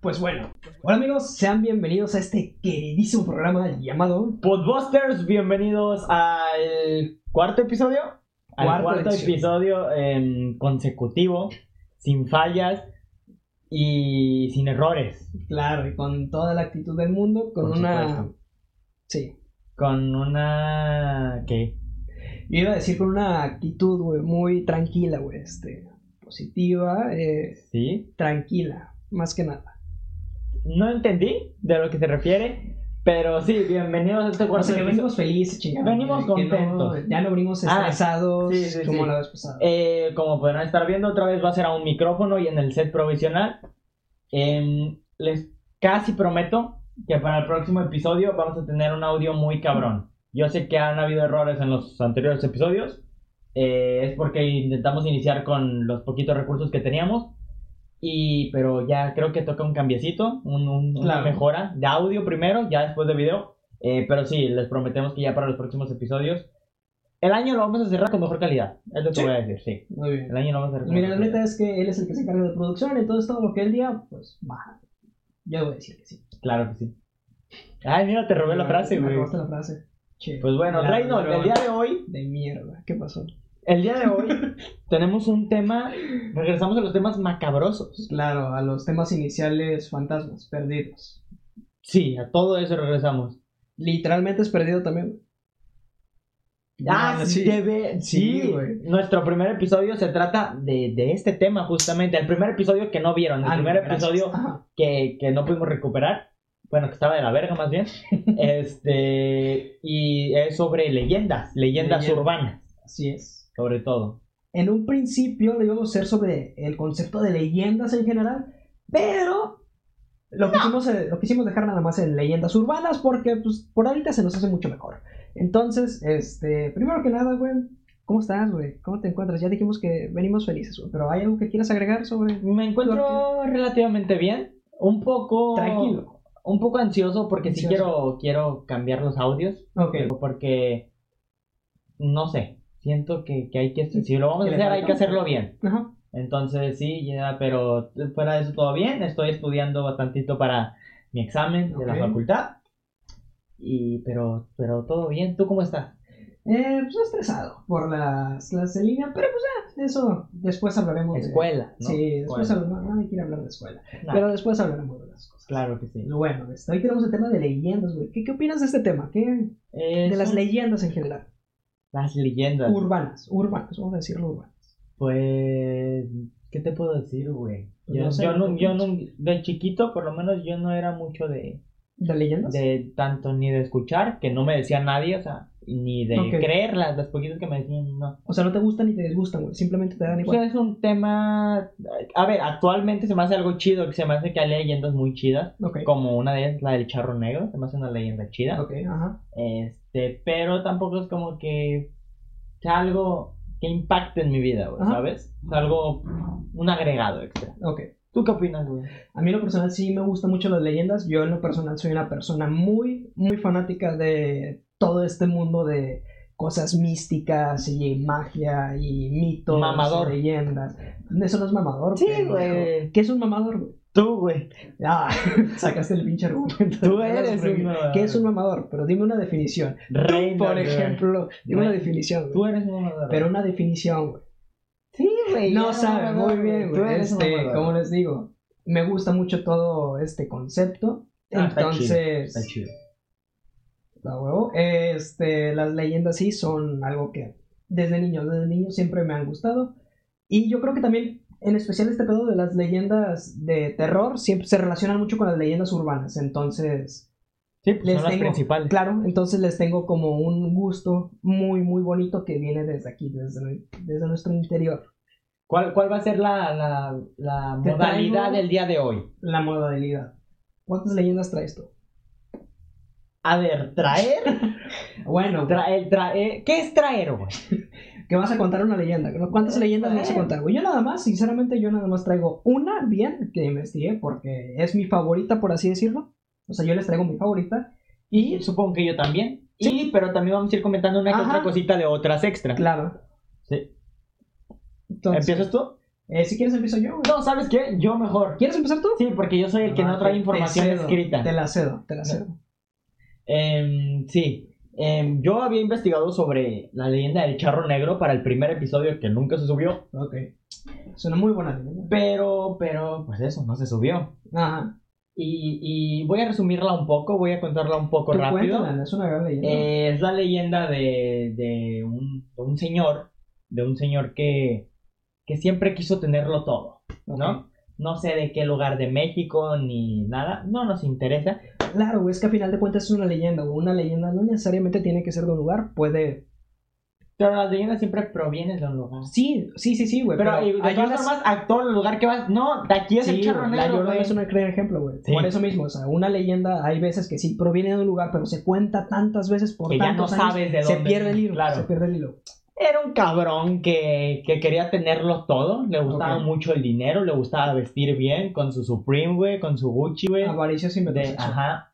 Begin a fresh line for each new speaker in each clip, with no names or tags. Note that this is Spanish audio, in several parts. Pues bueno, hola amigos, sean bienvenidos a este queridísimo programa llamado
Podbusters, bienvenidos al cuarto episodio. Al
Cuarta
cuarto,
edición.
episodio em, consecutivo, sin fallas y sin errores.
Claro, y con toda la actitud del mundo, con
Por
una...
supuesto.
Sí,
Con una. ¿Qué?
yo iba a decir con una actitud, güey, muy tranquila, güey, este, positiva, eh,
¿Sí?
tranquila, más que nada.
No entendí de lo que se refiere, pero sí, bienvenidos a este
O
cuarto
sea, que
episodio.
venimos felices, chingados.
Venimos
güey, que no-
contentos.
ya no venimos
Ah,
estresados
sí, sí,
como
sí.
la vez pasada.
Eh, como podrán estar viendo, otra vez va a ser a un micrófono y en el set provisional. Em, les casi prometo que para el próximo episodio vamos a tener un audio muy cabrón. Yo sé que han habido errores en los anteriores episodios. eh, es porque intentamos iniciar con los poquitos recursos que teníamos. Y, pero ya creo que toca un cambiecito, un- un-
Claro.
una mejora de audio primero, ya después de video. Eh, pero sí, les prometemos que ya para los próximos episodios, el año lo vamos a cerrar con mejor calidad. Es lo que
Sí.
voy a decir, sí.
Muy bien.
El año lo vamos a cerrar. con
Mira, la
mejor
neta es que él es el que se encarga de producción, entonces todo lo que él diga, pues baja. Yo voy a decir que sí.
calidad. Claro que sí. Ay, mira, te robé la frase,
Me
güey.
robaste la frase. Che,
Pues bueno,
la-
Traino, el día de hoy
De mierda, ¿qué pasó?
El día de hoy tenemos un tema, regresamos a los temas macabrosos.
Pues Claro, a los temas iniciales, fantasmas, perdidos.
Sí, a todo eso regresamos.
Literalmente es perdido también.
Ah, sí, debe-
Sí,
sí,
güey.
Nuestro primer episodio se trata de, de este tema justamente, el primer episodio que no vieron, el
Ah, no,
primer
gracias.
episodio
Ajá.
que, que no pudimos recuperar, bueno, que estaba de la verga más bien, este, y es sobre leyendas, leyendas
Leyendas.
urbanas,
Así es.
sobre todo.
En un principio lo íbamos a hacer sobre el concepto de leyendas en general, pero lo, quisimos, eh, lo quisimos dejar nada más en leyendas urbanas porque pues, por ahorita se nos hace mucho mejor. Entonces, este, primero que nada, güey, ¿cómo estás, güey? ¿Cómo te encuentras? Ya dijimos que venimos felices, güey, pero ¿hay algo que quieras agregar sobre...?
Me encuentro relativamente bien, un poco...
Tranquilo.
Un poco ansioso porque sí
Ansioso.
quiero, quiero cambiar los audios.
Oh. Ok.
Porque, no sé, siento que, que hay que... Si lo vamos
Que le
a hacer, hay
falta
que
un
hacerlo
poco.
bien.
Ajá.
Entonces, sí, ya, pero fuera de eso todo bien. Estoy estudiando bastantito para mi examen de
Ok.
la facultad. Y, pero, pero todo bien. ¿Tú cómo estás?
Eh, pues estresado por las clases en línea, pero pues ya, eso después hablaremos de...
Escuela, ¿no?
Sí, después
Escuela.
hablaremos, nadie quiere hablar de escuela,
Nah,
pero después hablaremos de las cosas.
Claro que sí.
Bueno, este, hoy tenemos el tema de leyendas, güey. ¿Qué, qué opinas de este tema? ¿Qué, de
Es
las
un-
leyendas en general.
las leyendas.
Urbanas, urbanas, vamos a decirlo urbanas.
Pues, ¿qué te puedo decir, güey?
Pues
Yo,
no sé,
yo,
¿tú
no,
qué
yo no, de chiquito, por lo menos, yo no era mucho de,
¿De leyendas?
de tanto ni de escuchar, que no me decía nadie, o sea, ni de
Ok.
creerlas, las poquitas que me decían, no.
O sea, no te gustan ni te disgustan, güey. Simplemente te dan
O
igual.
sea, es un tema, a ver, actualmente se me hace algo chido, que se me hace que hay leyendas muy chidas,
ok.
como una de ellas, la del charro negro, se me hace una leyenda chida,
Ok, ajá.
este, pero tampoco es como que sea algo que impacte en mi vida, güey,
Ajá.
¿sabes? Es algo, un agregado extra.
Ok.
¿Tú qué opinas, güey?
A mí en lo personal sí me gustan mucho las leyendas. Yo en lo personal soy una persona muy, muy fanática de todo este mundo de cosas místicas y magia y mitos
Mamador.
y leyendas. Eso no es mamador.
Sí,
pendejo.
güey.
¿Qué es un mamador, güey?
Tú, güey.
Ah, sacaste el pinche argumento.
Tú eres
Que
un mamador.
¿Qué es un mamador? Pero dime una definición.
Reina,
Por
güey.
ejemplo, dime una
Güey.
definición. güey.
Tú eres un mamador.
Pero una definición, güey.
Sí, güey.
No
eres un
sabe,
mamador,
muy bien,
Tú
güey.
eres un
Este,
mamador.
como les digo, me gusta mucho todo este concepto.
Ah, está chido,
Entonces,
Está chido.
la huevo. Este, las leyendas sí son algo que desde niño, desde niño siempre me han gustado. Y yo creo que también, en especial este pedo de las leyendas de terror, siempre se relacionan mucho con las leyendas urbanas. Entonces,
Sí, pues
Les
son las
tengo-
principales.
Claro, entonces les tengo como un gusto muy, muy bonito que viene desde aquí, desde, desde nuestro interior.
¿Cuál, ¿Cuál va a ser la, la, la
Te
modalidad
traigo-
del día de hoy?
La modalidad. ¿Cuántas leyendas traes tú?
A ver, traer.
Bueno,
traer, traer ¿Qué es traer, güey?
que vas a contar una leyenda. ¿no? ¿Cuántas leyendas me vas a contar? güey? Yo nada más, sinceramente, yo nada más traigo una bien que investigué porque es mi favorita, por así decirlo. O sea, yo les traigo mi favorita.
Y
Y,
supongo que yo también. Sí, pero también vamos a ir comentando una que
Ajá.
otra cosita de otras extra.
claro.
Sí.
Entonces,
¿Empiezas tú?
Eh, si quieres empiezo yo. güey.
No, ¿sabes qué? Yo mejor.
¿Quieres empezar tú? Ah,
Sí, porque yo soy el que no trae
Te- te
información
cedo,
escrita.
Te la cedo, te la cedo.
Em, sí. Em, yo había investigado sobre la leyenda del charro negro para el primer episodio que nunca se subió.
Ok. Es una muy buena leyenda.
Pero, pero, pues eso, no se subió.
Ajá.
Y, y voy a resumirla un poco, voy a contarla un poco
Tú
rápido.
cuéntala, es una gran leyenda.
Eh, es la leyenda de, de un, de un señor, de un señor que, que siempre quiso tenerlo todo,
Ok.
¿no? No sé de qué lugar de México ni nada, no nos interesa.
Claro, güey, es que a final de cuentas es una leyenda. güey. Una leyenda no necesariamente tiene que ser de un lugar. Puede.
Pero las leyendas siempre provienen de un lugar.
Sí, sí, sí, sí, güey.
Pero, y de
hay
todas
unas-
formas, a todo el lugar que vas, no, de aquí es
Sí,
el charro
güey,
negro.
la Llorona
güey.
es un gran ejemplo, güey.
Sí.
Por eso mismo, o sea, una leyenda hay veces que sí proviene de un lugar, pero se cuenta tantas veces por
Que ya no
tantos años,
sabes de dónde.
se pierde el hilo,
Claro.
se pierde el hilo.
Era un cabrón que, que quería tenerlo todo. Le gustaba
Ok.
mucho el dinero, le gustaba vestir bien con su Supreme, güey, con su Gucci,
Ah,
güey.
Avaricia sin
de- ajá.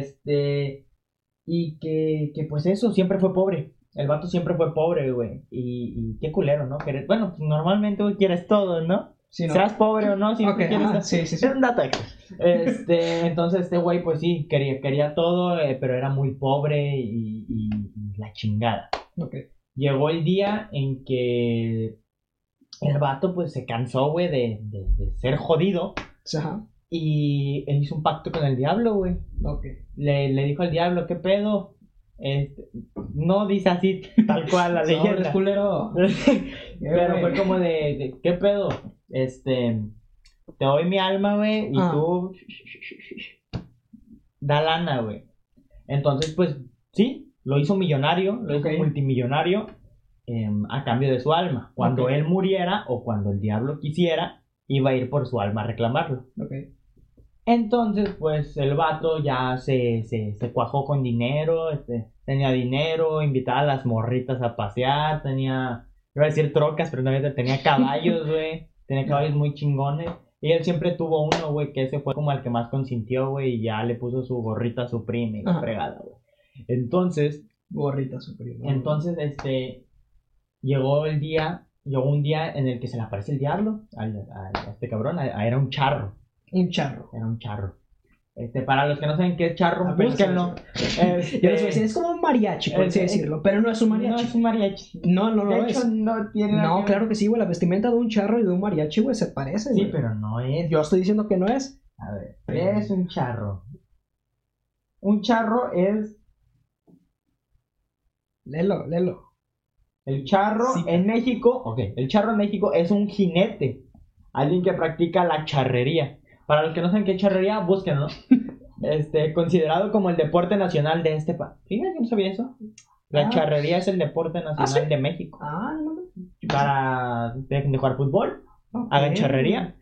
Este. Y que, que, pues eso, siempre fue pobre. El vato siempre fue pobre, güey. Y, y qué culero, ¿no? Querer- bueno, pues, normalmente, güey, quieres todo, ¿no?
Sí, ¿no?
Seas pobre o no, siempre
Ok,
quieres
ajá, sí, sí, sí.
Es un dato extra. Este, entonces este güey, pues sí, quería, quería todo, eh, pero era muy pobre y, y- y la chingada.
Ok.
Llegó el día en que el vato, pues se cansó, güey, de, de- de ser jodido
Ajá.
y él hizo un pacto con el diablo, güey.
Ok.
Le, le dijo al diablo, ¿qué pedo? Este, no dice así, tal cual la
Sobres,
leyenda.
culero.
Pero
Eh,
fue
güey.
como de, de, ¿qué pedo? Este, te doy mi alma, güey, y
Ah.
tú da lana, güey. Entonces, pues, sí, lo hizo millonario, lo
Ok.
hizo multimillonario em, a cambio de su alma. Cuando
Ok.
él muriera o cuando el diablo quisiera, iba a ir por su alma a reclamarlo.
Ok.
Entonces, pues el vato ya se, se, se cuajó con dinero, este, tenía dinero, invitaba a las morritas a pasear, tenía, iba a decir trocas, pero no, tenía caballos, güey, tenía caballos muy chingones. Y él siempre tuvo uno, güey, que ese fue como el que más consintió, güey, y ya le puso su gorrita a su prima y la
Ajá.
fregada, güey. Entonces,
Gorrita superior.
entonces, este, llegó el día, llegó un día en el que se le aparece el diablo al- al- a este cabrón, a- a- era un charro.
Un charro.
Era un charro. Este, para los que no saben qué es charro,
Apenas
búsquenlo. Este,
Yo les voy a decir, es como un mariachi, por
Eh,
así
eh,
decirlo, pero no es un
No
mariachi.
es un mariachi.
No, no,
de
lo
hecho,
es.
no tiene nada
No,
que ver.
claro que sí, güey. La vestimenta de un charro y de un mariachi, güey, se parece,
Sí,
güey.
pero no es.
Yo estoy diciendo que no es.
A ver, ¿qué es un charro? Un charro es.
Lelo, lelo.
El charro
Sí.
en México. Ok, el charro en México es un jinete. Alguien que practica la charrería. Para los que no saben qué es charrería, búsquenlo. Este, considerado como el deporte nacional de este país. Fíjate que no sabía eso. La
Ah.
charrería es el deporte nacional
sí?
de México.
Ah, no.
para dejen de jugar fútbol,
Ok.
hagan charrería.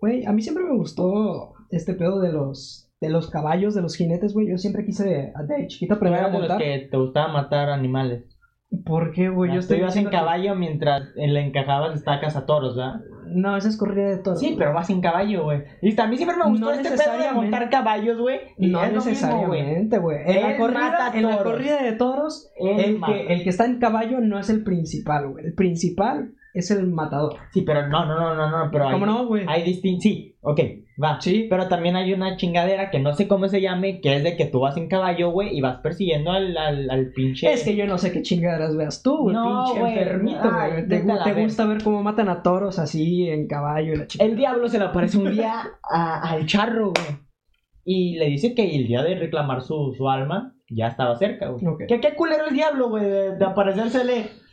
Güey, a mí siempre me gustó este pedo de los de los caballos, de los jinetes, güey. Yo siempre quise de, de chiquito
Pero
aprender a
los
montar.
que te gustaba matar animales. Ah,
¿Por qué, güey? Yo estoy
Tú ibas en
diciendo que-
caballo mientras le encajabas estacas a toros, ¿verdad?
No, esa es corrida de toros.
Sí, pero vas en caballo, güey. Y a mí siempre me gustó
No
este pedo de
necesariamente.
montar caballos, güey. y
No
es lo mismo, güey.
necesariamente, güey. En, la
Él
corrida,
mata
en la
toros.
corrida de toros,
Él
el
mata.
que, el que está en caballo no es el principal, güey. El principal es el matador.
Sí, pero no, no, no, no, no, pero hay,
¿Cómo no, güey?
hay distin- Sí, ok, va.
Sí.
Pero también hay una chingadera que no sé cómo se llame, que es de que tú vas en caballo, güey, y vas persiguiendo al, al, al pinche...
Es que yo no sé qué chingaderas veas tú, güey.
No,
pinche
güey.
enfermito,
Ay,
güey. Te,
vete a la
te
verga.
gusta ver cómo matan a toros así en caballo y la chica.
El diablo se le aparece un día a- al charro, güey. Y le dice que el día de reclamar su, su alma ya estaba cerca, güey.
Ok.
¿Qué, qué culero el diablo, güey, de, de aparecérsele.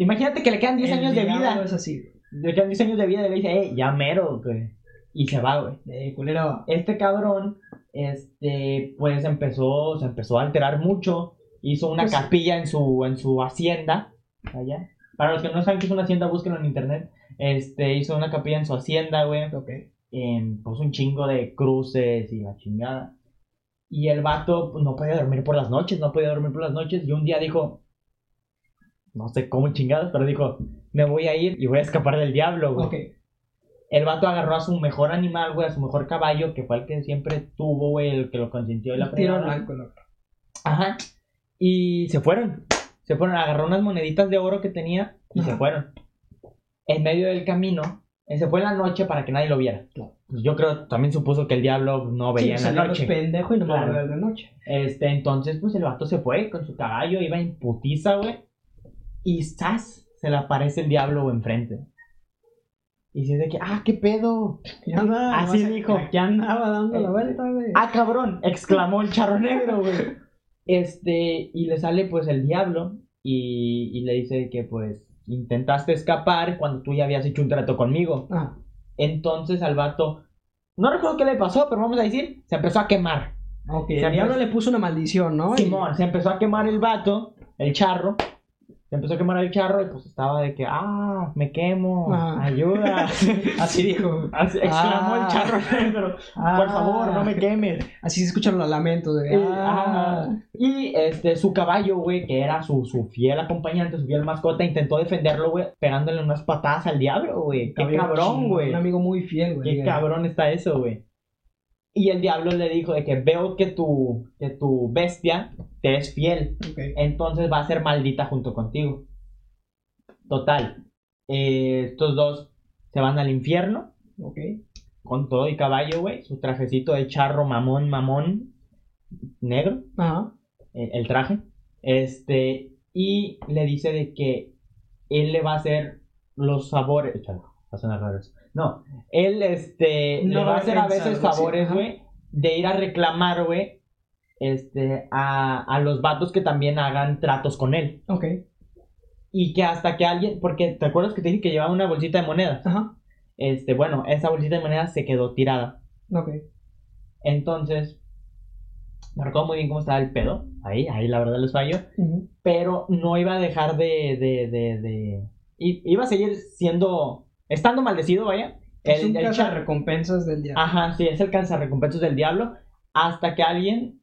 Imagínate que le quedan 10
El
años de
diablo
vida.
es así, güey.
Le quedan 10 años de vida y le dice, eh, ya mero, güey. Y se va, güey.
Eh, culero.
Este cabrón, este, pues empezó, se empezó a alterar mucho. Hizo una
Pues-
capilla en su, en su hacienda. Allá. Para los que no saben qué es una hacienda, búsquenlo en internet. Este, hizo una capilla en su hacienda, güey
Ok.
em, puso un chingo de cruces y la chingada. Y el vato pues, no podía dormir por las noches, no podía dormir por las noches. Y un día dijo, no sé cómo chingadas, pero dijo, me voy a ir y voy a escapar del diablo, güey.
Ok.
El vato agarró a su mejor animal, güey, a su mejor caballo, que fue el que siempre tuvo, güey, el que lo consintió y la
Tiro
fregada.
blanco, loco.
Ajá. Y se fueron. Se fueron, agarró unas moneditas de oro que tenía y se
Ajá.
fueron. en medio del camino, eh, se fue en la noche para que nadie lo viera.
Claro.
Pues yo creo, también supuso que el diablo pues, no
Sí, pues, o
veía en
sea,
la
yo los
noche.
pendejo y no me
Claro.
voy a ver de noche.
Este, entonces, pues el vato se fue con su caballo, iba en putiza, güey. Y ¡zas! Se le aparece el diablo güey, enfrente. Y dice de que, ah, qué pedo.
Ya andaba,
Así
nomás
dijo.
Aquí andaba dando la
Eh,
vuelta, güey.
¡Ah, cabrón! exclamó el charro negro, güey. Este, y le sale pues el diablo y, y le dice que pues intentaste escapar cuando tú ya habías hecho un trato conmigo.
Ah,
Entonces al vato, no recuerdo qué le pasó, pero vamos a decir, se empezó a quemar.
Ah, ok.
Se
El diablo
empezó-
le puso una maldición, ¿no? Y-
Simón, se empezó a quemar el vato, el charro. Se empezó a quemar el charro y pues estaba de que, ah, me quemo,
Ajá.
ayuda.
Así dijo.
Así exclamó el
Ah.
charro negro, por
Ah,
favor, no me quemes.
Así se escuchan los lamentos de.
Eh,
ah.
ajá. Y este, su caballo, güey, que era su, su fiel acompañante, su fiel mascota, intentó defenderlo, güey, pegándole unas patadas al diablo, güey. Qué
Amigo
cabrón,
chingón,
güey.
Un amigo muy fiel, güey.
Qué cabrón está eso, güey. Y el diablo le dijo de que veo que tu, que tu bestia te es fiel.
Ok.
entonces va a ser maldita junto contigo. Total, eh, estos dos se van al infierno
ok.
con todo y caballo, güey, su trajecito de charro mamón, mamón, negro,
Ajá.
eh, el traje, este, y le dice de que él le va a hacer los sabores, Échale, va a sonar raro eso. no, él, este,
No
le va a hacer a
pensar,
veces
algo así,
favores,
ajá.
güey, de ir a reclamar, güey, este, a, a los vatos que también hagan tratos con él.
Ok.
Y que hasta que alguien, porque te acuerdas que te dije que llevaba una bolsita de monedas.
Ajá.
Este, bueno, esa bolsita de monedas se quedó tirada.
Ok.
Entonces, me recuerdo muy bien cómo estaba el pedo. Ahí, ahí la verdad les fallo.
Ujú.
Pero no iba a dejar de, de, de, de- i- Iba a seguir siendo, estando maldecido, vaya.
es
El,
un
el
caza
char- Ah.
recompensas del diablo.
Ajá, sí, es el recompensas del diablo. Hasta que alguien,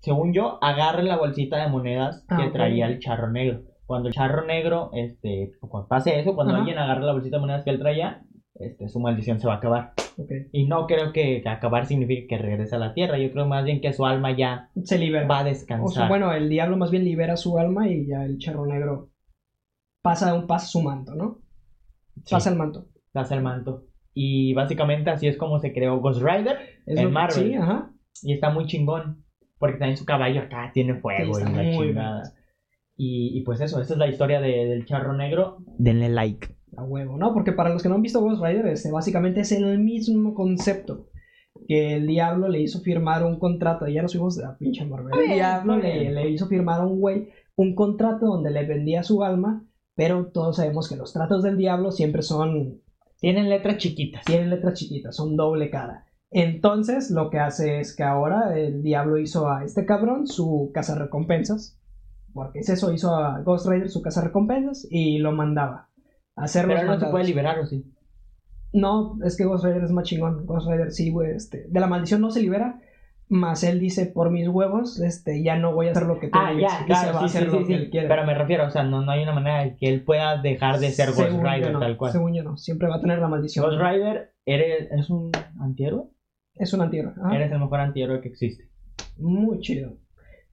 según yo, agarre la bolsita de monedas
Ah,
que
ok.
traía el charro negro. Cuando el charro negro, este, cuando pase eso, cuando
Ajá.
alguien agarre la bolsita de monedas que él traía, este, su maldición se va a acabar.
Ok.
Y no creo que acabar signifique que regrese a la tierra. Yo creo más bien que su alma ya
Se libera.
va a
O sea,
descansar.
bueno, el diablo más bien libera su alma y ya el charro negro pasa un paso su manto, ¿no?
Sí,
Pasa el manto.
pasa el manto. Y básicamente así es como se creó Ghost Rider.
Es
En
lo que-
Marvel.
Sí, ajá.
Y está muy chingón. Porque también su caballo acá tiene fuego
Sí,
y
está
la
muy
chingada. Y, y pues eso, esa es la historia de- del charro negro. Denle like.
A huevo, ¿no? Porque para los que no han visto Ghost Rider, este, básicamente es el mismo concepto que el diablo le hizo firmar un contrato. Ya nos fuimos de la pinche Marvel. El
bien,
diablo
está
le,
bien.
le hizo firmar a un güey un contrato donde le vendía su alma, pero todos sabemos que los tratos del diablo siempre son,
Tienen letras chiquitas.
tienen letras chiquitas, son doble cara. Entonces, lo que hace es que ahora el diablo hizo a este cabrón su casa recompensas, porque es eso, hizo a Ghost Rider su casa recompensas y lo mandaba. a Hacer
Pero
los
él no se
mandados.
puede liberar, ¿o sí?
No, es que Ghost Rider es más chingón. Ghost Rider sí, güey, este, de la maldición no se libera, más él dice, por mis huevos, este, ya no voy a hacer lo que tú
Ah,
digas",
ya,
y se
claro,
va a
sí,
hacer
sí,
lo
sí,
que
sí.
él quiere.
Pero me refiero, o sea, no, no hay una manera de que él pueda dejar de ser Ghost
Según yo
Rider,
no,
tal cual.
Según yo no, siempre va a tener la maldición.
Ghost Rider, eres, ¿es un antihéroe?
Es un antihéroe. ajá.
Eres el mejor antihéroe que existe.
Muy chido.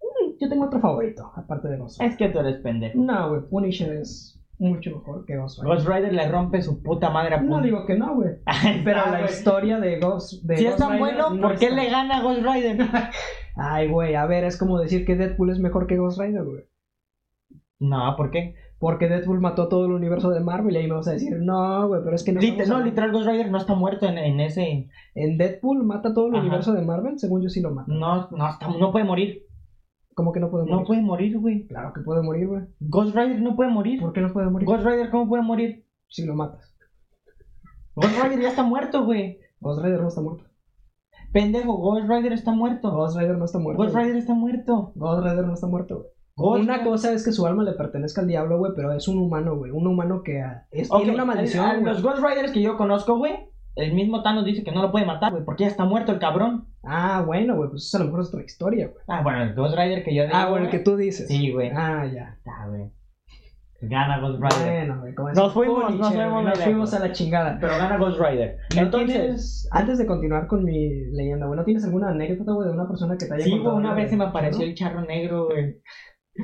Mm, Yo tengo otro favorito, aparte de Ghost Rider.
Es que tú eres pendejo.
No, güey, Punisher es mucho mejor que Ghost Rider.
Eh. Ghost Rider le rompe su puta madre a
No
Punisher.
digo que no, güey.
Ahí
Pero
está,
la
güey.
historia de Ghost de
Si es
Ghost
tan
Rider
bueno,
no
¿por qué
está-
le gana a Ghost Rider?
Ay, güey, a ver, es como decir que Deadpool es mejor que Ghost Rider, güey.
no, ¿por qué?
Porque Deadpool mató todo el universo de Marvel y ahí me vas a decir, no, güey, pero es que no.
Lit-
estamos
no,
hablando".
literal, Ghost Rider no está muerto en, en ese.
En Deadpool mata todo el
Ajá.
universo de Marvel, según yo sí lo mata.
No, no, está- no puede morir.
¿Cómo que no puede morir?
No puede morir, güey.
Claro que puede morir, güey.
Ghost Rider no puede morir.
¿Por qué no puede morir?
Ghost Rider, ¿cómo puede morir?
Si lo matas.
Ghost Rider ya está muerto, güey.
Ghost Rider no está muerto.
Pendejo, Ghost Rider está muerto.
Ghost Rider no está muerto.
Ghost
güey.
Rider está muerto.
Ghost Rider no está muerto, güey.
Ghost
Una
Rider-
cosa es que su alma le pertenezca al diablo, güey, pero es un humano, güey. Un humano que ah, es,
Ok,
tiene una maldición,
a- a
güey.
Los Ghost Riders que yo conozco, güey. El mismo Thanos dice que no lo puede matar, güey, porque ya está muerto el cabrón.
Ah, bueno, güey, pues eso a lo mejor es otra historia, güey.
Ah, bueno, el Ghost Rider que yo digo.
Ah, bueno, el que
güey.
tú dices.
Sí, güey.
Ah, ya.
Ah, güey. Gana Ghost Rider.
Bueno, güey, como es
Nos fuimos,
Punisher,
nos
güey,
fuimos
nos
de
fuimos
lejos.
a la chingada.
Pero gana Ghost Rider.
Entonces,
Entonces,
antes de continuar con mi leyenda, güey, ¿no tienes alguna anécdota, güey, de una persona que te haya
sí, güey,
contado
una
algo
vez
de-
se me apareció
¿no?
el charro negro, güey.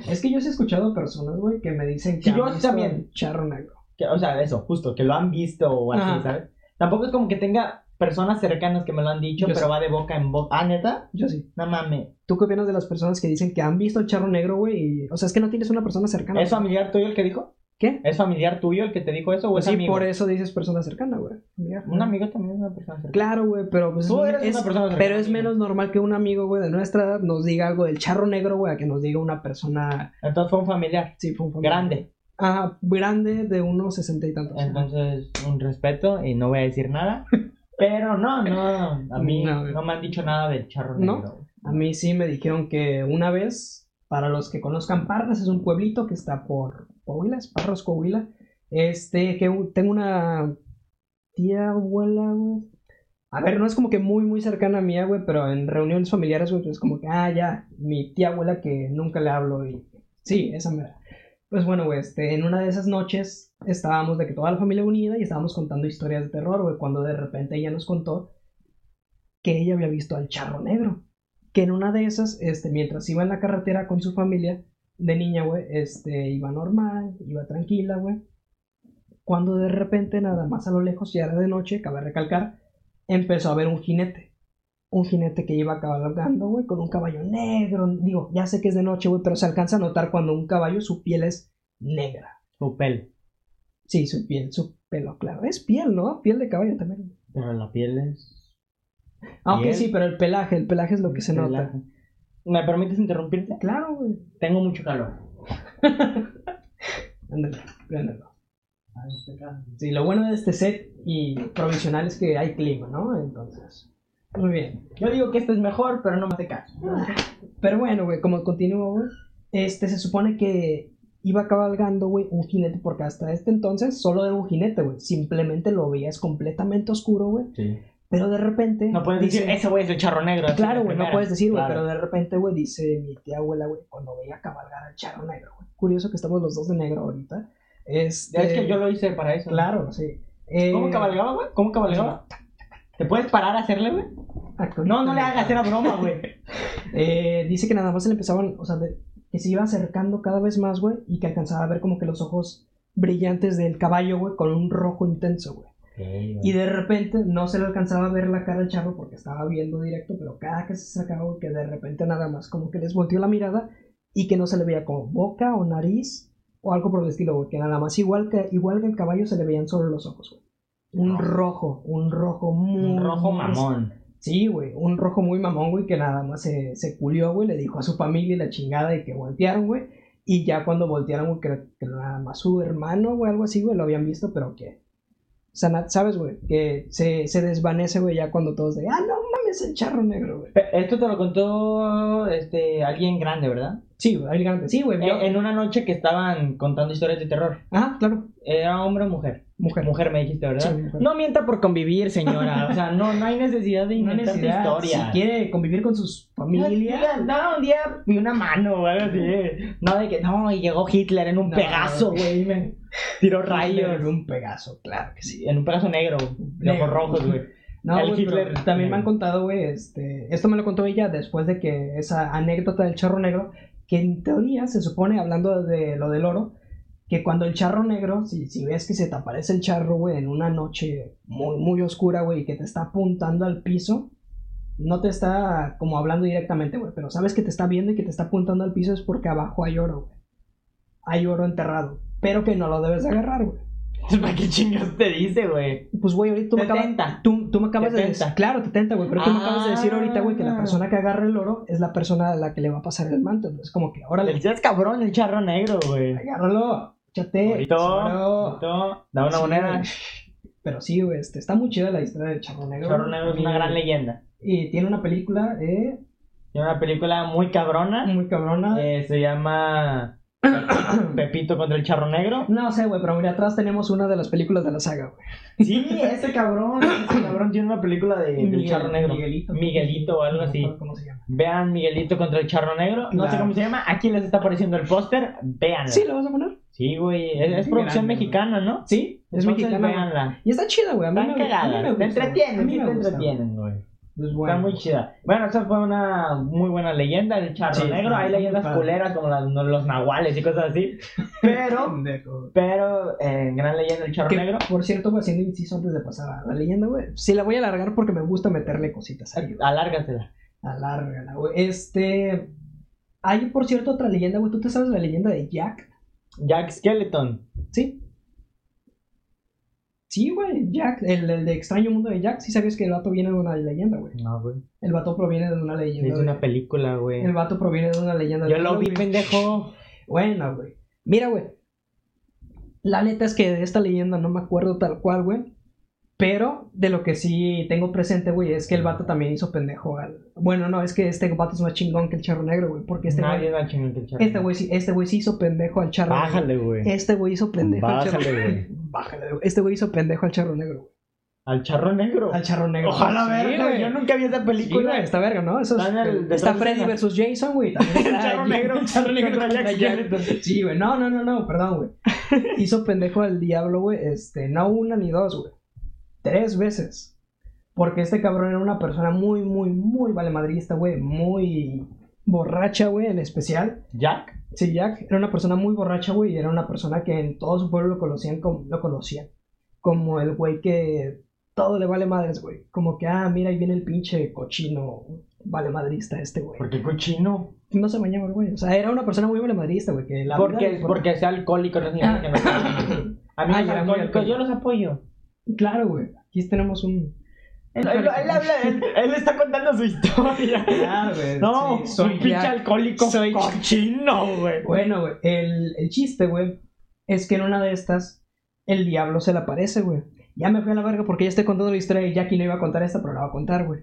Es que yo sí he escuchado personas, güey, que me dicen que
Sí,
han
yo
visto
también.
el charro negro.
que- o sea, eso, justo, que lo han visto o así,
Ajá.
¿sabes? Tampoco es como que tenga personas cercanas que me lo han dicho,
Yo
pero
sí.
va de boca en boca. Ah, neta,
Yo sí.
no mames.
¿Tú qué opinas de las personas que dicen que han visto el charro negro, güey? y- O sea, es que Ah, no tienes una persona cercana.
¿Es familiar tuyo el que dijo?
¿Qué?
¿Es familiar tuyo el que te dijo eso o
Pues
es
sí,
amigo?
por eso dices persona cercana, güey. Mira.
Un amigo también es una persona cercana.
Claro, güey, pero pues
Tú
es-
eres
es-
una persona cercana.
pero es menos normal que un amigo, güey, de nuestra edad nos diga algo del charro negro, güey, a que nos diga una persona,
Entonces fue un familiar.
sí, fue un familiar.
Grande.
Ajá, grande de unos sesenta y tantos.
Entonces, un respeto y no voy a decir nada. Pero no, no, a mí
No,
no,
güey.
me han dicho nada del charro
¿No?
negro.
A mí sí me dijeron que una vez, para los que conozcan Parras, es un pueblito que está por Coahuila, es Parras, Coahuila. Este, que un- tengo una tía abuela, güey. A ver, no es como que muy, muy cercana a mía, güey, pero en reuniones familiares, güey, pues es como que, ah, ya, mi tía abuela que nunca le hablo y sí, esa mera. Pues bueno, güey, este, en una de esas noches estábamos de que toda la familia unida y estábamos contando historias de terror, güey, cuando de repente ella nos contó que ella había visto al charro negro que en una de esas, este, mientras iba en la carretera con su familia de niña, güey, este, iba normal, iba tranquila, güey. Cuando de repente, nada más a lo lejos, ya era de noche, cabe recalcar, empezó a ver un jinete. Un jinete que iba cabalgando, güey, con un caballo negro. Digo, ya sé que es de noche, güey, pero se alcanza a notar cuando un caballo, su piel es negra.
Su pelo.
Sí, su piel, su pelo, claro. Es piel, ¿no? Piel de caballo también.
Pero la piel es.
Aunque
Piel.
sí, pero el pelaje, el pelaje es lo que se nota.
pelaje. este, ¿Me permites interrumpirte?
Claro, güey.
Tengo mucho calor.
Ándale, ándale. Sí, lo bueno de este set y provisional es que hay clima, ¿no? Entonces, muy bien.
Yo digo que este es mejor, pero no me hace caso.
Pero bueno, güey, como continúo, güey, este se supone que iba cabalgando, güey, un jinete, porque hasta este entonces solo era un jinete, güey. Simplemente lo veías completamente oscuro, güey.
Sí.
Pero de repente.
No puedes
dice-
decir, ese güey es el charro negro. así
Claro,
de
güey, no
primera.
puedes decir, güey,
Claro.
pero de repente, güey, dice mi tía abuela, güey, cuando veía cabalgar al charro negro, güey. Curioso que estamos los dos de negro ahorita. Este,
Ya es que yo lo hice para eso.
Claro, sí. Eh,
¿Cómo cabalgaba, güey? ¿Cómo cabalgaba? ¿Te puedes parar a hacerle, güey?
actualmente-
No, no le hagas, era broma, güey.
Eh, dice que nada más se le empezaban, o sea, de- que se iba acercando cada vez más, güey, y que alcanzaba a ver como que los ojos brillantes del caballo, güey, con un rojo intenso, güey. Y de repente no se le alcanzaba a ver la cara al charro porque estaba viendo directo, pero cada que se sacaba, güey, que de repente nada más como que les volteó la mirada y que no se le veía como boca o nariz o algo por el estilo, güey, que nada más igual que, igual que el caballo se le veían solo los ojos, güey. Un rojo, un rojo muy...
Un rojo
muy
mamón.
Sí, güey, un rojo muy mamón, güey, que nada más se, se culió, güey, le dijo a su familia y la chingada y que voltearon, güey. Y ya cuando voltearon, güey, que, que nada más su hermano, güey, algo así, güey, lo habían visto, pero que... O sea, na- ¿sabes, güey? Que se, se desvanece, güey, ya cuando todos de... Ah, no mames, el charro negro, güey.
Pe- Esto te lo contó este, alguien grande, ¿verdad?
Sí, güey, ahí grande. Sí, güey. yo-
Eh, En una noche que estaban contando historias de terror.
Ah, claro,
¿Era hombre o mujer?
mujer.
Mujer me dijiste, ¿verdad?
Sí, mujer.
No mienta por convivir, señora. O sea, no, no hay necesidad de
No
inventar
necesidad,
historia.
Si quiere convivir con sus familias...
No, un día vi una mano, güey, así. No, de que no, y llegó Hitler en un
No.
pegaso, güey, y me tiró rayos.
Un Pegaso, claro que sí.
Sí, en un pegaso negro, de
Negro.
ojos rojos, güey.
No,
El
güey, pero
Hitler.
también me han contado, güey, este, esto me lo contó ella después de que esa anécdota del charro negro, que en teoría se supone, hablando de lo del oro, que cuando el charro negro, si, si ves que se te aparece el charro, güey, en una noche muy, muy oscura, güey, y que te está apuntando al piso, no te está como hablando directamente, güey, pero sabes que te está viendo y que te está apuntando al piso es porque abajo hay oro, güey. Hay oro enterrado, pero que no lo debes de agarrar, güey.
¿Para qué chingados te dice, güey?
Pues, güey, ahorita tú me acabas-
Detenta.
Tú, tú me acabas
Te
de
tenta.
decir. Claro, te tenta, güey. Pero tú me acabas de decir ahorita, güey, que la
Ah.
persona que agarra el oro es la persona a la que le va a pasar el manto. Entonces, como que,
El
órale,
chas cabrón, el charro negro, güey.
agárralo, échate.
Bonito,
seguro.
bonito. Da una
Sí,
moneda.
güey. Pero sí, güey, este, está muy chida la historia del Charro Negro.
Charro negro es una
Y-
gran leyenda.
Y tiene una película eh,
Y una película muy cabrona.
muy cabrona.
eh, se llama Pepito contra el charro negro.
No sé, güey, pero mira, atrás tenemos una de las películas de la saga, güey.
Sí, ese cabrón, ese cabrón tiene una película de, Eh, del
Miguel-
charro negro.
Miguelito.
Miguelito o algo
No me
así.
acuerdo ¿Cómo se llama?
Vean Miguelito contra el charro negro. No sé
Claro.
cómo se llama. Aquí les está apareciendo el póster. Veanla.
Sí, ¿lo vas a poner?
Sí, güey. Es, es
Sí,
producción
grande,
mexicana, ¿no?
Sí, es
Entonces,
mexicana. güey.
Veanla.
Y está chida, güey. A mí
Están
me, a mí me
cagadas. Te
gusta, güey. A
entretienen.
mí
Sí,
me
te
gusta, güey.
entretienen, güey.
Pues
Está
bueno.
muy chida. Bueno, esa fue una muy buena leyenda, el charro
Sí,
negro.
está
Hay
muy
leyendas
padre.
culeras como las- los nahuales y cosas así. Pero,
Pendejo.
pero, eh, gran leyenda el charro
Que,
negro.
por cierto, güey, haciendo inciso antes de pasar a la leyenda, güey. Sí, la voy a alargar porque me gusta meterle cositas ahí. güey.
Alárgatela.
Alárgala, güey. Este. Hay, por cierto, otra leyenda, güey. ¿Tú te sabes la leyenda de Jack?
Jack Skeleton.
Sí. Sí, güey. Jack, el, el de Extraño Mundo de Jack. Sí sabías que el vato viene de una leyenda, güey.
No, güey.
El vato proviene de una
Es
leyenda. de-
una película, güey.
El vato proviene de una leyenda. de
Yo lo vi,
Halloween.
pendejo.
Bueno, güey. Mira, güey. La neta es que de esta leyenda no me acuerdo tal cual, güey. Pero de lo que sí tengo presente, güey, es que el vato también hizo pendejo al. Bueno, no, es que este vato es más chingón que el charro negro, güey. Porque este
Nadie
güey.
va a chingar el charro.
Este güey sí, este güey sí hizo pendejo al charro negro.
Bájale, güey.
Este güey hizo pendejo al charro
Bájale, güey.
Bájale, güey. Este güey hizo pendejo al charro negro, güey.
Al charro negro.
Al charro negro.
Ojalá
Sí,
verga.
güey.
Yo nunca vi esa película.
Sí, güey, está verga, ¿no? Eso es-
Está en el-
está
detrás de
Freddy
escena.
versus Jason, güey. También
El
está
charro
allí.
negro, el charro negro
Contra
Jack
Jack.
Skeleton.
Sí, güey. No, no, no, no, perdón, güey. Hizo pendejo al diablo, güey. Este, no una ni dos, güey. Tres veces. Porque este cabrón era una persona muy, muy, muy valemadrista, güey. Muy borracha, güey, en especial.
Jack.
Sí, Jack era una persona muy borracha, güey. Y era una persona que en todo su pueblo lo conocían como, lo conocían. Como el güey que todo le vale madres, güey. Como que, ah, mira, ahí viene el pinche cochino valemadrista este, güey.
Porque cochino.
No se bañaba, el güey. O sea, era una persona muy valemadrista, güey. Que la vida le
Porque,
importaba.
porque sea alcohólico, no significa que no. A mí
Ah, ya,
los
muy
alcohólicos, pues yo los apoyo.
Claro, güey. Aquí tenemos un.
Él, él- él habla- él- él está contando su historia.
Claro, güey.
No,
Sí, soy
soy un pinche
Jack.
alcohólico.
Soy-
cochino, güey.
Bueno, güey. El, el chiste, güey, es que en una de estas, el diablo se le aparece, güey. Ya me fui a la verga porque ya estoy contando la historia de Jack y no iba a contar esta, pero la voy a contar, güey.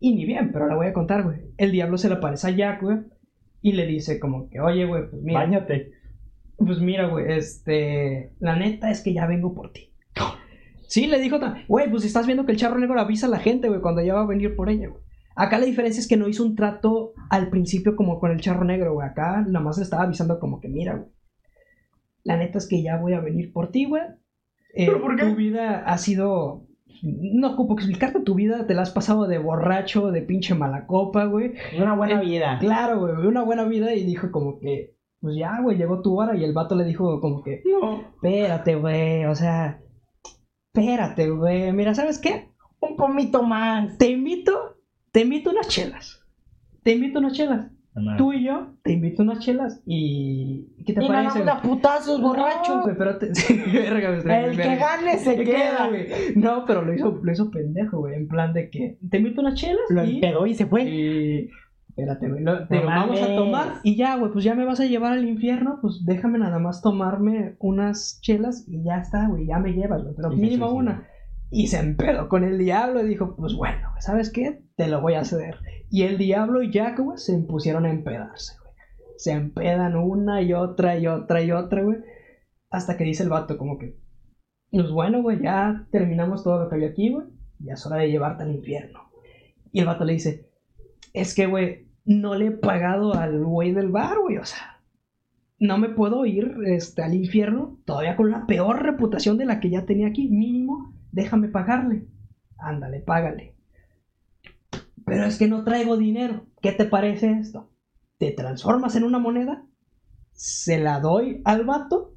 Y ni bien, pero la voy a contar, güey. El diablo se le aparece a Jack, güey. Y le dice como que, oye, güey, pues mira,
Báñate.
Pues mira, güey, este. La neta es que ya vengo por ti. Sí, le dijo. ta- Güey, pues estás viendo que el charro negro avisa a la gente, güey, cuando ya va a venir por ella, güey. Acá la diferencia es que no hizo un trato al principio como con el charro negro, güey. Acá nada más le estaba avisando como que, mira, güey. La neta es que ya voy a venir por ti, güey. Eh,
¿Pero por qué?
Tu vida ha sido. No ocupo explicarte, tu vida te la has pasado de borracho, de pinche mala copa, güey.
Una buena
Eh,
vida.
Claro, güey, una buena vida y dijo como que, pues ya, güey, llegó tu hora y el vato le dijo como que,
No.
espérate, güey, o sea, espérate, güey, mira, ¿sabes qué?
Un pomito más.
Te invito, te invito unas chelas, te invito unas chelas, tú y yo, te invito unas chelas y, ¿qué te
Ah, Y no,
parece?
no,
güey?
a putazos
No,
borrachos.
güey, pero te... sí, verga, güey, estoy
El
muy
que
verga.
gane se
Se
queda.
queda, güey. No, pero lo hizo, lo hizo pendejo, güey. En plan de que te invito unas chelas
Lo
y
empedó y se fue.
Y. Espérate, güey. lo- te
No
vamos a
mames.
tomar y ya, güey. Pues ya me vas a llevar al infierno. Pues déjame nada más tomarme unas chelas y ya está, güey. Ya me llevas, güey. Pero
Y se
mínimo
suicidó.
una. Y se empedó con el diablo y dijo: Pues bueno, güey, ¿sabes qué? Te lo voy a ceder. Y el diablo y Jack, güey, se pusieron a empedarse, güey. Se empedan una y otra y otra y otra, güey. Hasta que dice el vato, como que. Pues bueno, güey, ya terminamos todo lo que había aquí, güey. Ya es hora de llevarte al infierno. Y el vato le dice, es que, güey, no le he pagado al güey del bar, güey, o sea, no me puedo ir este, al infierno todavía con la peor reputación de la que ya tenía aquí, mínimo, déjame pagarle. Ándale, págale. Pero es que no traigo dinero. ¿Qué te parece esto? Te transformas en una moneda, se la doy al vato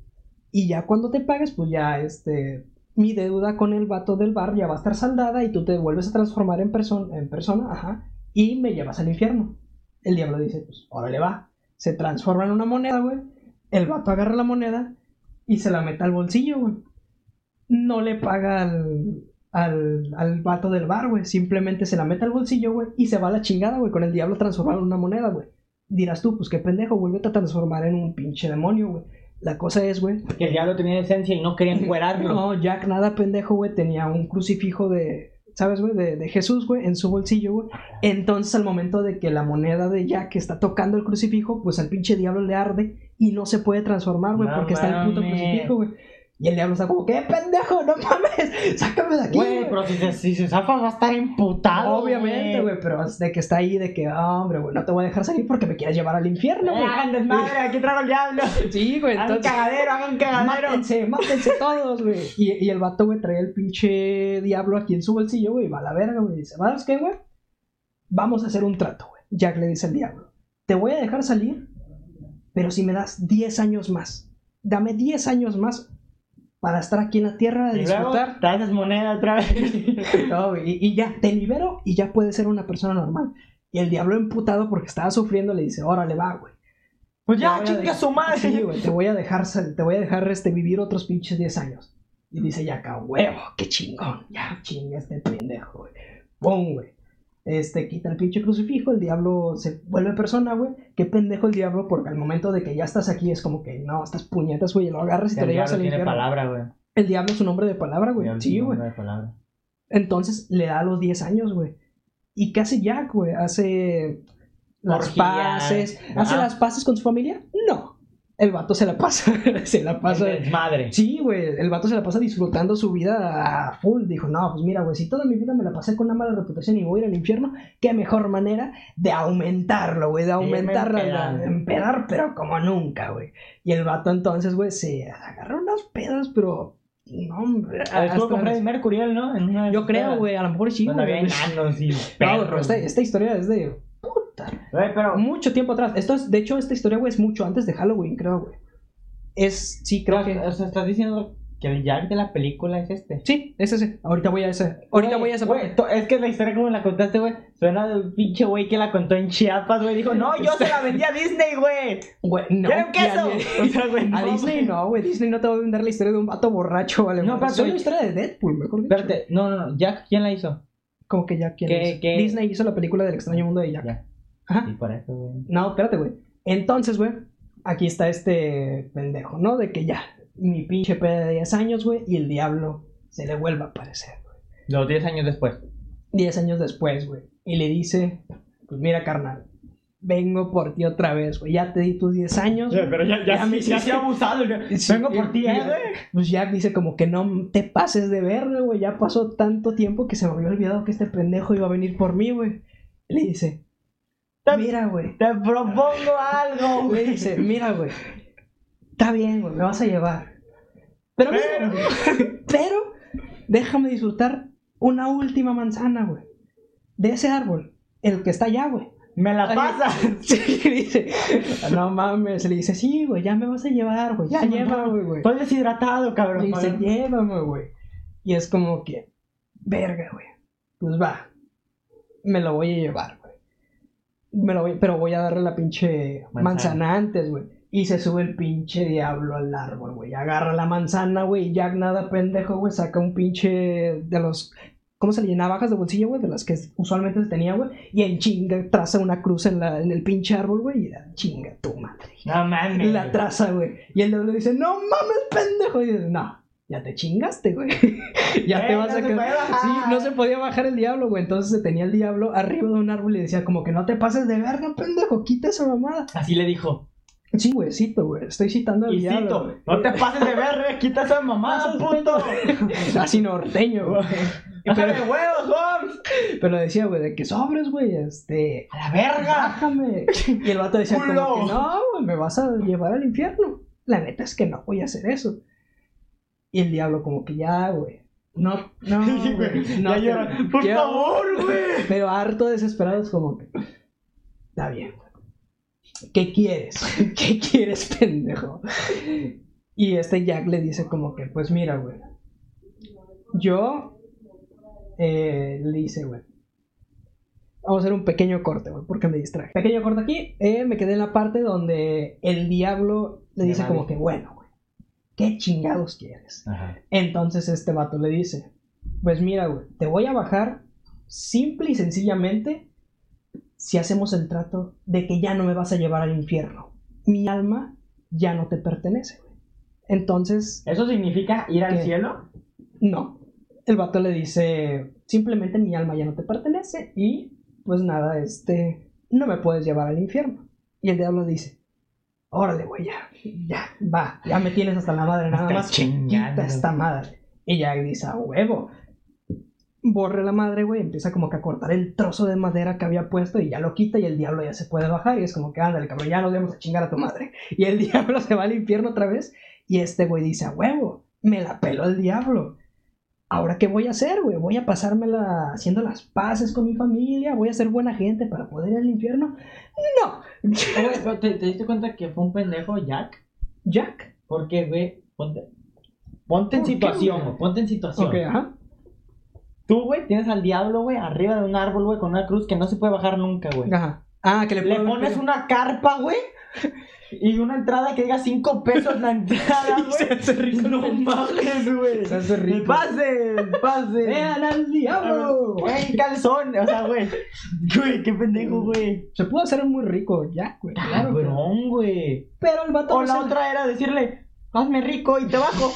y ya cuando te pagues, pues ya este, mi deuda con el vato del bar ya va a estar saldada y tú te vuelves a transformar en, persona en persona ajá, y me llevas al infierno. El diablo dice, pues, órale va. Se transforma en una moneda, güey. El vato agarra la moneda y se la mete al bolsillo, güey. No le paga al, al, al vato del bar, güey. Simplemente se la mete al bolsillo, güey. Y se va a la chingada, güey, con el diablo transformado en una moneda, güey. Dirás tú, pues qué pendejo, vuélvete a transformar en un pinche demonio, güey. La cosa es, güey,
Que el diablo tenía esencia y no quería encuerarlo.
no, Jack nada pendejo, güey, tenía un crucifijo de, ¿sabes, güey? De, de Jesús, güey, en su bolsillo, güey. Entonces, al momento de que la moneda de Jack está tocando el crucifijo, pues al pinche diablo le arde y no se puede transformar, güey,
No
porque está el puto
mames.
crucifijo, güey. Y el diablo está como, ¡qué pendejo! ¡No mames! ¡Sácame de aquí!
Güey,
güey".
pero si se, si se zafa va a estar emputado.
Obviamente, güey, pero es de que está ahí, de que, "Ah, hombre, güey, no te voy a dejar salir porque me quieres llevar al infierno,
Eh,
güey.
hagan desmadre, aquí trago el diablo.
Sí, güey,
Hagan
entonces.
cagadero, hagan cagadero.
Mátense, mátense todos, güey. Y, y el vato, güey, trae el pinche diablo aquí en su bolsillo, güey. y Va a la verga, güey. Dice, ¿sabes qué, güey? vamos a hacer un trato, güey. Jack le dice al diablo, te voy a dejar salir, pero si me das 10 años más, dame 10 años más para estar aquí en la tierra,
Y luego,
disfrutar.
te haces moneda otra vez.
No, güey, y, y ya, te libero y ya puedes ser una persona normal. Y el diablo emputado porque estaba sufriendo le dice, órale, va, güey.
pues ya,
Ya,
chinga
ya.
su madre.
Sí, güey, te voy a dejar, sal- te voy a dejar este, vivir otros pinches 10 años. Y dice Jack, a huevo, qué chingón, ya chinga este pendejo, güey. Pum, güey. Este, quita el pinche crucifijo, el diablo se vuelve persona, güey. Qué pendejo el diablo, porque al momento de que ya estás aquí es como que, no, estas puñetas, güey, y lo agarras y te
El
lo llevas al
diablo tiene
infierno.
palabra, güey.
El diablo es un hombre de palabra, güey.
Diablo
Sí,
tiene
güey.
nombre de palabra.
Entonces le da los 10 años, güey. ¿Y qué hace Jack, güey? ¿Hace las
Orgías.
paces? ¿Hace
Ah.
las paces con su familia? No. El vato se la pasa. se la pasa.
El desmadre.
Sí, güey. El vato se la pasa disfrutando su vida a full. Dijo, no, pues mira, güey, si toda mi vida me la pasé con una mala reputación y voy a ir al infierno, qué mejor manera de aumentarlo, güey. De aumentarla,
empedar.
de empedar, pero como nunca, güey. Y el vato entonces, güey, se agarró unas pedas, pero... No, hombre.
Estuvo
hasta
con
las-
Freddie Mercury, él, ¿no? En una de
yo
esas
creo,
pedas.
güey, a lo mejor sí.
Donde
güey.
había enanos y
No, pero
perros.
esta, esta historia es de puta,
Güey, pero
mucho tiempo atrás. Esto es, de hecho, esta historia, güey, es mucho antes de Halloween, creo, güey. Es, sí, creo
o sea,
que.
o sea, estás diciendo que el Jack de la película es este.
Sí, es ese. Ahorita voy a ese. Ahorita
Güey,
voy a esa
güey,
parte.
to- Es que la historia como la contaste, güey, suena del pinche güey que la contó en Chiapas, güey. Dijo, no, yo se la vendí a Disney, güey.
Güey, no.
¡Quiero
y a
un queso!
Di-
O sea, güey,
A
no,
Disney
güey.
no, güey. Disney no te va a vender la historia de un vato borracho, vale.
No,
No,
espérate,
es una
güey.
historia de Deadpool, mejor dicho.
Espérate, no, no, no. Jack, ¿quién la hizo?
Como que ya quién
¿Qué-
hizo?
qué?
Disney hizo la película del extraño mundo de Jack.
Ya.
Ajá.
Y por eso, güey.
No, espérate, güey. Entonces, güey, aquí está este pendejo, ¿no? De que ya, mi pinche peda de 10 años, güey, y el diablo se le vuelve a aparecer.
Los 10 años después.
10 años después, güey. Y le dice, pues mira, carnal, vengo por ti otra vez, güey. Ya te di tus 10 años. güey".
ya,
ya sí- ya sí
abusado.
Sí,
Vengo por ti,
y-
eh,
y-
güey.
Pues Jack dice como que no te pases de verga, güey. Ya pasó tanto tiempo que se me había olvidado que este pendejo iba a venir por mí, güey. Le dice, mira, güey.
Te propongo algo,
Le
güey.
dice, mira, güey, está bien, güey, me vas a llevar. Pero, mira, pero déjame disfrutar una última manzana, güey. De ese árbol, el que está allá, güey.
Me la
Ay,
pasas.
Sí, le dice, no mames, le dice, sí, güey, ya me vas a llevar, güey, ya
Sí,
llévame, güey.
Estoy deshidratado,
Le
cabrón.
dice,
Joder.
llévame, güey. Y es como que, verga, güey, pues va, me lo voy a llevar, güey. Me lo voy, pero voy a darle la pinche
Manzana.
manzana, antes, güey. Y se sube el pinche diablo al árbol, güey. Agarra la manzana, güey. y Jack nada pendejo, güey. Saca un pinche de los. ¿Cómo se le llama? Navajas de bolsillo, güey. De las que usualmente se tenía, güey. Y en chinga traza una cruz en, la, en el pinche árbol, güey. Y la chinga tu madre.
No mames.
La traza, güey. Y el diablo dice, no mames, pendejo. Y dice, no, ya te chingaste, güey. ya
Eh,
te vas
no
a
se Ah.
quedar-
puede bajar.
Sí, no se podía bajar el diablo, güey. Entonces se tenía el diablo arriba de un árbol y decía, como que no te pases de verga, pendejo, quita esa mamada.
Así le dijo.
Sí, güey, cito, güey. Estoy citando al
Y
diablo.
cito,
güey.
no te pases de ver, quita esa mamada, puto.
Así norteño, güey.
Bájame huevos, Holmes.
Pero decía, güey, de que sobres, güey, este.
A la verga.
Bájame. Y el vato decía, como
Culo.
que no, güey, me vas a llevar al infierno. La neta es que no voy a hacer eso. Y el diablo, como que ya, güey. No, no,
Sí, güey.
Ah, güey. No,
Ya
te-
llora. Por
quiero-
favor, güey.
Pero harto desesperados, como que. Está bien. ¿Qué quieres? ¿Qué quieres, pendejo? Y este Jack le dice, como que, pues mira, güey. Yo. eh, le dice, güey. Vamos a hacer un pequeño corte, güey, porque me distraje. Pequeño corte aquí. eh, me quedé en la parte donde el diablo le
Ya
dice,
la
como
vi.
que, bueno, güey. ¿Qué chingados quieres?
Ajá.
Entonces este vato le dice, pues mira, güey, te voy a bajar simple y sencillamente si hacemos el trato de que ya no me vas a llevar al infierno. Mi alma ya no te pertenece, güey. Entonces,
¿Eso significa ir al
¿Qué?
cielo?
no. El vato le dice, simplemente mi alma ya no te pertenece y pues nada, este, no me puedes llevar al infierno. Y el diablo dice, órale, güey, ya, ya, va, ya me tienes hasta la madre nada
Hasta
más.
chingando.
Quita esta madre. Y ya dice, a huevo. Borre la madre, güey. Empieza como que a cortar el trozo de madera que había puesto y ya lo quita y el diablo ya se puede bajar. Y es como que, ándale, cabrón, ya nos vamos a chingar a tu madre. Y el diablo se va al infierno otra vez. Y este güey dice, a huevo, me la peló el diablo. ¿ahora qué voy a hacer, güey? Voy a pasármela haciendo las paces con mi familia, voy a ser buena gente para poder ir al infierno. No.
Oye, pero ¿te, te diste cuenta que fue un pendejo Jack?
Jack.
Porque, güey, ponte, ponte en
¿Por qué,
situación,
güey?
güey, ponte en situación.
Ok, ajá.
Tú, güey, tienes al diablo, güey, arriba de un árbol, güey, con una cruz que no se puede bajar nunca, güey.
Ajá. Ah, que le,
Le
puedo-
pones una carpa, güey, y una entrada que diga 5 pesos la entrada,
Y se
güey.
hace rico.
No mames, güey.
Se hace rico.
Pase, pase.
¡Vean al diablo!
Güey, calzón. O sea, güey. Güey, qué pendejo, güey.
Se pudo hacer muy rico Jack, güey. Claro, pero,
Cabrón, güey.
pero el vato
O
no
la
se-
Ah, otra era decirle, hazme rico y te bajo.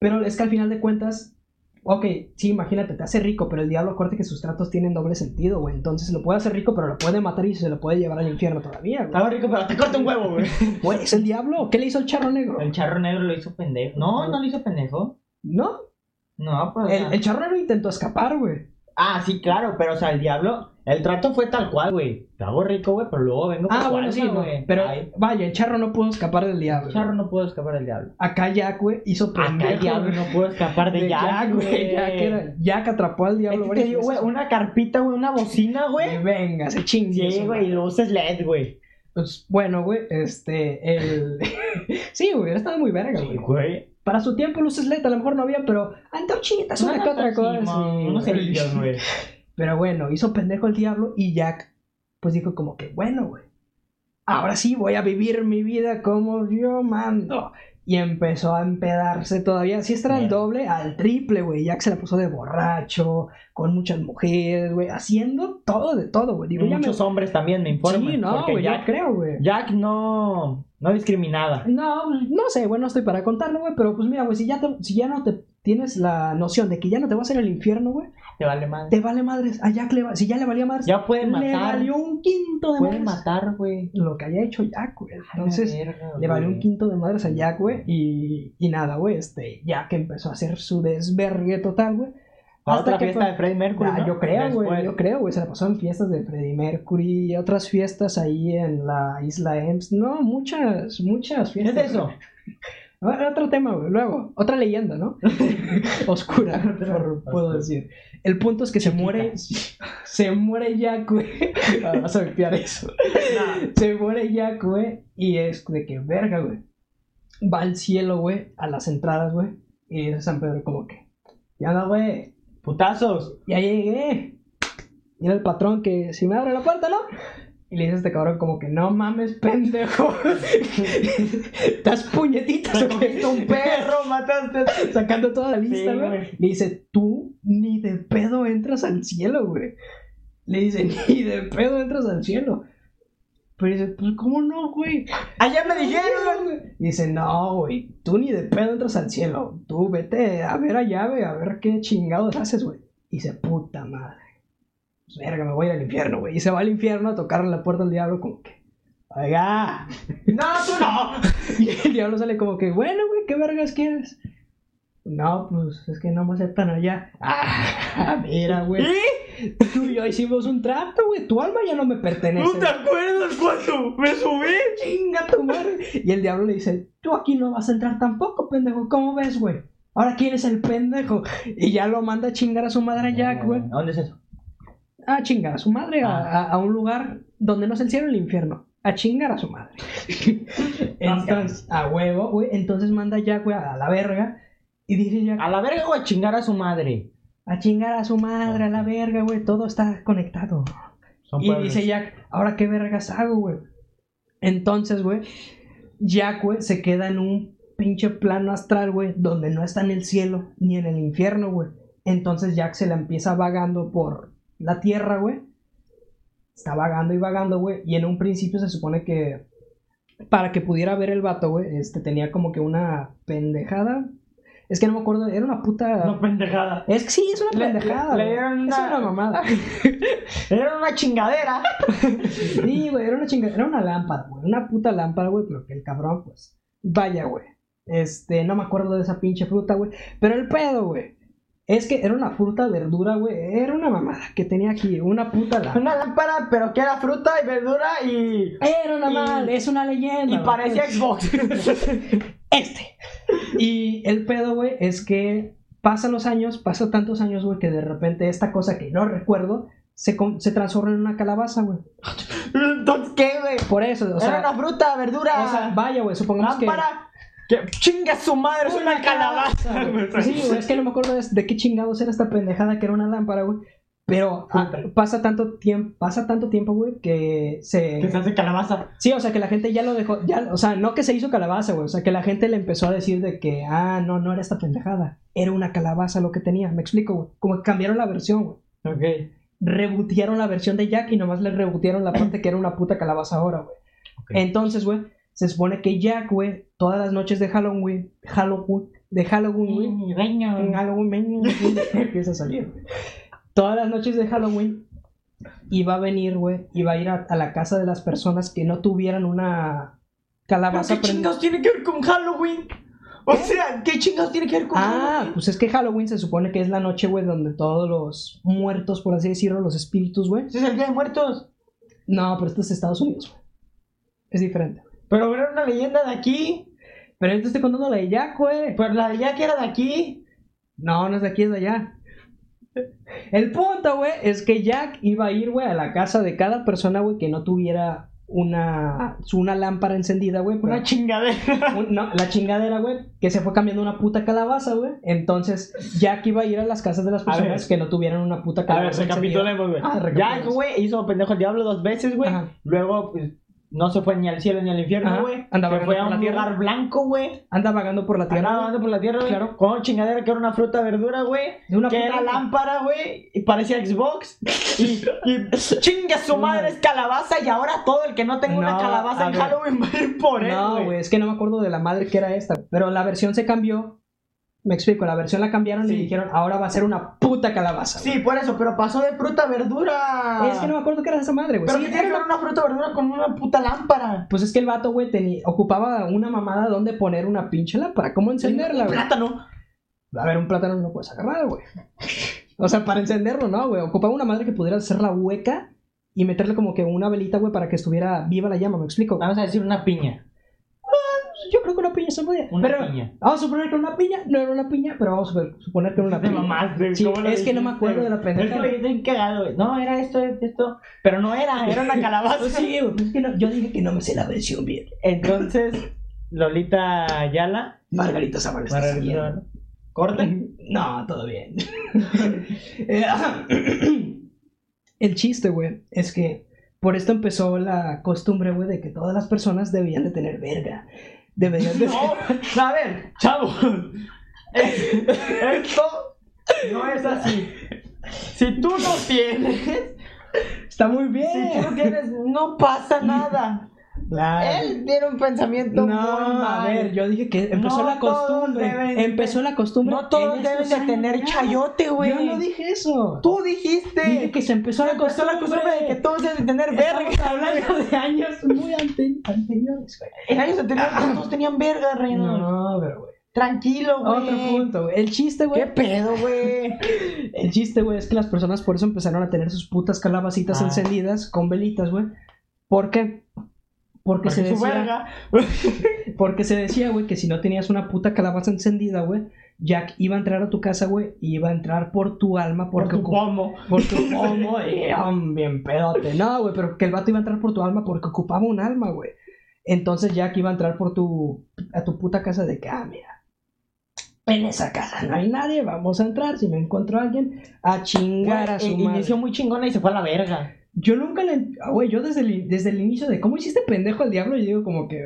Pero es que al final de cuentas, ok, sí, imagínate, te hace rico, pero el diablo acuérdate que sus tratos tienen doble sentido, güey. Entonces lo puede hacer rico, pero lo puede matar y se lo puede llevar al infierno todavía, güey.
Estaba rico, pero te corta un huevo, güey.
Güey, ¿es el diablo? ¿Qué le hizo el charro negro?
El charro negro lo hizo pendejo. No, no lo hizo pendejo.
¿No?
No, pues. o sea-
El, el charro negro intentó escapar, güey.
Ah, sí, claro, pero o sea, el diablo. El trato fue tal cual, güey. Te hago rico, güey, pero luego vengo
Ah,
por
bueno,
tu
sí,
alma,
no,
güey.
Pero
Ay,
vaya, el charro no pudo escapar del diablo.
el charro no pudo escapar del diablo.
Acá Jack, güey, hizo
Acá el
pendejo,
diablo no pudo escapar de,
de Jack, güey. Jack, era- Jack atrapó al
Es
diablo,
que te
varias
digo, güey,
veces.
una carpita, güey, una bocina,
Y
güey.
venga, se chingue.
Sí,
eso,
güey, y lo usas LED, güey.
Pues bueno, güey, este, el... sí, güey, hubiera estado muy verga, güey.
güey.
Para su tiempo, luces LED a lo mejor no había, pero han dado chinitas una que otra cosa. sí, güey.
Unos cerillos, güey.
Pero bueno, hizo pendejo el diablo y Jack, pues dijo como que, bueno, güey, ahora sí voy a vivir mi vida como yo mando. Y empezó a empedarse todavía. Si este era el
Mierda.
doble, al triple, güey. Jack se la puso de borracho, con muchas mujeres, güey, haciendo todo de todo, güey.
Y
Digo, ya me...
muchos hombres también me informan.
Sí, no,
porque
güey, yo
Jack,
creo, güey.
Jack no, no discriminaba.
No, no sé, güey, no estoy para contarlo, güey, pero pues mira, güey, si ya, te- si ya no te tienes la noción de que ya no te va a hacer el infierno, güey,
Te vale madre.
te vale madres. A Jack le va- si ya le valía madres,
Ya pueden
le
matar.
valió un quinto de
Pueden
madres.
matar, güey.
Lo que haya hecho Jack, güey. Entonces,
Ay, la verga,
le valió un
güey.
quinto de madres a Jack, güey, y, y nada, güey, este, Jack empezó a hacer su desvergue total, güey.
A
hasta
otra
que
fiesta
fue-
de Freddie Mercury.
Ah,
¿no?
yo creo, güey,
Después.
yo creo, güey, se la pasó en fiestas de Freddie Mercury y otras fiestas ahí en la isla Ems. No, muchas, muchas
¿Qué es
fiestas.
eso?
A ver, Ah, Otro tema, güey. Luego, otra leyenda, ¿no? Oscura, por- puedo decir. El punto es que se muere. Se muere Jack, güey. Ah, Vas a limpiar eso. Se muere Jack, güey. Y es de que verga, güey. Va al cielo, güey, a las entradas, güey. Y dice San Pedro, como que. Ya no, güey.
Putazos.
Ya llegué. Mira el patrón que si me abre la puerta, ¿no? Y le dice a este cabrón, como que no mames, pendejo. Estás puñetitas,
Te
o qué?
comiste un perro, mataste.
sacando toda la lista,
Sí,
güey.
güey.
Le dice, tú ni de pedo entras al cielo, güey. Le dice, ni de pedo entras al cielo. Pero dice, pues, ¿cómo no, güey?
Allá me dijeron.
Dice, no, güey, tú ni de pedo entras al cielo. Tú vete a ver a llave, a ver qué chingados haces, güey. Dice, puta madre. Pues, verga, me voy a ir al infierno, güey. Y se va al infierno a tocar la puerta al diablo como que, oiga.
No, tú no.
Y el diablo sale como que, bueno, güey, ¿qué vergas quieres? No, pues es que no me aceptan allá. Ah, mira, güey.
¿Y?
Tú y yo hicimos un trato, güey. Tu alma ya no me pertenece.
acuerdas cuando me subí?
Chinga tu madre. Y el diablo le dice, tú aquí no vas a entrar tampoco, pendejo. ¿Cómo ves, güey? Ahora quién es el pendejo. Y ya lo manda a chingar a su madre a Jack, güey.
¿A ¿Dónde es eso?
A chingar a su madre a, a- a un lugar donde no es el cielo el infierno. A chingar a su madre. Entonces, a huevo, güey. Entonces manda a Jack, güey, a la verga. Y dice Jack,
A la verga o a chingar a su madre.
a chingar a su madre, a la verga, güey. Todo está conectado.
Son
Y dice Jack, ¿ahora qué vergas hago, güey? Entonces, güey, Jack, güey, se queda en un pinche plano astral, güey, donde no está en el cielo ni en el infierno, güey. Entonces Jack se la empieza vagando por la tierra, güey. Está vagando y vagando, güey. Y en un principio se supone que para que pudiera ver el vato, güey, este tenía como que una pendejada. Es que no me acuerdo, era una puta.
No, pendejada.
Es que sí, es una
Le- le-
pendejada.
le
güey.
dieron
Es
una-
una mamada.
Era una chingadera.
Sí, güey, era una chinga, era una lámpara, güey, una puta lámpara, güey, pero que el cabrón, pues, vaya, güey. Este, no me acuerdo de esa pinche fruta, güey, pero el pedo, güey, es que era una fruta verdura, güey, era una mamada que tenía aquí, una puta lámpara.
Una lámpara, pero que era fruta y verdura y.
Era una
Y-
mal, es una leyenda.
Y
güey.
parecía Xbox.
este. Y el pedo, güey, es que pasan los años, pasan tantos años, güey, que de repente esta cosa que no recuerdo se, con- se transforma en una calabaza, güey.
Entonces, ¿qué, güey?
Por eso, o
Era
sea,
una fruta, verdura.
o sea, vaya, güey, supongamos que...
lámpara. Que chinga su madre, es una calabaza.
güey. Sí, güey, es que no me acuerdo de- de qué chingados era esta pendejada que era una lámpara, güey. Pero ah,
Puta.
pasa tanto tiempo, pasa tanto tiempo, güey, que se...
Que se hace calabaza.
Sí, o sea, que la gente ya lo dejó, ya, o sea, no que se hizo calabaza, güey, o sea, que la gente le empezó a decir de que, ah, no, no era esta pendejada, era una calabaza lo que tenía, me explico, güey, como que cambiaron la versión, güey,
Ok.
rebutearon la versión de Jack y nomás le rebutearon la parte que era una puta calabaza ahora, güey.
Ok.
Entonces, güey, se supone que Jack, güey, todas las noches de Halloween, Halloween, de Halloween, güey, en Halloween men, empieza a salir. güey. Todas las noches de Halloween iba a venir, güey, iba a ir a, a la casa de las personas que no tuvieran una
¿Pero
calabaza
qué
prendida.
chingados tiene que ver con Halloween? O sea, ¿qué chingados tiene que ver con
Ah,
Halloween?
pues es que Halloween se supone que es la noche, güey, donde todos los muertos, por así decirlo, los espíritus, güey.
Ese es el Día de Muertos.
No, pero esto es Estados Unidos, güey. Es diferente.
Pero era una leyenda de aquí.
Pero yo te estoy contando la de Jack, güey.
Pero la de que era de aquí.
No, no es de aquí, es de allá. El punto, güey, es que Jack iba a ir, güey, a la casa de cada persona, güey, que no tuviera una, su- una lámpara encendida, güey. pero-
Una chingadera.
un- no, la chingadera, güey, que se fue cambiando una puta calabaza, güey. Entonces, Jack iba a ir a las casas de las personas
ver.
que no tuvieran una puta
A ver,
calabaza encendida.
recapitulemos, güey.
Ah,
ya,
recapitulemos.
güey, hizo pendejo al diablo dos veces, güey.
Ajá.
Luego, pues, no se fue ni al cielo ni al
Ajá.
infierno, güey.
Anda
Se
vagando
fue a
por la
un
tierra.
lugar blanco, güey.
Anda vagando por la tierra.
Andaba andando por la tierra, güey.
Claro.
Con una chingadera que era una fruta verdura, güey.
De una
Que
puta
era
lámpara.
lámpara, güey. Y parecía Xbox. Y, y chinga su madre, es calabaza. Y ahora todo el que no tenga una
No,
calabaza
a
en
ver.
Halloween va a ir por él,
No, güey, es que no me acuerdo de la madre que era esta. Pero la versión se cambió. Me explico, la versión la cambiaron
Sí.
y dijeron, ahora va a ser una puta calabaza. güey.
Sí, por eso, pero pasó de fruta a verdura.
Es que no me acuerdo qué era esa madre, güey.
Pero
Sí,
que tiene que ver una fruta verdura con una puta lámpara.
Pues es que el vato, güey, teni- ocupaba una mamada donde poner una pinche lámpara. ¿Cómo encenderla,
Un
güey?
Plátano.
A ver, un plátano no lo puedes agarrar, güey. O sea, para encenderlo, ¿no, güey? Ocupaba una madre que pudiera hacerla hueca y meterle como que una velita, güey, para que estuviera viva la llama, ¿me explico?
Vamos a decir una piña.
Ah, Yo creo que una piña se podía.
Una
pero
piña.
vamos a suponer que era una piña, no era una piña, pero vamos a suponer- suponer que era una
Te
piña.
mamaste,
Sí,
¿cómo lo
es que no me
dijiste,
acuerdo de la
güey?
pendeja.
Es que estoy cagado, güey. No, era esto, esto. Pero no era, era una calabaza.
Pues sí, güey, pues es que no- yo dije que no me sé la versión bien.
Entonces, Lolita Ayala.
Margarita Zavala está saliendo.
Margarita, Corte.
No, todo bien. Eh, ajá. El chiste, güey, es que por esto empezó la costumbre, güey, de que todas las personas debían de tener verga. Deberían de...
No, a ver, chavos. eh, Esto no es así. Si tú no tienes,
Está muy bien.
si tú no tienes, no pasa nada.
Claro.
Él tiene un pensamiento
No,
muy mal.
a ver, yo dije que empezó
No
la costumbre.
todos deben-
empezó la costumbre.
no todos
en
deben
estos
de
años.
tener chayote, güey.
Yo no dije eso.
Tú dijiste.
Dije que se empezó la
Empezó
costumbre.
la costumbre de que todos deben de tener verga.
Estamos hablando de años muy ante- anteriores, güey.
En años anteriores todos tenían verga, reino.
Ah. No, pero, güey.
Tranquilo, güey.
Otro punto, güey. El chiste, güey.
¿Qué pedo, güey?
El chiste, güey, es que las personas por eso empezaron a tener sus putas calabacitas
Ah.
encendidas con velitas, güey. ¿Por qué? Porque,
Porque
se
su
decía,
verga.
porque se decía, güey, que si no tenías una puta calabaza encendida, güey, Jack iba a entrar a tu casa, güey, y iba a entrar por tu alma porque
Por tu
ocu-
pomo.
por tu pomo, y, um, bien pedote. No, güey, pero que el vato iba a entrar por tu alma porque ocupaba un alma, güey. Entonces Jack iba a entrar por tu a tu puta casa de que, ah, mira, en esa casa no hay nadie, vamos a entrar. Si me encuentro a alguien, a chingar a
Güey,
su
eh,
madre.
Inició muy chingona y se fue a la verga.
Yo nunca le. ah, Güey, yo desde el, desde el inicio de cómo hiciste pendejo al diablo, yo digo como que.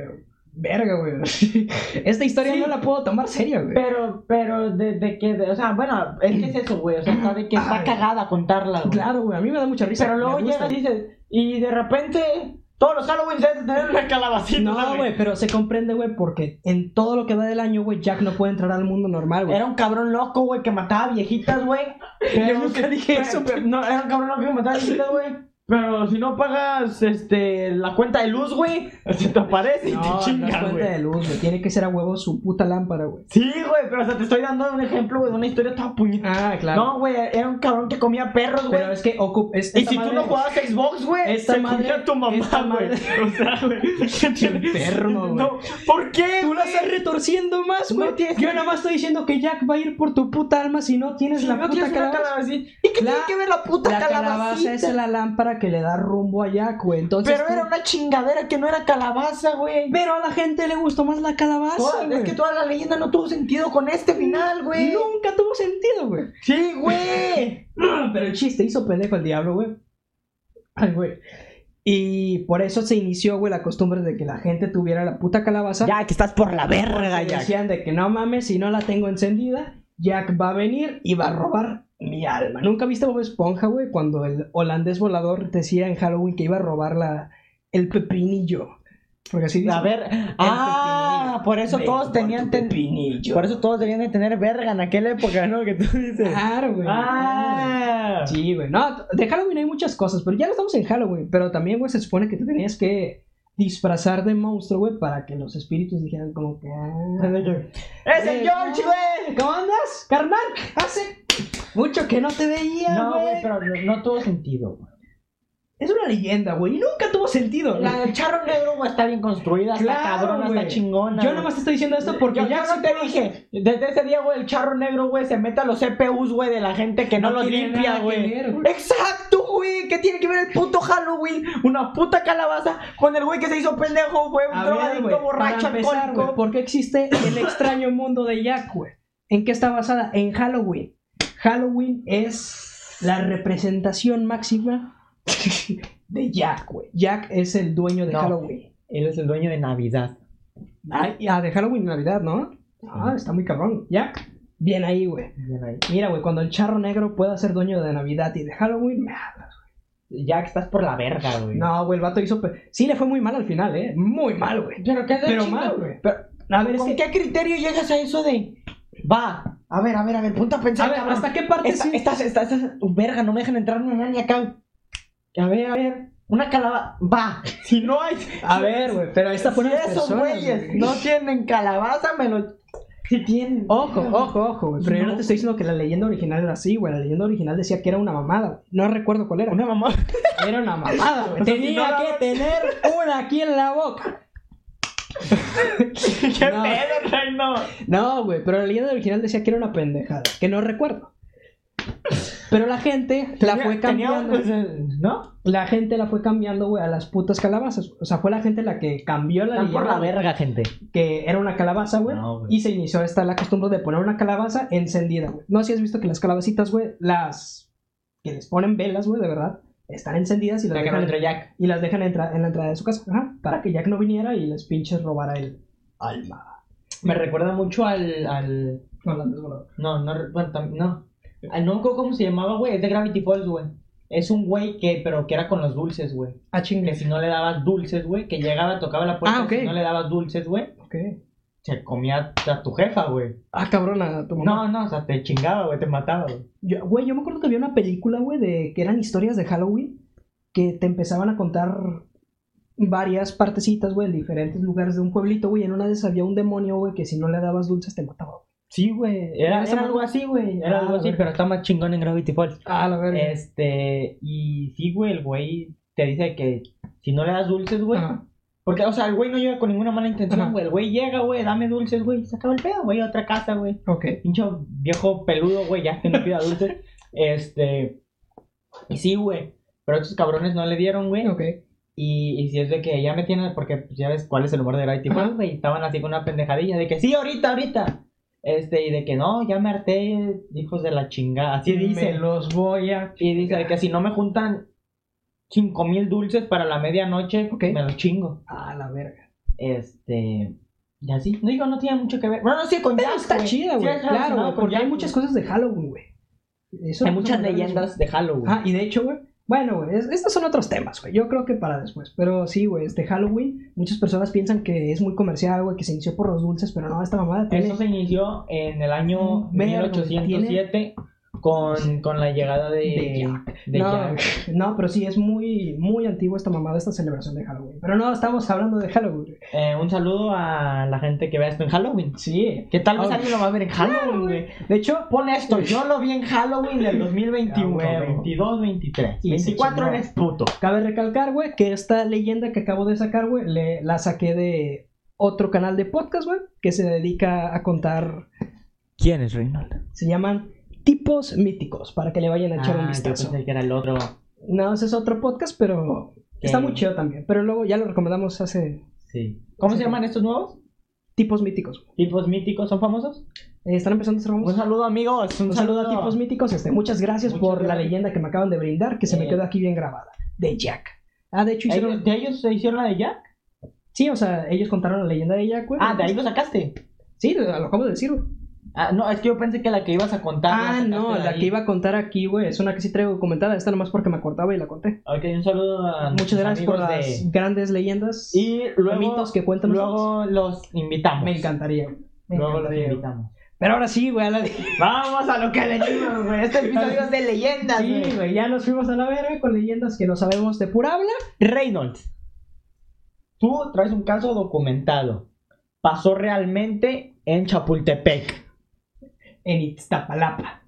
Verga, güey. Esta historia
Sí.
no la puedo tomar seria, güey.
Pero, pero, de, de que, de- o sea, bueno, es que es eso, güey. O sea, está de que está
Ay.
cagada contarla, güey.
Ah. Claro, güey, a mí me da mucha risa.
Pero luego
me gusta.
llegas y dices, y de repente, todos los Halloween deben de tener una calabacita.
No,
¿sabes?
güey, pero se comprende, güey, porque en todo lo que va del año, güey, Jack no puede entrar al mundo normal, güey.
Era un cabrón loco, güey, que mataba viejitas, güey. Pero-
nunca dije
pero-
eso,
pero- No, era un cabrón loco que mataba viejitas, güey. Pero si no pagas este la cuenta de luz, güey, se te aparece y
No,
te
no es
chingan,
cuenta
güey.
de luz, güey. Tiene que ser a huevo su puta lámpara, güey.
Sí, güey, pero o sea, te estoy dando un ejemplo, güey, de una historia toda puñita.
Ah,
No, güey, era un cabrón que comía perros, güey.
pero es que ocup... es-
Y
esta
si tú
madre-
no jugabas Xbox, güey,
esta
se
madre-
cogía tu
esta
mamá, güey.
madre-
O sea, güey.
enfermo, güey.
No, ¿Por qué?
Tú la
güey?
estás retorciendo más,
No
güey.
tienes-
Yo nada más estoy diciendo que Jack va a ir por tu puta alma si no tienes
Si
la
no
puta
tienes una
calabaza.
calabacita. ¿Y qué
La-
tiene que ver la puta
La calabaza
calabacita?
es la lámpara que le da rumbo a Jack, güey. Entonces,
Pero
tú-
era una chingadera que no era calabaza, güey.
Pero a la gente le gustó más la calabaza,
Toda-
güey.
es que toda la leyenda no tuvo sentido con este final, güey.
Nunca tuvo sentido, güey.
Sí, güey.
Pero el chiste hizo pendejo al diablo, güey. Ay, güey. Y por eso se inició, güey, la costumbre de que la gente tuviera la puta calabaza.
Ya, que estás por la
porque
verga,
decían de que no mames, si no la tengo encendida, Jack va a venir y va a robar mi alma. ¿Nunca viste Bob Esponja, güey? Cuando el holandés volador decía en Halloween que iba a robar la, el pepinillo. Porque así dice.
A ver, ah,
pepinillo.
por eso
Ven
todos
por
tenían
tu
ten-
pepinillo.
por eso todos debían de tener verga en aquella época, ¿no? Que tú dices.
Claro, güey.
Ah.
Sí, güey. No, de Halloween hay muchas cosas, pero ya no estamos en Halloween. Pero también, güey, se supone que te tenías que disfrazar de monstruo, güey, para que los espíritus dijeran como que... "Ah,
Es el George, güey.
¿Cómo andas, carnal? Hace mucho que no te veía,
No,
güey.
güey, pero no, no tuvo sentido, güey.
Es una leyenda, güey. y Nunca tuvo sentido.
La del charro negro, güey, está bien construida, está
Claro,
cabrona,
güey.
está chingona.
Yo
güey.
nada más te estoy diciendo esto porque
yo,
ya
yo no te dije. Desde ese día, güey, el charro negro, güey, se mete a los CPUs, güey, de la gente que no,
No
los
tiene
limpia,
nada que
güey.
ver, güey.
Exacto, güey. ¿Qué tiene que ver el puto Halloween? Una puta calabaza con el güey que se hizo pendejo, güey, un
A ver,
drogadicto
güey,
borracho
para empezar, güey,
alcohólico.
¿Por qué existe el extraño mundo de Jack, güey? ¿En qué está basada? En Halloween. Halloween es la representación máxima de Jack, güey. Jack es el dueño de
No.
Halloween.
Él es el dueño de Navidad.
Ah, y- ah, de Halloween y Navidad, ¿no? Ah, está muy cabrón. Jack, bien ahí, güey. Mira, güey, cuando el charro negro pueda ser dueño de Navidad y de Halloween, me hablas.
Ya que estás por la verga, güey.
No, güey, el vato hizo... pe- Sí, le fue muy mal al final, ¿eh? Muy mal, güey.
Pero qué
Pero mal, güey.
Pero,
A ver, es que...
¿Con qué criterio llegas a eso de.? Va, a ver, a ver, a ver, ponte a pensar,
A ver,
cabrón.
¿hasta qué parte
Esta,
sí?
esta, esta, esta- verga, no me dejan entrar una nani acá. A ver, a ver, una calabaza. Va, si no hay.
A ver, güey, pero esta fue
si
una
esos güeyes no tienen calabaza, me lo. Si tienen.
Ojo, ojo, ojo, güey. Pero yo no
No.
te estoy diciendo que la leyenda original era así, güey. La leyenda original decía que era una mamada. güey. No recuerdo cuál era.
Una mamá.
Era una mamada, güey.
O sea, si
Tenía
no la-
que tener una aquí en la boca.
¿Qué
No.
pedo, rey? No.
No, güey, pero la leyenda original decía que era una pendejada. Que no recuerdo. Pero la gente la
Tenía-
fue
tenía
cambiando.
un- ¿No?
La gente la fue cambiando, güey, a las putas calabazas. O sea, fue la gente la que cambió la
Están por la
leyenda.
verga, gente.
que era una calabaza, güey.
No, güey.
y se inició esta la costumbre de poner una calabaza encendida, güey. No sé si has visto que las calabacitas, güey, las que les ponen velas, güey, de verdad, están encendidas y las
La que no
dejan,
entró Jack.
y las dejan entra- en la entrada de su casa, ajá, para que Jack no viniera y les pinches robara el alma.
Me recuerda mucho al. al...
Holandés volador.
No, no, re- bueno, tam- no. Ay, No me acuerdo cómo se llamaba, güey. Es de Gravity Falls, güey. Es un güey que, pero que era con los dulces, güey.
Ah,
Que
chingue.
si no le dabas dulces, güey, que llegaba, tocaba la puerta,
Ah, ok.
si no le dabas dulces, güey,
Ok.
se comía a tu jefa, güey.
Ah, cabrona, tu mamá.
No, no, o sea, te chingaba, güey, te mataba, güey.
Yo- Güey, yo me acuerdo que había una película, güey, de que eran historias de Halloween que te empezaban a contar varias partecitas, güey, en diferentes lugares de un pueblito, güey. y En una de esas había un demonio, güey, que si no le dabas dulces te mataba. güey.
Sí, güey, era,
Era
era
esa
algo así, güey, era
Ah,
algo así,
güey.
pero está más chingón en Gravity Falls.
Ah, la verga.
Este, y sí, güey, el güey te dice que si no le das dulces, güey,
Ajá.
porque, o sea, el güey no llega con ninguna mala intención,
Ajá.
güey, el güey llega, güey, dame dulces, güey, y se acaba el pedo, güey, a otra casa, güey.
Ok.
pincho viejo peludo, güey, ya que no pida dulces. Este. Y sí, güey. Pero estos cabrones no le dieron, güey.
Ok.
Y, y si es de que ya me tienen, porque pues, ya ves cuál es el humor de Gravity
Ajá.
Falls, güey. y Estaban así con una pendejadilla de que sí, ahorita, ahorita. Este, y de que no, ya me harté, hijos de la chingada. Así
Me
dice.
los voy a.
Y dice de que si no me juntan cinco mil dulces para la medianoche,
Ok.
me los chingo.
Ah, la verga.
Este. Y así. No digo, no tiene mucho que ver. Bueno, no, sí, con
Pero pues,
Jack,
está chida,
Sí,
güey.
es
claro,
relacionado
güey.
con
Porque hay
Jack,
muchas cosas de Halloween, güey. Eso-
Hay muchas
eso-
leyendas de Halloween.
Ah, y de hecho, güey. Bueno, güey, es- estos son otros temas, güey. Yo creo que para después. Pero sí, güey, este Halloween, muchas personas piensan que es muy comercial, güey, que se inició por los dulces, pero no, esta mamada tiene.
Eso se inició en el año
Verga,
1807 con, con la llegada de,
De
de
no,
Jack.
no, pero sí, es muy, muy antigua esta mamada, esta celebración de Halloween. Pero no, estamos hablando de Halloween.
Eh, un saludo a la gente que vea esto en Halloween.
Sí.
Que tal vez
Ah,
alguien lo va a ver en Halloween, güey.
De hecho,
Pon esto, yo lo vi en Halloween del 2021,
Ah, bueno.
22, 23.
Y se
24
chingó.
eres puto.
cabe recalcar, güey, que esta leyenda que acabo de sacar, güey, le- la saqué de otro canal de podcast, güey, que se dedica a contar,
¿Quién es Reynold?
se llaman tipos míticos, para que le vayan a echar un
Ah, yo
vistazo.
pensé que era el otro.
No, ese es otro podcast, pero está
Ok.
muy chido también. Pero luego ya lo recomendamos hace
Sí. ¿Cómo se
Sí.
llaman estos nuevos?
tipos míticos.
¿Tipos míticos? ¿Son famosos?
Eh, están empezando a ser famosos.
Un saludo, amigos. Un,
Un saludo a tipos míticos. Este, muchas gracias
Pues, Muchas
por la
gracias.
leyenda que me acaban de brindar, que se me
Eh.
quedó aquí bien grabada. De Jack. Ah, de hecho hicieron.
¿Ellos- ¿De ellos se hicieron la de Jack?
Sí, o sea, ellos contaron la leyenda de Jack, güey.
Ah, de ahí lo sacaste.
Sí, lo lo acabo de decir, güey.
Ah, no, es que yo pensé que la que ibas a contar. la
Ah,
sacaste
no,
de
la
ahí.
que iba a contar aquí, güey, es una que sí traigo documentada. Esta nomás porque me acordaba y la conté.
Ok, un saludo a.
Muchas
nuestros
gracias por
amigos
las
de-
grandes leyendas y
Y luego.
mitos que cuentan ustedes.
Luego los invitamos.
Me encantaría. güey. Me
Luego los
encantaría, güey.
invitamos.
Pero ahora sí, güey, a la de-
Vamos a lo que venimos, güey. Este episodio es de leyendas,
Sí,
güey.
güey, ya nos fuimos a la verga con leyendas que no sabemos de pura habla.
Reynolds, tú traes un caso documentado. Pasó realmente en Chapultepec.
En Iztapalapa.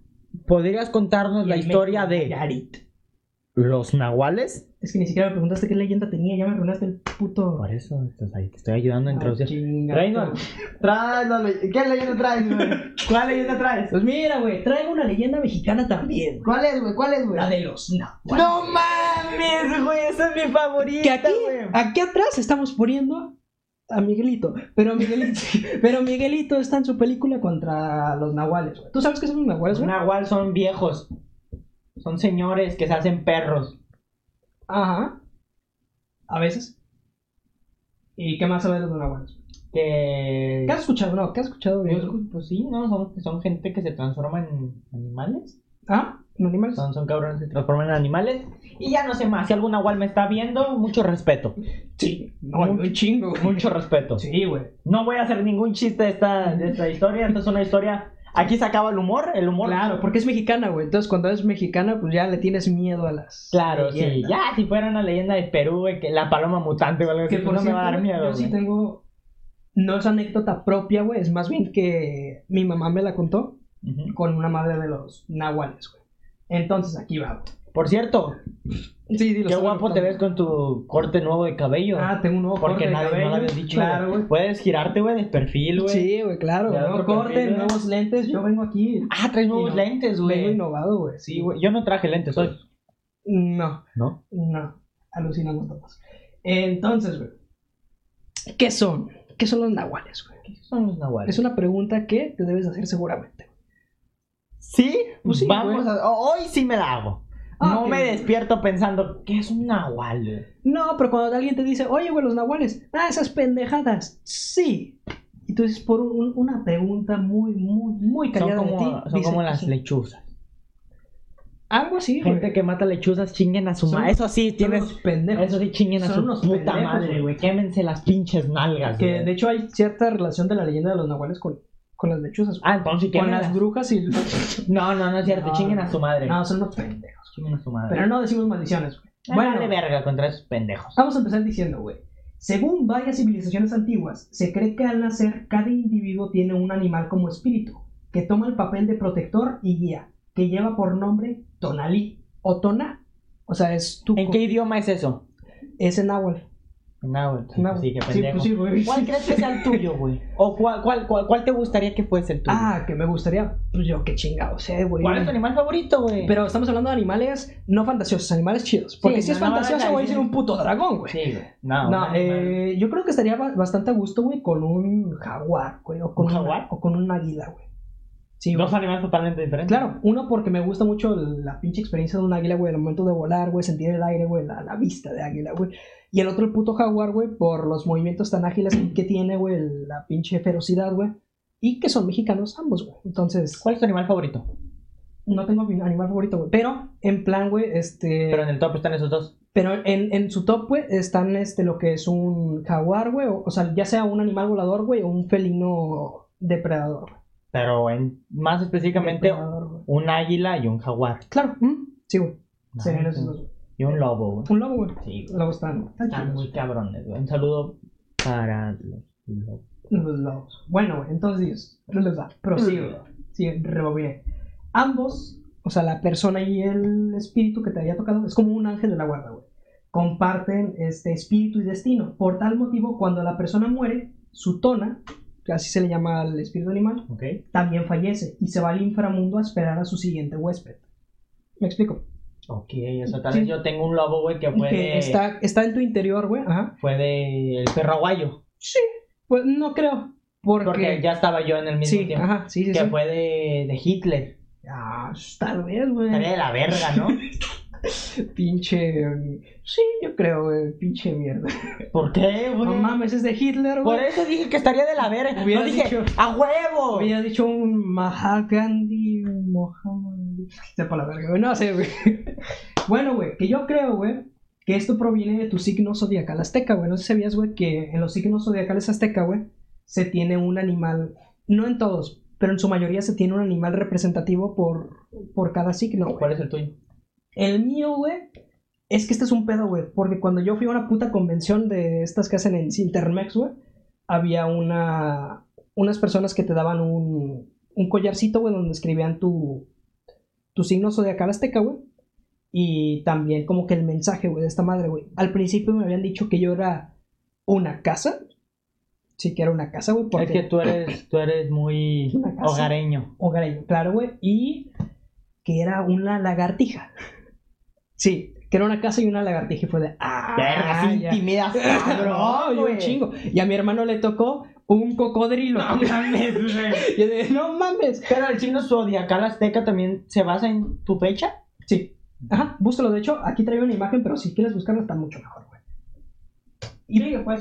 ¿Podrías contarnos
Y
la
en
historia
México,
de
Nayarit.
los nahuales?
Es que ni siquiera me preguntaste qué leyenda tenía, ya me arruinaste el puto.
Por eso estás ahí, te estoy ayudando a
Ah,
introducir.
chinga.
Reynolds, traes la le- ¿qué leyenda traes, güey? ¿Cuál leyenda traes?
Pues mira, güey, traigo una leyenda mexicana también. güey.
¿Cuál es, güey? ¿Cuál es, güey?
La de los nahuales.
¡No mames, güey! ¡Esa es mi
Que
favorita,
aquí,
güey!
aquí atrás estamos poniendo a Miguelito. Pero Miguelito, pero Miguelito está en su película contra los nahuales, güey. ¿Tú sabes qué son los nahuales,
Los
güey?
nahual son viejos. Son señores que se hacen perros.
Ajá. A veces. ¿Y qué más sabes de los nahuales?
Que...
¿Qué has escuchado? No, ¿qué has escuchado de
Pues, pues sí, ¿no? Son, son gente que se transforma en animales.
¿Ah? ¿En animales?
Son, son cabrones que se transforman en animales. Y ya no sé más. Si alguna Wal me está viendo, mucho respeto.
Sí. No, un chingo, güey.
Mucho respeto.
Sí, güey.
No voy a hacer ningún chiste de esta, de esta historia. Esta es una historia. Aquí se acaba el humor. El humor.
Claro, porque es mexicana, güey. Entonces, cuando es mexicana, pues ya le tienes miedo a las.
Claro, sí.
leyendas.
Ya, si fuera una leyenda de Perú, güey, que la paloma mutante o algo así, pues
Que por
no me va a dar
cierto,
miedo.
Yo sí
güey.
tengo. No es anécdota propia, güey. Es más bien que mi mamá me la contó
Ujú.
con una madre de los nahuales, güey. Entonces, aquí va, güey.
Por cierto,
Sí, dilo.
qué
está
guapo
bueno,
te
está
ves con tu corte nuevo de cabello.
bueno. Ah, tengo un nuevo
porque
corte de
nadie no lo
cabello,
habías dicho.
Claro,
güey.
güey.
Puedes girarte, güey, de perfil, güey.
Sí, güey, claro.
Ya,
Nuevo
otro
corte,
perfil, ¿no?
nuevos lentes. Yo vengo aquí.
Ah, traes nuevos
Inno-
lentes,
Vengo
güey.
innovado, güey.
Sí, güey. Yo no traje lentes hoy.
No.
¿No?
No, alucinamos todos. Entonces, güey, ¿qué son? ¿Qué son los nahuales, güey?
¿Qué son los nahuales?
Es una pregunta que te debes hacer seguramente.
¿Sí?
Pues sí,
Vamos
güey.
a... o- Hoy sí me la hago.
Ah,
no
ok.
me despierto pensando, ¿qué es un nahual? güey?
No, pero cuando alguien te dice, oye, güey, los nahuales, ah, esas pendejadas, sí. Y tú dices, por un- una pregunta muy, muy, muy
Son
callada de
como,
ti,
son
dices,
como las
sí.
lechuzas.
Algo así, güey.
Gente que mata lechuzas, chinguen a su
Son-
madre. Eso sí,
Son
tienes...
unos pendejos.
Eso sí, chinguen a
son
su
unos
puta
pendejos,
madre,
güey.
güey. Quémense las pinches nalgas,
que,
güey.
de hecho, hay cierta relación de la leyenda de los nahuales con, con las lechuzas. güey.
Ah, entonces
con
quémenlas.
las brujas y...
No, no, no es cierto.
No.
Chinguen a su madre.
no, son unos pendejos.
Chinguen a su madre.
Pero no decimos maldiciones, güey.
bueno, de verga contra esos pendejos.
Vamos a empezar diciendo, güey. Según varias civilizaciones antiguas, se cree que al nacer cada individuo tiene un animal como espíritu, que toma el papel de protector y guía, que lleva por nombre Tonalí o Toná. O sea, es tu...
¿En qué idioma es eso?
Es en náhuatl.
Náhuatl.
náhuatl.
Sí, qué
Sí,
pendejo.
pues sí, güey.
¿Cuál crees que sea el tuyo, güey? ¿O cuál, cuál, cuál, cuál te gustaría que fuese el tuyo?
Ah, que me gustaría... Pues yo qué chingado sé, güey.
¿Cuál es tu animal favorito, güey?
Pero estamos hablando de animales no fantasiosos, animales chidos. Porque
Sí,
si es
no, no,
fantasioso,
no,
güey,
no,
ser
no.
un puto dragón, güey.
Sí, güey. No,
No,
un animal.
eh, yo creo que estaría ba- bastante a gusto, güey, con un jaguar, güey, o con
¿Un
una-
jaguar?
o con un águila, güey. Sí, güey.
Dos animales totalmente diferentes.
Claro, uno porque me gusta mucho la pinche experiencia de un águila, güey, el momento de volar, güey, sentir el aire, güey, la, la vista de águila, güey. Y el otro, el puto jaguar, güey, por los movimientos tan ágiles que tiene, güey, la pinche ferocidad, güey. Y que son mexicanos ambos, güey. Entonces,
¿Cuál es tu animal favorito?
no tengo mi animal favorito, güey. Pero, en plan, güey, este...
Pero en el top están esos dos.
Pero en, en su top, güey, están este, lo que es un jaguar, güey. O, o sea, ya sea un animal volador, güey, o un felino depredador, güey.
pero en, más específicamente
Depredador, güey.
un águila y un jaguar.
Claro, ¿Mm? sí, güey. Sí,
Ajá.
esos dos.
Y un lobo, güey.
Un lobo, güey.
Sí,
Los lobos están, están
Están
chidos.
muy cabrones, güey. Un saludo para los lobos.
Los lobos. Bueno, güey, entonces, no les da. Prosigo.
Mm.
Sí, rebobiné. Ambos, o sea, la persona y el espíritu que te había tocado, es como un ángel de la guarda, güey. Comparten este espíritu y destino. Por tal motivo, cuando la persona muere, su tona, que así se le llama al espíritu animal,
¿Ok?
también fallece y se va al inframundo a esperar a su siguiente huésped. ¿Me explico?
Ok, o sea, tal
Sí.
vez yo tengo un lobo, güey, que fue
Que
de,
está, está en tu interior, güey. Ajá.
fue de el perro aguayo.
Sí. Pues no creo. Porque,
Porque ya estaba yo en el mismo
Sí,
tiempo.
ajá, sí, sí.
que
sí.
fue de, de Hitler.
Ah, tal vez,
Estaría
güey.
de la verga, ¿no?
Pinche. eh, Sí, yo creo, güey. Pinche mierda.
¿Por qué, güey?
No mames, es de Hitler,
Por
güey.
eso dije que estaría de la verga.
Hubiera
no dije,
dicho-
¡a huevo!
Había dicho un Mahatma Gandhi, un Mohammed. Sepa la verga, güey. No sé, güey. Bueno, güey, que yo creo, güey, que esto proviene de tu signo zodiacal azteca, güey. No sé si sabías, güey, que en los signos zodiacales azteca, güey, se tiene un animal. No en todos, pero en su mayoría se tiene un animal representativo por, por cada signo, güey.
¿Cuál es el tuyo?
El mío, güey, es que este es un pedo, güey. Porque cuando yo fui a una puta convención de estas que hacen en Cintermex, güey, había una, unas personas que te daban un, un collarcito, güey, donde escribían tu, tu signo zodiacal azteca, güey. Y también como que el mensaje, güey, de esta madre, güey. Al principio me habían dicho que yo era una casa. Sí, que era una casa, güey. Porque...
Es que tú eres, tú eres muy
Una casa.
hogareño.
hogareño, claro, güey, y que era una lagartija. Sí, que era una casa y una lagartija, y fue de... ¡Ah!
Verga, sí
ya.
intimidas,
No,
cabrón,
yo un
güey.
chingo. Y a mi hermano le tocó un cocodrilo.
No mames, güey.
Y yo de, no mames.
Pero el signo zodiacal azteca también se basa en tu fecha.
Sí. Ajá, búscalo. De hecho, aquí traigo una imagen, pero si quieres buscarla está mucho mejor, güey.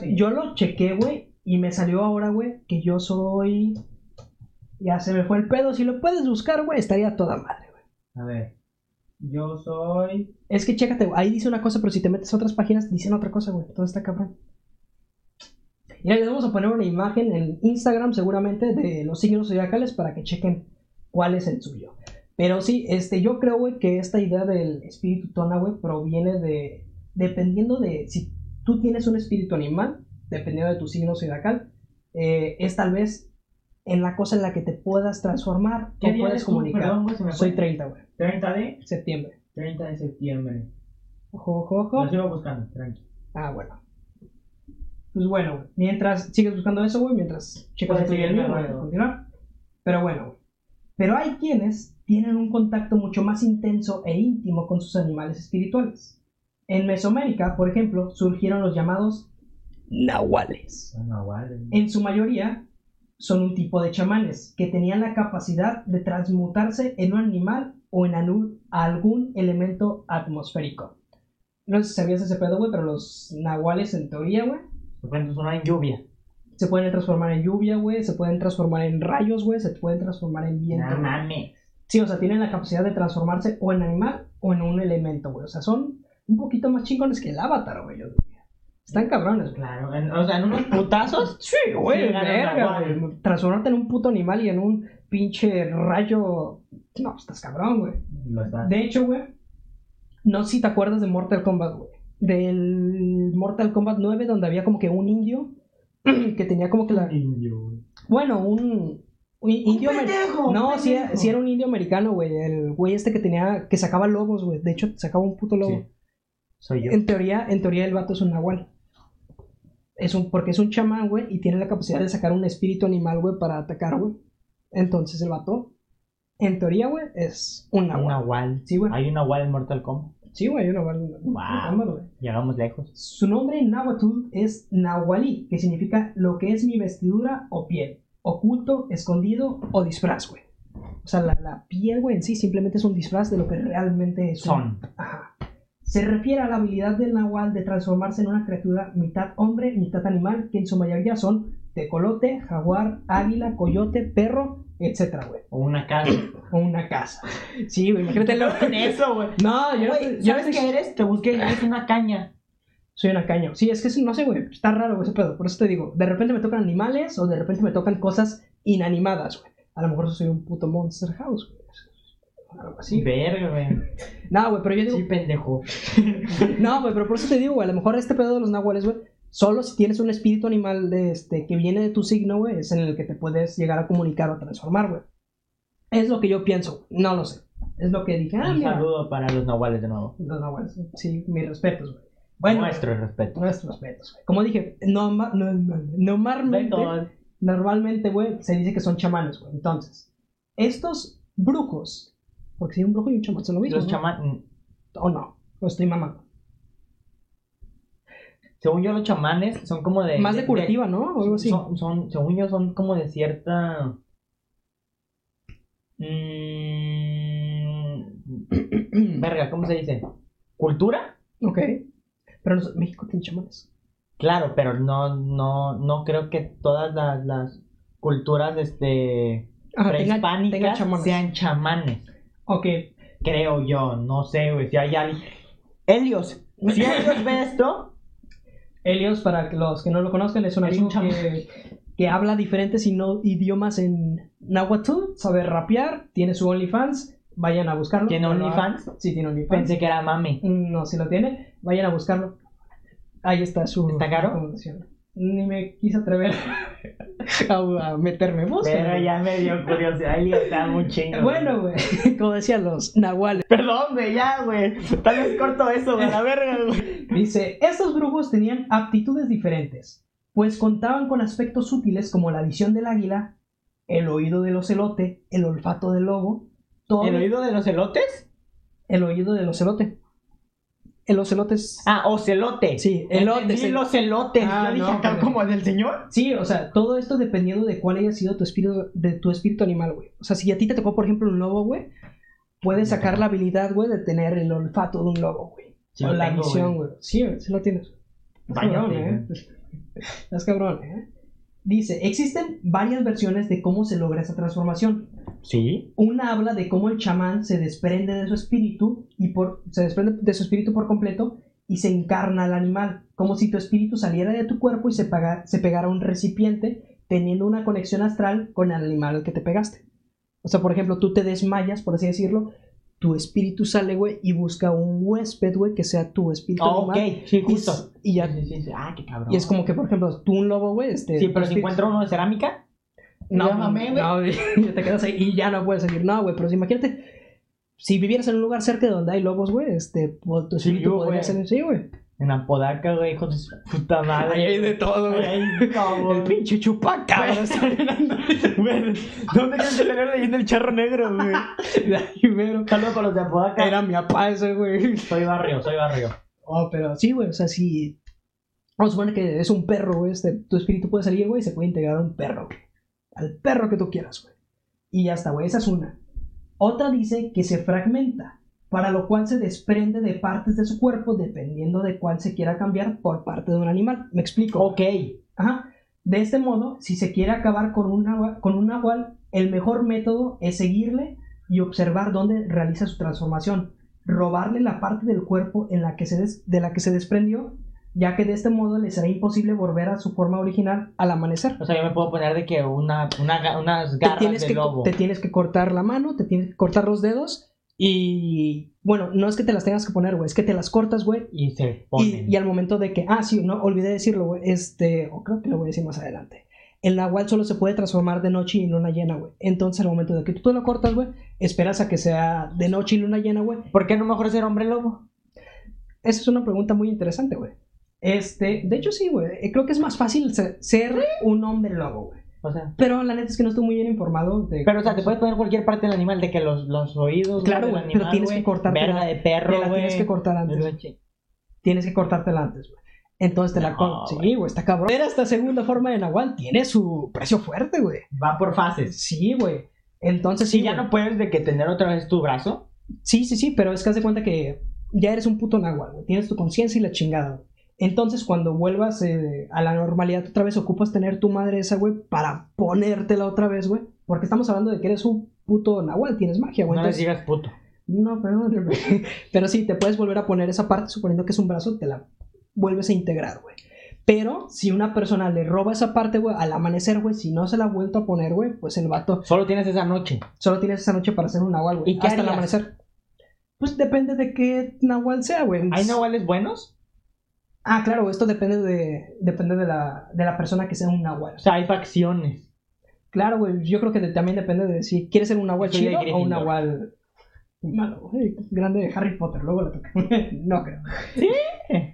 Y yo lo chequé, güey, y me salió ahora, güey, que yo soy... Ya se me fue el pedo. Si lo puedes buscar, güey, estaría toda madre, güey.
A ver. Yo soy.
Es que chécate, güey, ahí dice una cosa, pero si te metes a otras páginas dicen otra cosa, güey. Todo está cabrón. Mira, les vamos a poner una imagen en Instagram seguramente de los signos zodiacales para que chequen cuál es el suyo. Pero sí, este, yo creo, güey, que esta idea del espíritu tona, güey, proviene de... Dependiendo de si tú tienes un espíritu animal, dependiendo de tu signo zodiacal, eh, es tal vez en la cosa en la que te puedas transformar o puedes comunicar. Soy 30, güey,
30 de,
septiembre.
30 de septiembre.
Ojo, ojo, ojo.
Lo sigo buscando, tranqui.
Ah, bueno. Pues bueno, güey, mientras sigues buscando eso, güey, mientras checas
Puedes
el tuyo,
seguirme,
güey,
güey.
para continuar. Pero bueno, güey. Pero hay quienes tienen un contacto mucho más intenso e íntimo con sus animales espirituales. En Mesoamérica, por ejemplo, surgieron los llamados nahuales.
Son nahuales.
En su mayoría son un tipo de chamanes que tenían la capacidad de transmutarse en un animal o en anu- algún elemento atmosférico. No sé si sabías ese pedo, güey, pero los nahuales en teoría, güey,
Por ejemplo, son en lluvia.
se pueden transformar en lluvia, güey, se pueden transformar en rayos, güey, se pueden transformar en viento.
No
güey.
mames.
Sí, o sea, tienen la capacidad de transformarse o en animal o en un elemento, güey. O sea, son un poquito más chingones que el avatar, güey. yo diría. Están cabrones, güey.
Claro, en- o sea, en unos putazos.
Sí, güey,
Sí, ganan
verga,
nahual.
güey. Transformarte en un puto animal y en un pinche rayo. No, estás cabrón, güey.
Lo están.
De hecho, güey, no sé si te acuerdas de Mortal Kombat, güey. Del Mortal Kombat 9, donde había como que un indio que tenía como que la. Bueno, un. un indio amer- No, sí, era- sí era un indio americano, güey. El güey este que tenía. que sacaba lobos, güey. De hecho, sacaba un puto lobo.
Sí. Soy yo.
En teoría, en teoría el vato es un nahual. Es un, porque es un chamán, güey, y tiene la capacidad de sacar un espíritu animal, güey, para atacar, güey. Entonces el vato, en teoría, güey, es un
Un
nahual.
nahual.
Sí, güey.
Hay un nahual en Mortal Kombat.
Sí, güey, un nahual. un nahual, güey.
Llegamos lejos.
Su nombre en náhuatl es nahualí, que significa lo que es mi vestidura o piel. Oculto, escondido o disfraz, güey. O sea, la, la piel, güey, en sí simplemente es un disfraz de lo que realmente es. un-
Son.
Ajá. Se refiere a la habilidad del nahual de transformarse en una criatura mitad hombre, mitad animal, que en su mayoría son tecolote, jaguar, águila, coyote, perro, etcétera, güey.
O una casa.
O una casa. Sí, güey, imagínate lo...
Con eso, güey.
No, yo no
Güey,
estoy- yo no
¿Sabes
estoy-
qué eres? Te busqué y eres una caña.
Soy una caña. Sí, es que es- no sé, güey. Está raro güey, ese pedo. Por eso te digo, de repente me tocan animales o de repente me tocan cosas inanimadas, güey. A lo mejor eso sería un puto Monster House, güey. Algo así.
Sí, verga, güey.
No, güey, pero yo digo.
Sí, pendejo.
No, güey, pero por eso te digo, güey. A lo mejor este pedo de los nahuales, güey. Solo si tienes un espíritu animal de este que viene de tu signo, güey, es en el que te puedes llegar a comunicar o transformar, güey. Es lo que yo pienso, güey. no lo sé. Es lo que dije, ah,
Un
mira.
saludo para los nahuales de nuevo.
Los nahuales, sí, mis respetos, güey. Bueno,
Nuestro respeto.
nuestros respetos, güey. Como dije, no, no, normalmente,
Beto,
normalmente, güey, se dice que son chamanes, güey. Entonces, estos brujos, porque si hay un brujo y un chamán son lo mismo,
Los
¿no?
chamanes.
¿O no? Lo estoy mamando.
Según yo, los chamanes son como Eh, de.
Más de curativa, ¿no? O algo así.
Son, son- según yo, son como de cierta. mm, verga, ¿cómo se dice? ¿Cultura?
ok. Pero los- México tiene chamanes.
Claro, pero no, no, no creo que todas las, las culturas este,
Ajá, tenga-
prehispánicas
tenga chamanes.
sean chamanes.
Ok.
Creo yo, no sé, güey. Si hay alguien. Helios, si Helios ve esto,
Helios, para que los que no lo conozcan, es un
Es un
amigo que, que habla diferentes y no- idiomas en náhuatl, sabe rapear, tiene su OnlyFans, vayan a buscarlo.
¿Tiene OnlyFans?
Sí, tiene OnlyFans.
pensé que era mame.
No, si lo tiene, vayan a buscarlo. Ahí está su
¿Está caro?
recomendación. Ni me quise atrever a, a meterme vos.
Pero ya me dio curiosidad. Helios está muy chingo.
Bueno, güey, como decían los nahuales.
Perdón, güey, ya, güey. Tal vez corto eso, güey, la verga, güey.
Dice, estos brujos tenían aptitudes diferentes, pues contaban con aspectos útiles como la visión del águila, el oído del ocelote, el olfato del lobo, todo
¿El oído de los elotes?
el oído del ocelote. El ocelote es...
Ah, ocelote.
Sí,
elotes.
elotes, el-
los elotes.
Ah,
Yo dije
no,
acá
pero-
como del señor.
Sí, o sea, todo esto dependiendo de cuál haya sido tu espíritu, de tu espíritu animal, güey. O sea, si a ti te tocó, por ejemplo, un lobo, güey, puedes sacar la habilidad, güey, de tener el olfato de un lobo, güey.
Sí,
o
lo
la
tengo,
visión, güey. Sí, güey, sí lo tienes. Es
Vaya,
cabrón,
güey.
¿eh? Es cabrón, ¿eh? Dice, existen varias versiones de cómo se logra esa transformación.
Sí.
Una habla de cómo el chamán se desprende de su espíritu y por se desprende de su espíritu por completo y se encarna al animal, como si tu espíritu saliera de tu cuerpo y se, paga- se pegara a un recipiente teniendo una conexión astral con el animal al que te pegaste. O sea, por ejemplo, tú te desmayas, por así decirlo, tu espíritu sale, güey, y busca un huésped, güey, que sea tu espíritu
Ah, ok,
animal.
sí,
Y,
justo.
y ya
Sí, sí, sí. Ah, qué cabrón.
y es como que, por ejemplo, tú un lobo, güey, este...
Sí, pero si
espíritu-
encuentro uno de cerámica.
No,
Ya mamé, güey.
no, ya te quedas ahí y ya no puedes seguir. No, güey, pero si imagínate... Si vivieras en un lugar cerca de donde hay lobos, güey, este... po- Tu
Sí,
espíritu
yo,
podría
güey.
ser... Sí, güey.
En Apodaca, güey, hijo de su puta
Ahí
madre.
hay de todo,
Ay,
güey.
ay, no,
El
güey.
pinche chupacabra está mirando.
Güey, ¿Dónde quieres tener ahí en el charro negro, güey?
de ahí, pero...
Saludos para los de Apodaca.
Era mi apá ese, güey.
Soy barrio, soy barrio.
Oh, pero sí, güey, o sea, si... Vamos a suponer que es un perro, güey, este... Tu espíritu puede salir, güey, y se puede integrar a un perro, güey. Al perro que tú quieras, güey. Y ya está, güey, esa es una. Otra dice que se fragmenta, para lo cual se desprende de partes de su cuerpo dependiendo de cuál se quiera cambiar por parte de un animal. ¿Me explico?
Ok.
Ajá. De este modo, si se quiere acabar con un, nahua- con un nahual, el mejor método es seguirle y observar dónde realiza su transformación, robarle la parte del cuerpo en la que se des- de la que se desprendió, ya que de este modo le será imposible volver a su forma original al amanecer.
O sea, yo me puedo poner de que una, una, ga- unas
Te
garras
tienes,
de
que,
lobo.
te tienes que cortar la mano, te tienes que cortar los dedos y bueno, no es que te las tengas que poner, güey, es que te las cortas, güey,
Y se
Y,
ponen.
y al momento de que, ah, sí, no, olvidé decirlo, güey, este, o creo que lo voy a decir más adelante. El nahual solo se puede transformar de noche y en luna llena, güey. Entonces, al momento de que tú te lo cortas, güey, esperas a que sea de noche y luna llena, güey.
¿Por qué no mejor ser hombre lobo?
Esa es una pregunta muy interesante, güey. Este, de hecho, sí, güey. eh, Creo que es más fácil se- ser un hombre lobo, güey.
O sea,
Pero la neta es que no estoy muy bien informado de.
pero o sea, te puedes poner cualquier parte del animal, de que los, los oídos.
Claro,
del
güey,
animal,
pero tienes
güey,
que cortarte
Verga
la-
de
Te
perro,
la
güey.
tienes que cortar antes. güey. Tienes que cortártela antes, güey. Entonces te la
No,
cortas. Sí, güey, está cabrón. Pero esta segunda forma de nahual tiene su precio fuerte, güey.
Va por fases.
Sí, güey. Entonces sí,
Si ya
güey.
no puedes de que tener otra vez tu brazo.
sí, sí, sí, pero es que haz de cuenta que ya eres un puto náhuatl, güey. Tienes tu conciencia y la chingada, güey. Entonces, cuando vuelvas eh, a la normalidad otra vez, ocupas tener tu madre esa, güey, para ponértela otra vez, güey. Porque estamos hablando de que eres un puto nahual, tienes magia, güey.
No les
Entonces-
digas puto.
No, perdóname. Pero sí, te puedes volver a poner esa parte, suponiendo que es un brazo, te la vuelves a integrar, güey. Pero si una persona le roba esa parte, güey, al amanecer, güey, si no se la ha vuelto a poner, güey, pues el vato
Solo tienes esa noche.
solo tienes esa noche para hacer un nahual, güey.
¿Y qué
hasta el
harías?
amanecer. Pues depende de qué nahual sea, güey.
¿Hay nahuales buenos?
Ah, claro, esto depende de depende de la, de la persona que sea un nahual.
O sea, hay facciones.
Claro, güey, yo creo que de- también depende de si quieres ser un nahual
Soy de
chido o un
Gryffindor.
nahual malo, güey. Grande de Harry Potter, luego la toca. no creo.
Sí.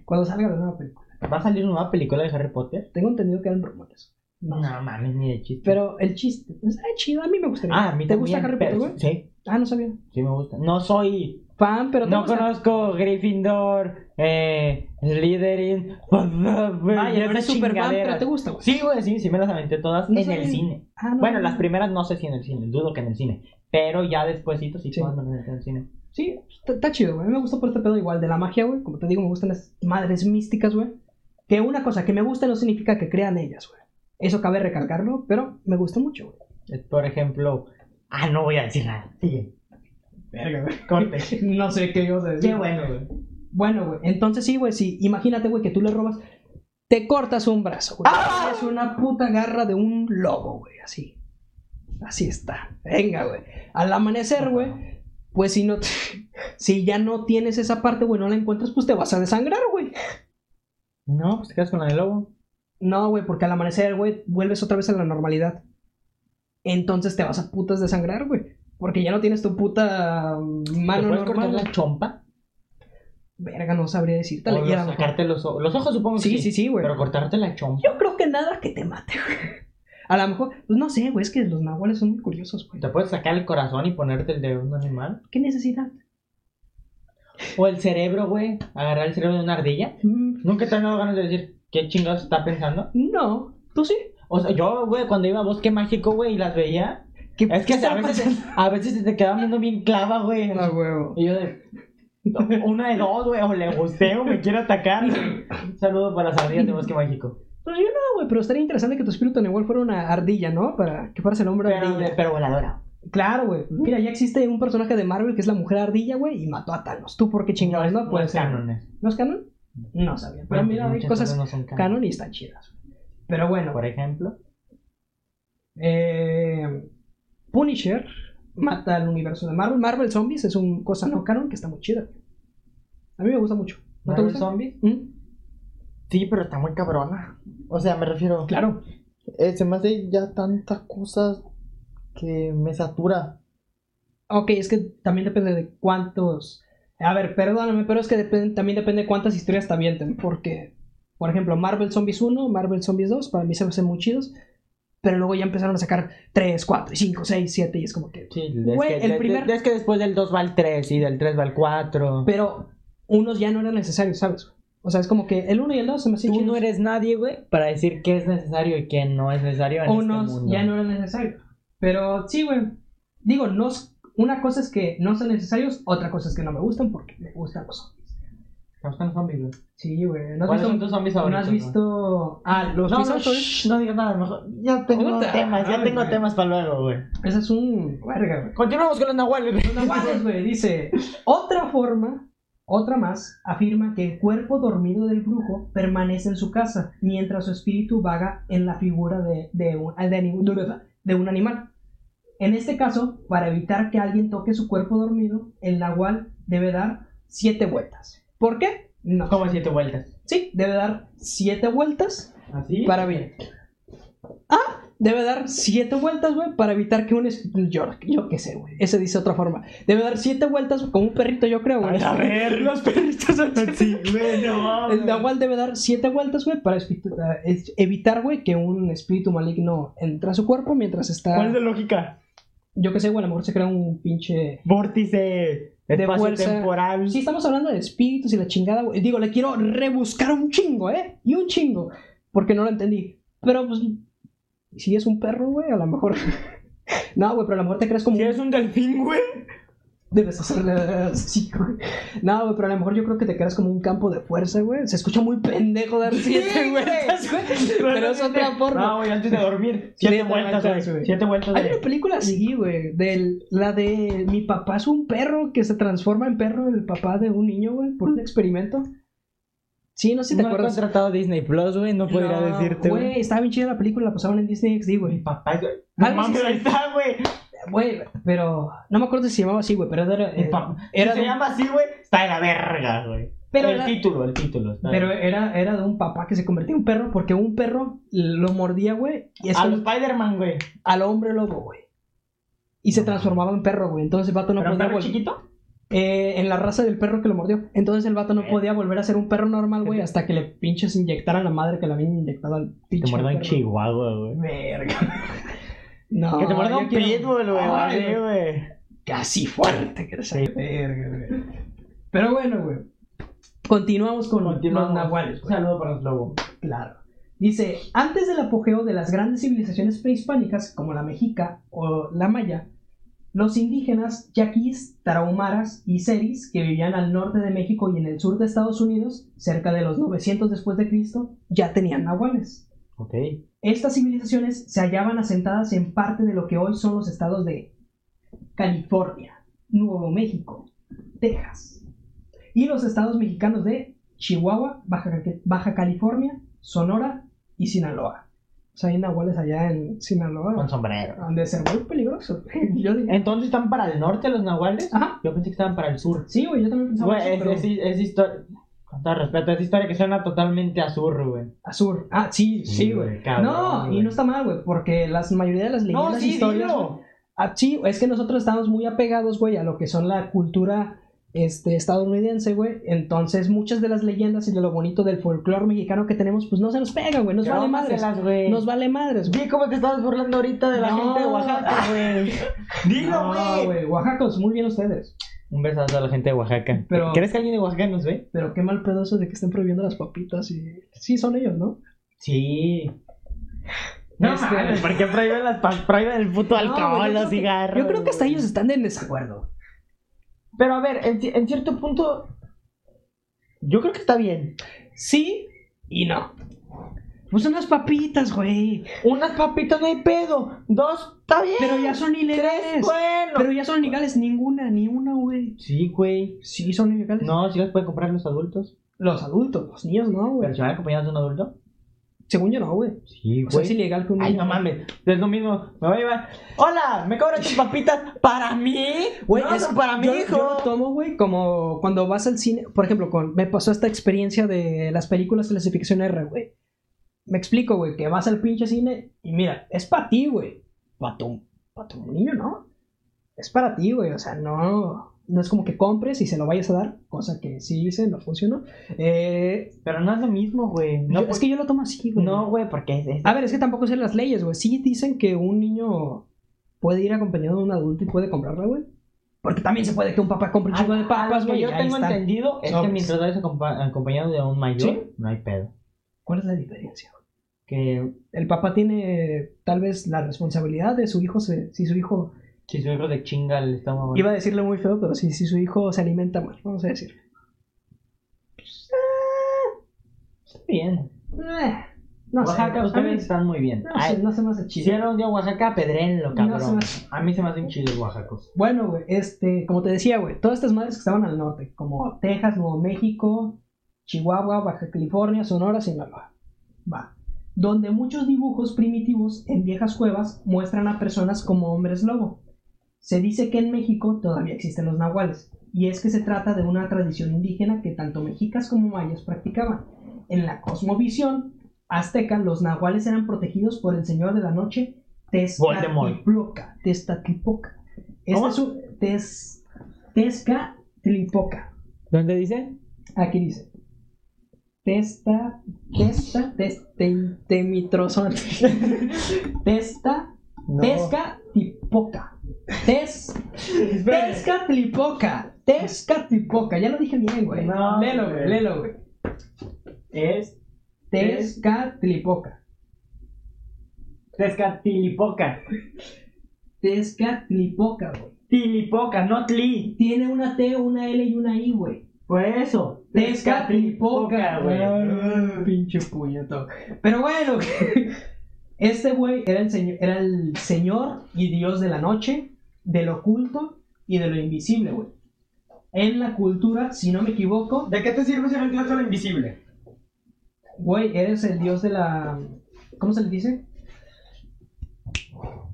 Cuando salga la nueva película.
¿Va a salir una nueva película de Harry Potter?
Tengo entendido que eran rumores.
No,
No sé.
mames, ni de chiste.
Pero el chiste, pues, era chido, a mí me gustaría.
ah, a mí
¿Te
también,
gusta Harry
pero-
Potter, güey?
Sí,
Ah, no sabía.
sí me gusta. No soy...
Fan, pero te
No
gusta.
conozco Gryffindor, eh, Slytherin...
Vaya, no eres
esas
super fan, pero
chingaderas.
te gusta, güey.
Sí, güey, sí, sí me las aventé todas
No
en
soy-
el cine.
Ah, no,
Bueno,
no,
las
no.
primeras no sé si en el cine, dudo que en el cine. Pero ya despuésito sí,
Sí.
todas me las aventé en el cine.
Sí, está, está chido, güey. A mí me gusta por este pedo igual de la magia, güey. Como te digo, me gustan las madres místicas, güey. Que una cosa que me gusta no significa que crean ellas, güey. Eso cabe recalcarlo, pero me gusta mucho, güey.
Eh, Por ejemplo... Ah, no voy a decir nada. Sigue.
Verga, güey.
Corte.
No sé qué ibas a decir.
Qué bueno, güey.
Bueno, güey. Entonces sí, güey, sí. Imagínate, güey, que tú le robas. Te cortas un brazo, güey.
¡Ah!
Es una puta garra de un lobo, güey. Así. Así está. Venga, güey. Al amanecer, güey. Pues si no. Si ya no tienes esa parte, güey, no la encuentras, pues te vas a desangrar, güey.
No, pues te quedas con la del lobo.
No, güey, porque al amanecer, güey, vuelves otra vez a la normalidad. Entonces te vas a putas desangrar, güey. Porque ya no tienes tu puta mm,
¿Te
mano
puedes cortar
normal.
la chompa?
Verga, no sabría decirte.
O
la
los-
guía, a lo mejor.
sacarte los ojos. Los ojos supongo que
Sí, sí, sí, güey.
Pero cortarte la chompa.
Yo creo que nada que te mate, güey. A lo mejor, pues no sé, güey, es que los nahuales son muy curiosos, güey.
Te puedes sacar el corazón y ponerte el de un animal.
¿Qué necesidad?
O el cerebro, güey. Agarrar el cerebro de una ardilla.
Mm,
Nunca te han dado ganas de decir qué chingados está pensando.
No, tú sí.
O sea, yo, güey, cuando iba a Bosque Mágico, güey, y las veía.
¿Qué-
Es que
qué
a
estaba
veces, a veces se te quedaba viendo bien clava, güey.
pasando? Ah, huevo.
Y yo de. Una de dos, güey. O le gusté o me quiere atacar. Un saludo para las ardillas de Bosque Mágico.
Pues yo no, güey, pero estaría interesante que tu espíritu nahual fuera una ardilla, ¿no? Para que fueras el hombre
Pero,
ardilla.
pero voladora.
Claro, güey. Mira, ya existe un personaje de Marvel que es la mujer ardilla, güey, y mató a Thanos. ¿Tú por qué chingados no? Puede
Pues
ser.
cánones.
¿No es canon? No sabía. Pero mira, hay
Muchas
cosas
no son
canon y están chidas. Pero bueno,
Por ejemplo.
Eh, Punisher mata al universo de Marvel. Marvel Zombies es un cosa no canon que está muy chida. A mí me gusta mucho. ¿No te
Marvel
gusta?
Zombies.
¿Mm?
Sí, pero está muy cabrona. O sea, me refiero.
Claro.
eh, se me hace ya tantas cosas que me satura.
Ok, es que también depende de cuántos. A ver, perdóname, pero es que depende- también depende de cuántas historias te avienten. Porque, por ejemplo, Marvel Zombies 1, Marvel Zombies 2, para mí se me hacen muy chidos. Pero luego ya empezaron a sacar 3, 4, 5, 6, 7, y es como que.
Sí,
Güey,
es, que,
el
de-
primer-
de- es que después del 2 va el 3 y del 3 va el 4.
Pero unos ya no eran necesarios, ¿sabes? O sea, es como que el 1 y el 2 se me hacen
Tú
chidos.
no eres nadie, güey, para decir qué es necesario y qué no es necesario en
unos
este mundo.
ya no era necesario. Pero sí, güey. Digo, no, es- una cosa es que no son necesarios, otra cosa es que no me gustan porque me gustan los zombies.
¿Te gustan los zombies, güey?
Sí, güey. ¿No has
¿Cuáles
visto?
son tus zombies
¿No
favoritos?
has
güey?
visto? Ah, los
No,
Mis
no,
Autores.
shh, no digas nada, mejor. Ya tengo
Puta,
temas, ya
ay,
tengo
güey.
temas para luego, güey.
Ese es un. Verga, güey.
Continuamos con los nahuales, güey.
Los nahuales, güey, dice. Otra forma, otra más, afirma que el cuerpo dormido del brujo permanece en su casa mientras su espíritu vaga en la figura de, de, un, de ani- de un animal. En este caso, para evitar que alguien toque su cuerpo dormido, el nahual debe dar siete vueltas. ¿Por qué? No.
Como siete vueltas.
Sí, debe dar siete vueltas
¿Así?
para bien. Ah, debe dar siete vueltas, güey, para evitar que un... es- Yo, yo qué sé, güey. Ese dice otra forma. Debe dar siete vueltas como un perrito, yo creo, güey.
A ver, los
perritos son
Sí, güey, no.
El Nahual debe dar siete vueltas, güey, para espi- eh, es- evitar, güey, que un espíritu maligno entre a su cuerpo mientras
¿Cuál es la
está...
lógica?
Yo qué sé, güey, a lo mejor se crea un pinche...
Vórtice. Espacio
fuerza.
temporal.
Sí, estamos hablando de espíritus y la chingada, güey. Digo, le quiero rebuscar un chingo, ¿eh? Y un chingo. Porque no lo entendí. Pero, pues, si es un perro, güey, a lo mejor... no, güey, pero a lo mejor te crees como
Si
un
eres un delfín, güey.
Debes hacerle sí, güey. No, güey, pero a lo mejor yo creo que te quedas como un campo de fuerza, güey. Se escucha muy pendejo dar siete
güey.
vueltas, güey. Pero es otra
No,
forma.
güey, antes de dormir.
Siete
Siete vueltas,
vueltas,
güey.
güey.
Siete vueltas
Hay una
de.
película así, güey. del- La de Mi papá es un perro que se transforma en perro, el papá de un niño, güey, por un experimento. Sí, no sé si te
no he
acuerdas.
contratado Disney Plus, güey, no podría
No,
decirte, güey.
Güey, estaba bien chida la película, la pasaban en Disney XD,
Mi
güey.
papá, güey.
Ah,
No
sí,
mames,
sí.
ahí está, güey.
Güey, pero no me acuerdo si se llamaba así, güey, pero era.
Mi
eh,
papá.
era
Si
de
se
un-
llama así, güey, está de la verga, güey.
Pero
el
era-
título, el título. está
Pero
bien.
era, era de un papá que se convertía en un perro porque un perro lo mordía, güey, y es
A
como-
los Spider-Man, güey.
al hombre lobo, güey. Y se transformaba en perro, güey. Entonces el vato no
¿Pero
podía
perro
volver.
chiquito?
en la raza del perro que lo mordió. Entonces el vato no
Eh.
podía volver a ser un perro normal, güey, hasta que le pinches inyectaran la madre que le habían inyectado al pinche.
Te muerda un
perro.
chihuahua, güey.
Verga. No.
que te muerda
yo
un
quiero-
pitbull, güey.
Ay,
así, güey.
Casi fuerte que esa verga, güey. Pero bueno, güey. Continuamos con
Continuamos.
los nahuales,
Un
güey.
saludo para los lobos.
Claro. Dice, antes del apogeo de las grandes civilizaciones prehispánicas como la mexica o la maya, los indígenas yaquis, tarahumaras y seris que vivían al norte de México y en el sur de Estados Unidos, cerca de los 900 después de Cristo, ya tenían nahuales.
Ok.
Estas civilizaciones se hallaban asentadas en parte de lo que hoy son los estados de California, Nuevo México, Texas y los estados mexicanos de Chihuahua, Baja, Baja California, Sonora y Sinaloa. O sea, hay nahuales allá en Sinaloa.
Con sombrero.
Han de ser muy peligrosos. Yo diría.
Entonces están para el norte los nahuales.
Ajá.
Yo pensé que estaban para el sur.
Sí, güey, yo también pensaba
Güey,
eso,
es,
pero-
es, es historia. Con todo respeto, es historia que suena totalmente a sur, güey.
Azul. Ah, sí, sí,
Sí,
güey.
güey, cabrón,
no, y
güey.
no está mal, güey, porque la mayoría de las leyendas e
No, sí,
historias. güey,
dilo.
Ah, sí, es que nosotros estamos muy apegados, güey, a lo que son la cultura este, estadounidense, güey. Entonces, muchas de las leyendas y de lo bonito del folclore mexicano que tenemos, pues no se nos pega, güey. Nos vale madres.
Crómaselas, güey.
Nos vale madres, güey.
Vi cómo te estabas burlando ahorita de la
No.
gente de Oaxaca, güey. Dilo,
No,
güey.
güey. Oaxacos, muy bien ustedes.
Un besazo a la gente de Oaxaca.
Pero-
¿Crees que alguien de Oaxaca nos ve?
Pero qué mal pedo eso de que estén prohibiendo las papitas y. Sí, son ellos, ¿no?
Sí. No
Este-
mames, ¿por qué prohíben, las pa- prohíben el puto
No,
alcohol,
güey, yo
los
creo que-
cigarros?
Yo creo que hasta
güey?
ellos están en desacuerdo.
Pero a ver, en, ci- en cierto punto. Yo creo que está bien.
Sí y no. Pues unas papitas, güey.
Unas papitas no hay pedo. Dos, está bien.
Pero ya son
Tres,
ilegales.
bueno.
Pero ya son ilegales ninguna, ni una, güey.
Sí, güey.
Sí, son ilegales.
No, sí las pueden comprar los adultos.
Los adultos, los niños no, güey.
Pero si van acompañados de un adulto.
Según yo no, güey.
Sí,
O sea, es ilegal que un
Ay,
niño-
no mames, es lo mismo. Me voy a llevar. Hola, me cobran tus papitas para mí.
Güey,
no,
es-
son para mi
yo,
hijo.
yo lo tomo, güey, como cuando vas al cine. Por ejemplo, con, me pasó esta experiencia de las películas clasificación R, güey. Me explico, güey, que vas al pinche cine y mira, es para ti, güey. Para tu, pa' tu niño, ¿no? Es para ti, güey. O sea, no, no es como que compres y se lo vayas a dar, cosa que sí hice, no funcionó. Eh,
Pero no es lo mismo, güey. No, pues
yo- es que yo lo tomo así, güey.
no, güey, porque es, es-
A ver, es que tampoco sé las leyes, güey. Sí dicen que un niño puede ir acompañado de un adulto y puede comprarla, güey. Porque también se puede que un papá compre un
Ah,
chico de
a lo
papas,
que
güey. y
Yo
ahí
tengo
está.
entendido es
No,
que
pues.
mientras vayas acompa- acompañado de un mayor,
¿Sí?
no hay pedo.
¿Cuál es la diferencia? güey?
Que
El papá tiene tal vez la responsabilidad de su hijo, se- si su hijo...
si su hijo de chinga le estamos.
Iba a decirle muy feo, pero si, si su hijo se alimenta mal, vamos a decir.
bien.
Eh, no sé.
Oaxaca,
a mí-
ustedes están muy bien.
no,
Ay,
sé, no se me hace
Si
chido.
eran de Oaxaca, pedrenlo,
No
cabrón.
se me hace-
A mí se me hacen chidos oaxacos.
Bueno, güey, este, como te decía, güey, todas estas madres que estaban al norte, como Texas, Nuevo México, Chihuahua, Baja California, Sonora, Sinaloa. Va. Donde muchos dibujos primitivos en viejas cuevas muestran a personas como hombres lobo. Se dice que en México todavía existen los nahuales, y es que se trata de una tradición indígena que tanto mexicas como mayas practicaban. En la cosmovisión azteca, los nahuales eran protegidos por el señor de la noche,
Voldemort.
Tezcatlipoca. Tezcatlipoca. Este
¿Cómo?
es un tez, Tezcatlipoca.
¿Dónde dice?
Aquí dice. Testa, testa, tes- te- temitrozón. testa, Tezcatlipoca. Tez, Tezcatlipoca. Tezcatlipoca. Ya lo dije bien, güey.
No,
léelo, güey,
güey.
léelo, güey.
Es
Tezcatlipoca.
Tezcatilipoca.
Tezcatlipoca, güey.
Tilipoca, no Tli.
Tiene una T, una L y una I, güey.
Por eso.
Tezcatlipoca, güey. Ah, Pinche puñeto. Pero bueno, este güey era el, señor, era el señor y dios de la noche, del oculto y de lo invisible, güey. En la cultura, si no me equivoco,
¿De qué te sirve ser el dios del invisible?
Güey, eres el dios de la. ¿Cómo se le dice?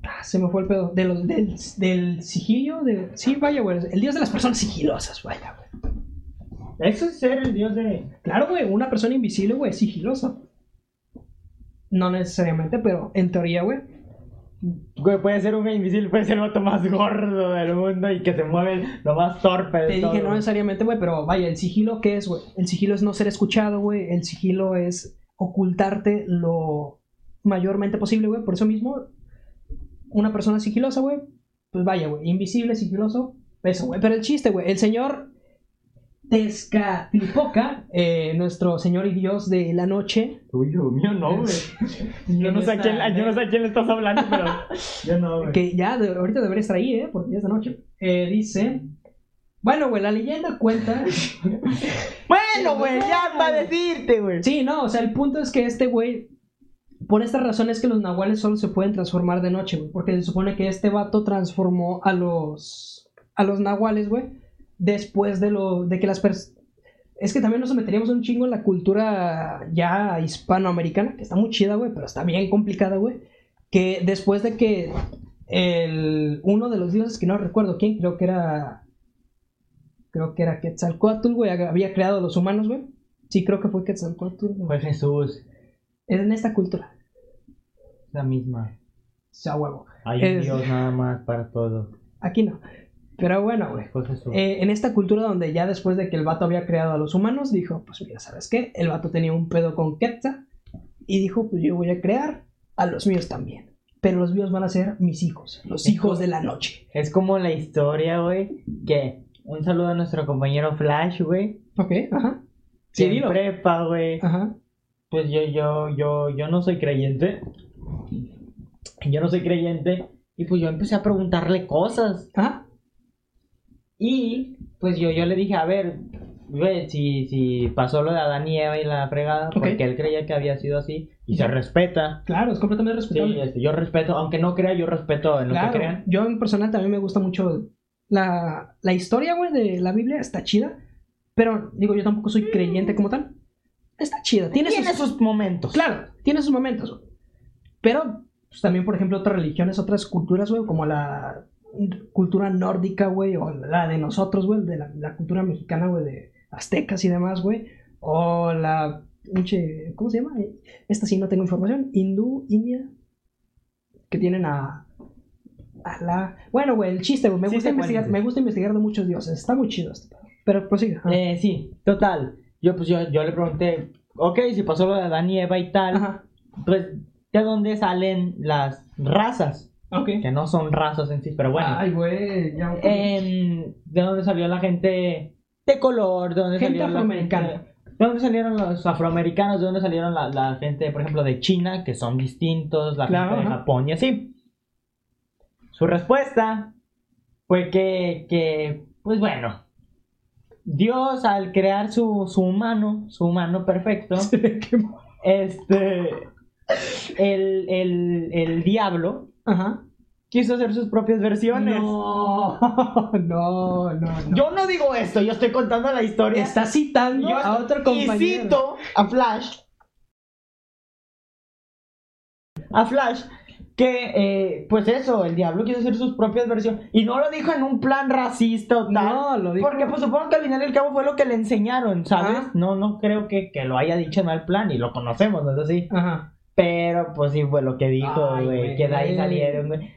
Ah, se me fue el pedo. De los, del, del sigilio. De... Sí, vaya, güey. El dios de las personas sigilosas, vaya, güey.
Eso es ser el dios de.
Claro, güey, una persona invisible, güey, es sigilosa. No necesariamente, pero en teoría, güey.
Güey, puede ser un invisible, puede ser el vato más gordo del mundo y que se mueve lo más torpe de
Te dije no
todo.
necesariamente, güey, pero vaya, el sigilo, ¿qué es, güey? El sigilo es no ser escuchado, güey. El sigilo es ocultarte lo mayormente posible, güey. Por eso mismo, una persona sigilosa, güey, pues vaya, güey, invisible, sigiloso, eso, güey. Pero el chiste, güey, el señor Tezcatlipoca, eh, nuestro señor y dios de la noche,
Uy, Dios mío, no, güey. Yo no, sé a quién, yo no sé a quién le estás hablando, pero. Yo no, güey.
que ya de- ahorita debería estar ahí, ¿eh? Porque ya es de noche. Eh, dice, bueno, güey, la leyenda cuenta...
Bueno, güey, Pues ya para decirte, güey.
Sí, no, o sea, el punto es que este güey, por esta razón es que los nahuales solo se pueden transformar de noche, güey, porque se supone que este vato transformó a los a los nahuales, güey, después de lo de que las pers- es que también nos meteríamos un chingo en la cultura ya hispanoamericana, que está muy chida, güey, pero está bien complicada, güey, que después de que el uno de los dioses que no recuerdo quién, creo que era creo que era Quetzalcóatl, güey, había creado a los humanos, güey. Sí, creo que fue Quetzalcóatl. güey.
Fue Jesús,
Es en esta cultura.
la misma.
O sea, huevo.
Hay
Es-
un Dios nada más para todos. Pues,
Aquí no. Pero bueno, güey.
Fue Jesús.
Eh, en esta cultura donde ya después de que el vato había creado a los humanos, dijo, pues mira, ¿sabes qué? El vato tenía un pedo con Quetzal y dijo, pues yo voy a crear a los míos también. Pero los míos van a ser mis hijos, los hijos de la noche.
Es como la historia, güey, que un saludo a nuestro compañero Flash, güey.
Ok, ajá.
que
Sí,
en
dilo.
prepa, güey.
Ajá.
Pues yo, yo, yo, yo no soy creyente. Yo no soy creyente. Y pues yo empecé a preguntarle cosas.
Ajá.
Y pues yo, yo le dije, a ver, güey, si, si pasó lo de Adán y Eva y la fregada,
Ok.
porque él creía que había sido así. Y se respeta.
Claro, es completamente
Sí,
respetable.
este, yo respeto, aunque no crea, yo respeto en lo
Claro,
que crean.
yo en personal también me gusta mucho la, la historia, güey, de la Biblia. Está chida. Pero, digo, yo tampoco soy creyente como tal. Está chida. Tiene,
Tiene
sus...
sus momentos.
Pues Claro, tiene sus momentos. güey. Pero, pues, también, por ejemplo, otras religiones, otras culturas, güey, como la cultura nórdica, güey, o la de nosotros, güey, de la, la cultura mexicana, güey, de aztecas y demás, güey. O la... pinche- ¿Cómo se llama? Eh, Esta sí no tengo información. Hindú, India. Que tienen a... A la... Bueno, güey, el chiste, güey. Me,
Sí
gusta
sé cuál
investigar,
dices.
me gusta investigar de muchos dioses. Está muy chido esto. Pero prosigue. ajá.
Eh, sí, total. Yo pues yo, yo le pregunté, ok, si pasó lo de Adán y Eva y tal,
Ajá.
pues ¿de dónde salen las razas?
Ok.
Que no son razas en sí, pero bueno.
Ay, güey. Ya...
Em, ¿De dónde salió la gente de color? ¿De dónde
Gente
salió la
afroamericana.
gente- ¿De dónde salieron los afroamericanos? ¿De dónde salieron la, la gente, por ejemplo, de China, que son distintos? La
Claro,
gente de
ajá.
Japón y así. Su respuesta fue que, que, pues bueno, Dios al crear su, su humano, su humano perfecto,
Se le quemó.
este, el, el, el diablo
Ajá.
quiso hacer sus propias versiones.
No, no, no. no.
Yo no digo esto, yo estoy contando la historia.
Está citando
Yo-
a otro compañero.
Y cito a Flash. A Flash. Que, eh, pues eso, el diablo quiso hacer sus propias versiones. Y no lo dijo en un plan racista o tal.
No, lo dijo.
porque pues supongo que al final y al cabo fue lo que le enseñaron, ¿sabes?
Ah.
No, no creo que, que lo haya dicho en mal plan y lo conocemos, ¿no es así?
Ajá.
Pero pues sí fue lo que dijo,
Ay,
güey,
güey.
que de ahí salieron, güey.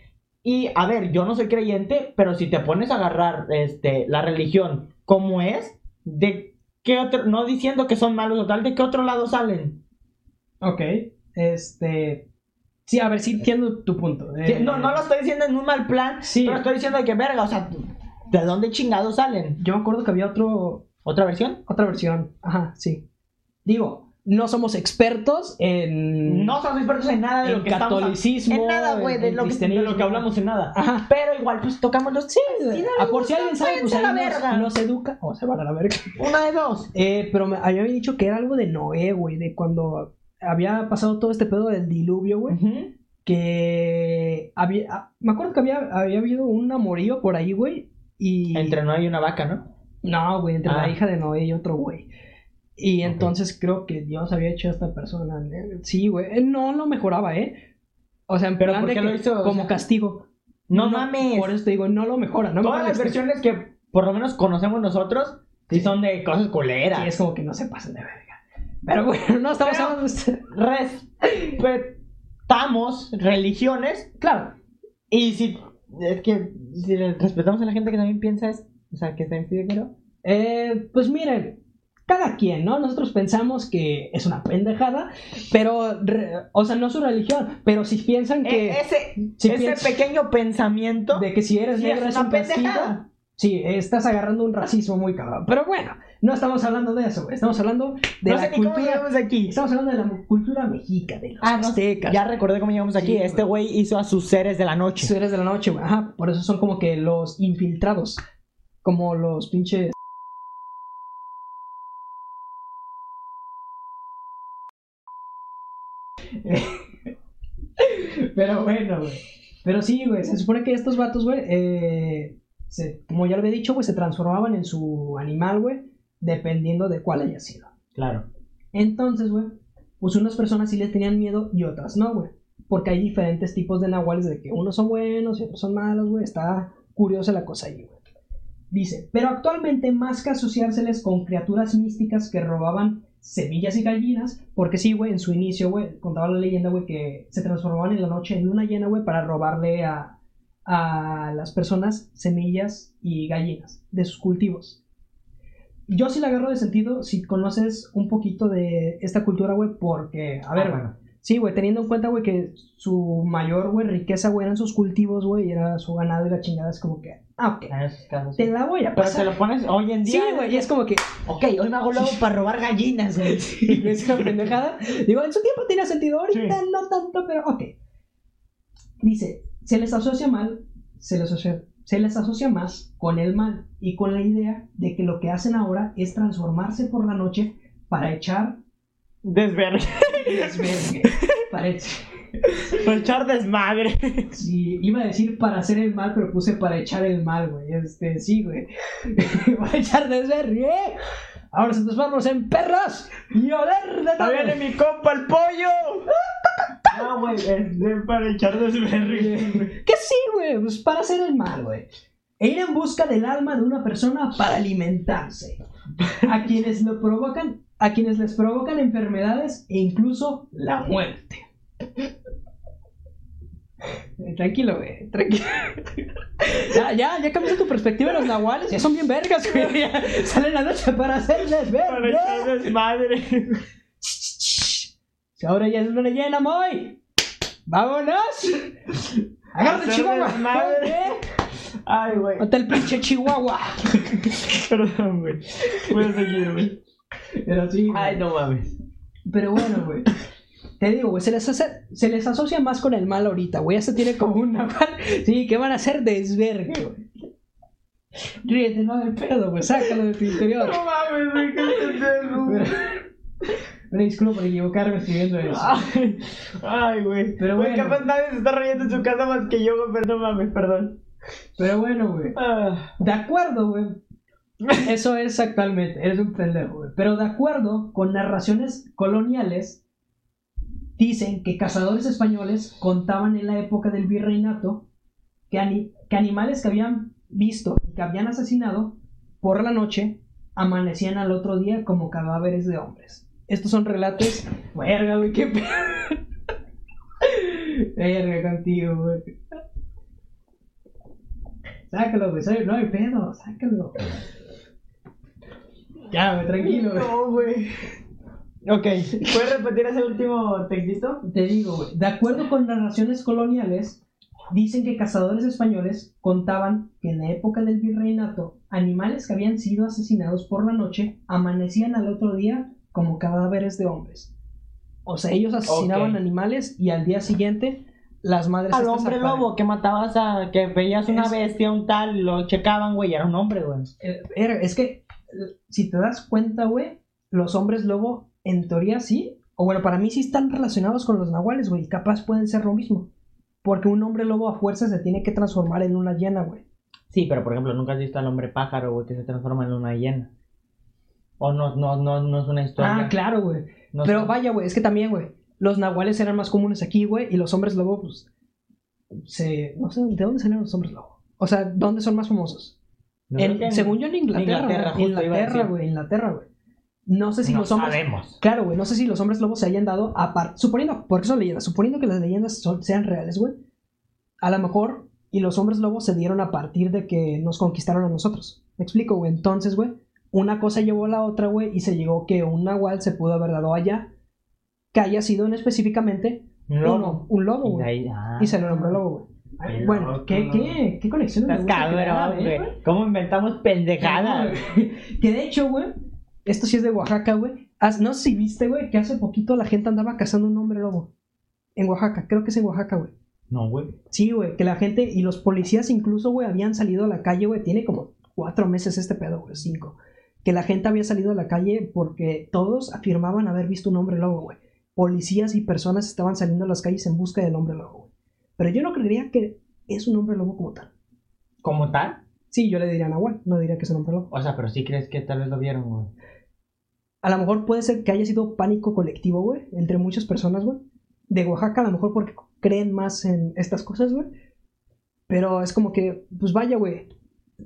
Y a ver, yo no soy creyente, pero si te pones a agarrar este, la religión como es, de qué otro, no diciendo que son malos o tal, de qué otro lado salen.
Ok. Este. Sí, a ver, sí entiendo tu punto.
Sí,
Eh,
No, no lo estoy diciendo en un mal plan,
Sí.
pero estoy diciendo de que verga, o sea, ¿de dónde chingados salen?
Yo me acuerdo que había otro,
¿Otra versión?
otra versión. Ajá, sí. Digo, no somos expertos en.
No somos expertos en nada de
Mm. En
lo que estamos-
catolicismo,
En nada, güey,
en-
de,
en
lo que- de
cristianismo.
lo que hablamos en nada.
Ajá.
Pero igual, pues tocamos los... Sí, sí, no
Ah,
les
por si
gusta,
alguien sabe, pues
váyanse a la
ahí nos-
verga.
nos educa. O se van a la verga.
Una de dos.
Eh, pero me, a mí me habían dicho que era algo de Noé, güey, de cuando había pasado todo este pedo del diluvio, güey.
Ujú.
que había, ah, me acuerdo que había, había habido un amorío por ahí, güey, y...
Entre no hay una vaca, ¿no?
No, güey, entre
Ah.
la hija de Noé y otro güey. Y entonces creo que Dios había hecho a esta persona. eh, Sí, güey. Él No lo mejoraba, ¿eh? O sea, en
Pero
plan
¿por
de
qué
que-
lo hizo? O
como
sea,
castigo.
No mames.
Por eso te digo, no lo mejora. No
Todas
mejora
las
el estilo.
versiones que por lo menos conocemos nosotros, sí son de cosas culeras.
Sí, es como que no se pasen de verga. Pero bueno, no estamos
Pero-
hablando-
Respetamos religiones
Claro.
y si es que si respetamos a la gente que también piensa es, o sea, que está en pero
Eh, pues miren, cada quien, ¿no? Nosotros pensamos que es una pendejada, pero, re- o sea, no su religión, pero si piensan que
E, ese
si
Eh, ese
piensas-
pequeño pensamiento
de que si eres
sí
negro
es
es
una
un castigo,
pendejada.
sí, estás agarrando un racismo muy cabrón. Pero bueno, no estamos hablando de eso, güey, estamos hablando de
no
la
sé ni cómo
cultura,
llegamos aquí.
estamos hablando de la mu- cultura mexica, de los
Ah, no,
aztecas.
Ya recordé cómo llegamos aquí.
Sí,
este güey hizo a sus seres de la noche.
Los héroes de la noche, güey. Ajá, por eso son como que los infiltrados. Como los pinches. Pero bueno, güey. Pero sí, güey. Se supone que estos vatos, güey. eh, se- como ya lo había dicho, güey, se transformaban en su animal, güey. Dependiendo de cuál haya sido.
Claro.
Entonces, güey, pues unas personas sí les tenían miedo y otras no, güey. Porque hay diferentes tipos de nahuales de que unos son buenos y otros son malos, güey. Está curiosa la cosa ahí, güey. Dice, pero actualmente más que asociárseles con criaturas místicas que robaban semillas y gallinas, porque sí, güey, en su inicio, güey, contaba la leyenda, güey, que se transformaban en la noche en luna llena, güey, para robarle a, a las personas semillas y gallinas de sus cultivos yo sí la agarro de sentido si conoces un poquito de esta cultura, güey, porque, a ver, güey,
bueno.
sí, güey, teniendo en cuenta, güey, que su mayor, güey, riqueza, güey, eran sus cultivos, güey, y era su ganado y la chingada, es como que, ah, ok,
En esos casos.
te la voy a
Pero te
pasar.
lo pones hoy en
Sí,
día.
güey, y es como que,
Ok, hoy me hago lobo para robar gallinas, güey.
es una pendejada. Digo, en su tiempo tenía sentido, ahorita no tanto, pero ok. Dice, se les asocia mal, se les asocia, se les asocia más con el mal y con la idea de que lo que hacen ahora es transformarse por la noche para echar
Desvergue.
desvergue. Parece.
Para echar desmadre.
Sí, iba a decir para hacer el mal, pero puse para echar el mal, güey. Este, sí, güey. Para echar desvergue. Ahora se transformamos en perros y oler de
¡Ahí viene
todo.
mi compa el pollo! No, güey, es de- para echar desvergue.
Que sí, güey. Pues para hacer el mal, güey. E ir en busca del alma de una persona para alimentarse. A quienes lo provocan, a quienes les provocan enfermedades e incluso la muerte. Eh, Tranquilo, güey, tranquilo. Ya, ya, ya cambiaste tu perspectiva de los nahuales, ya son bien vergas, güey. Ya Salen la noche para hacerles
Para
ver.
echar desmadre.
Si ahora ya es luna llena, Moy. ¡Vámonos! ¡Agárrate,
Hacer
Chihuahua!
desmadre.
¿eh?
Ay, güey.
¡Hasta el pinche Chihuahua!
Perdón, güey. Voy a seguir, güey.
Pero sí. güey.
Ay, no mames.
Pero bueno, güey. Te digo, güey, se les, hace- se les asocia más con el mal ahorita, güey. Ya se tiene como un nahual. Sí, que van a hacer desvergue, güey. Ríete, no del pedo, güey. Sácalo de tu interior.
No mames, güey, qué pendejo, güey.
Una disculpa por equivocarme escribiendo eso.
Ay, Ay, güey.
Pero
Güey,
bueno.
capaz nadie se está riendo en su casa más que yo, güey, pero no mames, perdón.
Pero bueno, güey.
Ah.
De acuerdo, güey. Eso es actualmente. Eres un pendejo, güey. Pero de acuerdo con narraciones coloniales, dicen que cazadores españoles contaban en la época del virreinato que, ani- que animales que habían visto y que habían asesinado por la noche amanecían al otro día como cadáveres de hombres. Estos son relatos. Verga, güey, qué pe- Verga contigo, güey. Sácalo, güey. soy- No hay pedo, sácalo. Ya, güey, tranquilo, güey.
No, güey. Ok, ¿puedes repetir ese último textito?
Te digo, güey, de acuerdo con narraciones coloniales, dicen que cazadores españoles contaban que en la época del virreinato, animales que habían sido asesinados por la noche amanecían al otro día como cadáveres de hombres. O sea, ellos asesinaban
Ok.
animales y al día siguiente las madres...
Al
estas
hombre
apare-
lobo que matabas a. que veías una
Es-
bestia, un tal, y lo checaban, güey, y era un hombre, güey.
Eh, er, Es que, eh, si te das cuenta, güey, los hombres lobo, en teoría sí, o bueno, para mí sí están relacionados con los nahuales, güey, y capaz pueden ser lo mismo. Porque un hombre lobo a fuerza se tiene que transformar en una llena, güey.
Sí, pero por ejemplo, nunca has visto al hombre pájaro, güey, que se transforma en una hiena. O no, no, no, no es una historia.
Ah, claro, güey.
No
Pero
sé.
vaya, güey, es que también, güey, los nahuales eran más comunes aquí, güey, y los hombres lobo, pues, se... No sé, ¿de dónde salieron los hombres lobo? O sea, ¿dónde son más famosos?
No
En-
creo que en-
según yo, en Inglaterra,
Inglaterra,
güey.
justo iba a
Inglaterra,
decir.
güey, Inglaterra, güey. No sé si
no
los hombres...
sabemos.
Claro, güey, no sé si los hombres lobos se hayan dado aparte. Suponiendo, porque son leyendas, suponiendo que las leyendas son- sean reales, güey. A lo mejor, y los hombres lobos se dieron a partir de que nos conquistaron a nosotros. Me explico, güey. Entonces, güey, una cosa llevó a la otra, güey, y se llegó que un nahual se pudo haber dado allá, que haya sido en específicamente
Un
uno, un lobo,
Y de
güey.
ahí- ah.
Y se lo nombró lobo, güey. Ay,
Qué
Bueno,
loco.
¿qué, qué, qué conexión eh,
Estás cabrón, güey. ¿Cómo inventamos pendejadas?
Que de hecho, güey, esto sí es de Oaxaca, güey. Haz- No sé si viste, güey, que hace poquito la gente andaba cazando un hombre lobo. En Oaxaca, creo que es en Oaxaca, güey.
No, güey.
Sí, güey, que la gente y los policías incluso, güey, habían salido a la calle, güey. Tiene como cuatro meses este pedo, güey, cinco. Que la gente había salido a la calle porque todos afirmaban haber visto un hombre lobo, güey. Policías y personas estaban saliendo a las calles en busca del hombre lobo, güey. Pero yo no creería que es un hombre lobo como tal.
¿Como tal?
Sí, yo le diría a Nahual, no diría que es un hombre lobo.
O sea, pero sí crees que tal vez lo vieron, güey.
A lo mejor puede ser que haya sido pánico colectivo, güey, entre muchas personas, güey. De Oaxaca, a lo mejor porque creen más en estas cosas, güey. Pero es como que, pues vaya, güey.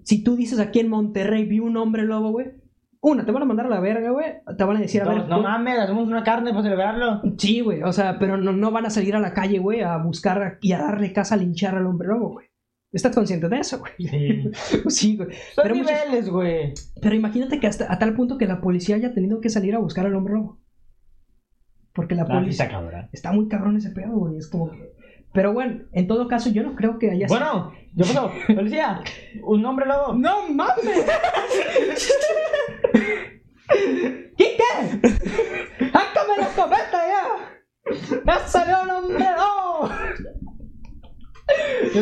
Si tú dices aquí en Monterrey vi un hombre lobo, güey. Una, te van a mandar a la verga, güey. Te van a decir, a
Todos,
ver.
no
tú-
mames, hacemos una carne para celebrarlo.
Sí, güey. O sea, pero no, no van a salir a la calle, güey, a buscar y a darle casa a linchar al hombre lobo, güey. ¿Estás consciente de eso, güey?
Sí.
Sí, güey.
Son
Pero muchos-
niveles, güey.
Pero imagínate que hasta a tal punto que la policía haya tenido que salir a buscar al hombre lobo. Porque la
Ah, sí
policía.
está cabrón.
Está muy cabrón ese pedo, güey. Es como que. Pero bueno, en todo caso, yo no creo que haya sido-
Bueno, yo puedo. Policía, un hombre lobo.
¡No mames! ¡Quique! ¡Hácame la escopeta ya! ¡Ya salió un hombre lobo!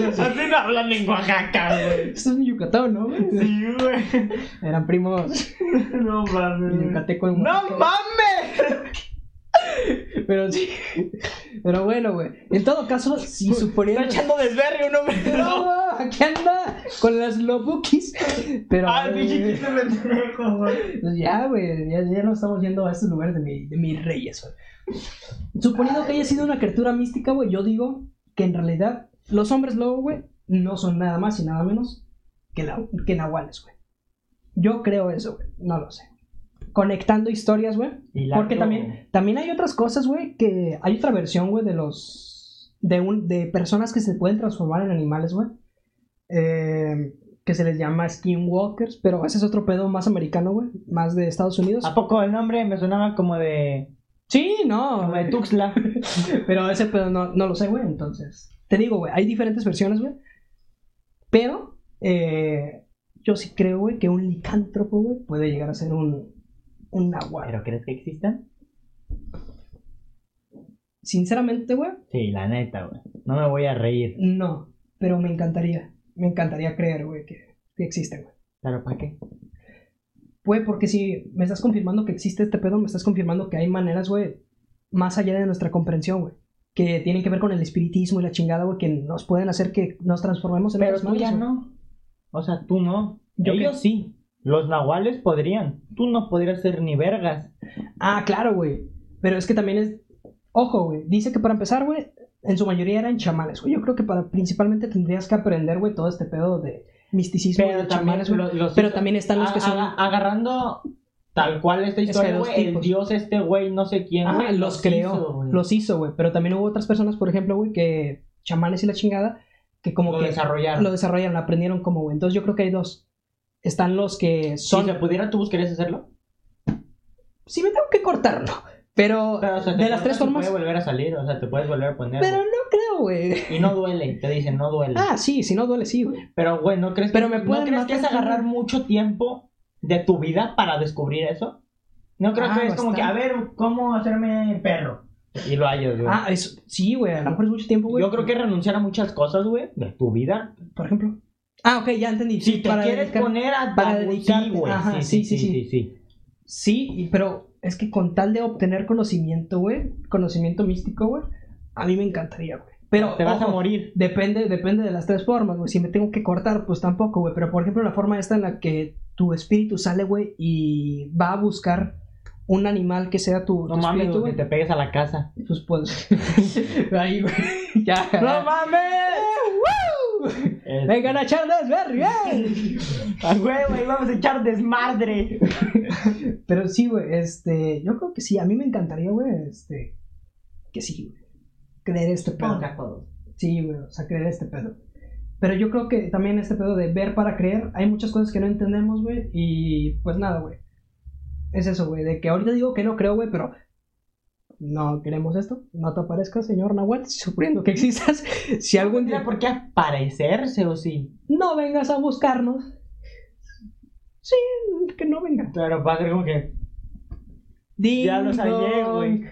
Así no hablan en Oaxaca, güey.
Esto es un Yucatán, ¿no?
Sí, güey.
Eran primos
No mames.
yucatecos.
Mm. ¡No mames!
Pero sí. Pero bueno, güey. En todo caso, si
Está
suponiendo.
echando desverre un hombre
No,
lobo.
güey, aquí anda con las lobukis. Pero.
Ah, el
eh,
pinche chiste pendejo, güey.
Pues ya, güey, ya, ya no estamos yendo a estos lugares de, mi- de mis reyes, güey. Suponiendo que haya sido una criatura mística, güey, yo digo que en realidad los hombres lobo, güey, no son nada más y nada menos que, la- que nahuales, güey. Yo creo eso, güey, no lo sé. Conectando historias, güey.
Y la
Porque
lobo.
también, también hay otras cosas, güey, que hay otra versión, güey, de los... De, un, de personas que se pueden transformar en animales, güey. Eh, que se les llama skinwalkers, pero ese es otro pedo más americano, güey. Más de Estados Unidos.
¿A poco el nombre me sonaba como de.
sí, no.
como de
güey,
Tuxla?
Pero ese pedo no, no lo sé, güey. Entonces, te digo, güey, hay diferentes versiones, güey. Pero eh, yo sí creo, güey, que un licántropo, güey, puede llegar a ser un... Un nahual.
¿Pero crees que existan?
Sinceramente, güey.
Sí, la neta, güey. No me voy a reír.
No, pero me encantaría. Me encantaría creer, güey, que, que existe, güey.
¿Pero para qué?
Güey, porque si me estás confirmando que existe este pedo, me estás confirmando que hay maneras, güey, más allá de nuestra comprensión, güey. Que tienen que ver con el espiritismo y la chingada, güey, que nos pueden hacer que nos transformemos en
Pero
otras
tú
madres,
ya
güey.
no. O sea, tú no.
¿Yo
Ellos
qué?
sí. Los nahuales podrían. Tú no podrías ser ni vergas.
Ah, claro, güey. Pero es que también es. Ojo, güey. Dice que para empezar, güey, en su mayoría eran chamanes, güey. Yo creo que para principalmente tendrías que aprender, güey, todo este pedo de misticismo y de chamanes, güey.
lo- los-
Pero también están los
a-
que son.
aga- agarrando tal cual esta
Es que
historia,
hay dos
güey. El
tipos.
dios este güey, no sé quién.
Ajá,
güey,
los
hizo,
creó,
güey.
los hizo, güey. Pero también hubo otras personas, por ejemplo, güey, que chamanes y la chingada, que como
Lo
que
desarrollaron.
lo desarrollaron, aprendieron como, güey. Entonces yo creo que hay dos. Están los que
Si
son...
se pudiera, ¿tú buscarías hacerlo?
Sí, me tengo que cortarlo. Pero,
Pero, o sea, te
de las
cortas
tres
y
formas...
Puede volver a salir, o sea, te puedes volver a poner.
Pero
güey.
no creo, güey.
Y no duele, te dicen, no duele.
Ah, sí, si no duele, sí, güey.
Pero, güey, ¿no crees,
Pero me
¿no
pueden
crees que es
matar,
agarrar
güey.
mucho tiempo de tu vida para descubrir eso? No creo
Ah,
que es como que, a
bastante.
ver, ¿cómo hacerme perro? Y lo hayas, güey.
Ah, es... sí, güey. A lo mejor es mucho tiempo, güey.
Yo creo que renunciar a muchas cosas, güey, de tu vida.
Por ejemplo... Ah, ok, ya entendí.
Si
Sí,
te
para
quieres
dedicar-
poner a
para
a-
dedicarte.
sí, güey.
Ajá,
sí,
sí, sí,
sí, sí, sí, sí.
Sí, y- pero es que con tal de obtener conocimiento, güey. Conocimiento místico, güey. A mí me encantaría, güey. Pero...
te vas a
ojo,
morir.
Depende, depende de las tres formas, güey. Si me tengo que cortar, pues tampoco, güey. Pero por ejemplo, la forma esta en la que tu espíritu sale, güey, y va a buscar un animal que sea tu,
No
tu
mames,
espíritu,
güey, que te pegues a la casa.
güey. Pues, pues, ahí, güey, ya.
¡No mames!
¡Woo! ¡Vengan a echar desvergue!
Este. a huevo, ahí vamos a echar desmadre.
Pero sí, güey, este, yo creo que sí, a mí me encantaría, güey, este, que sí, güey, creer este pedo. Sí, güey, o sea, creer este pedo. Pero yo creo que también este pedo de ver para creer, hay muchas cosas que no entendemos, güey, y pues nada, güey. Es eso, güey, de que ahorita digo que no creo, güey, pero no queremos esto. No te aparezcas, señor Nahuatl, suponiendo que existas. Si algún día
Mira, ¿por qué aparecerse o sí?
no vengas a buscarnos. Sí, que no vengas.
Pero va a ser como que. Ya lo hallé, güey.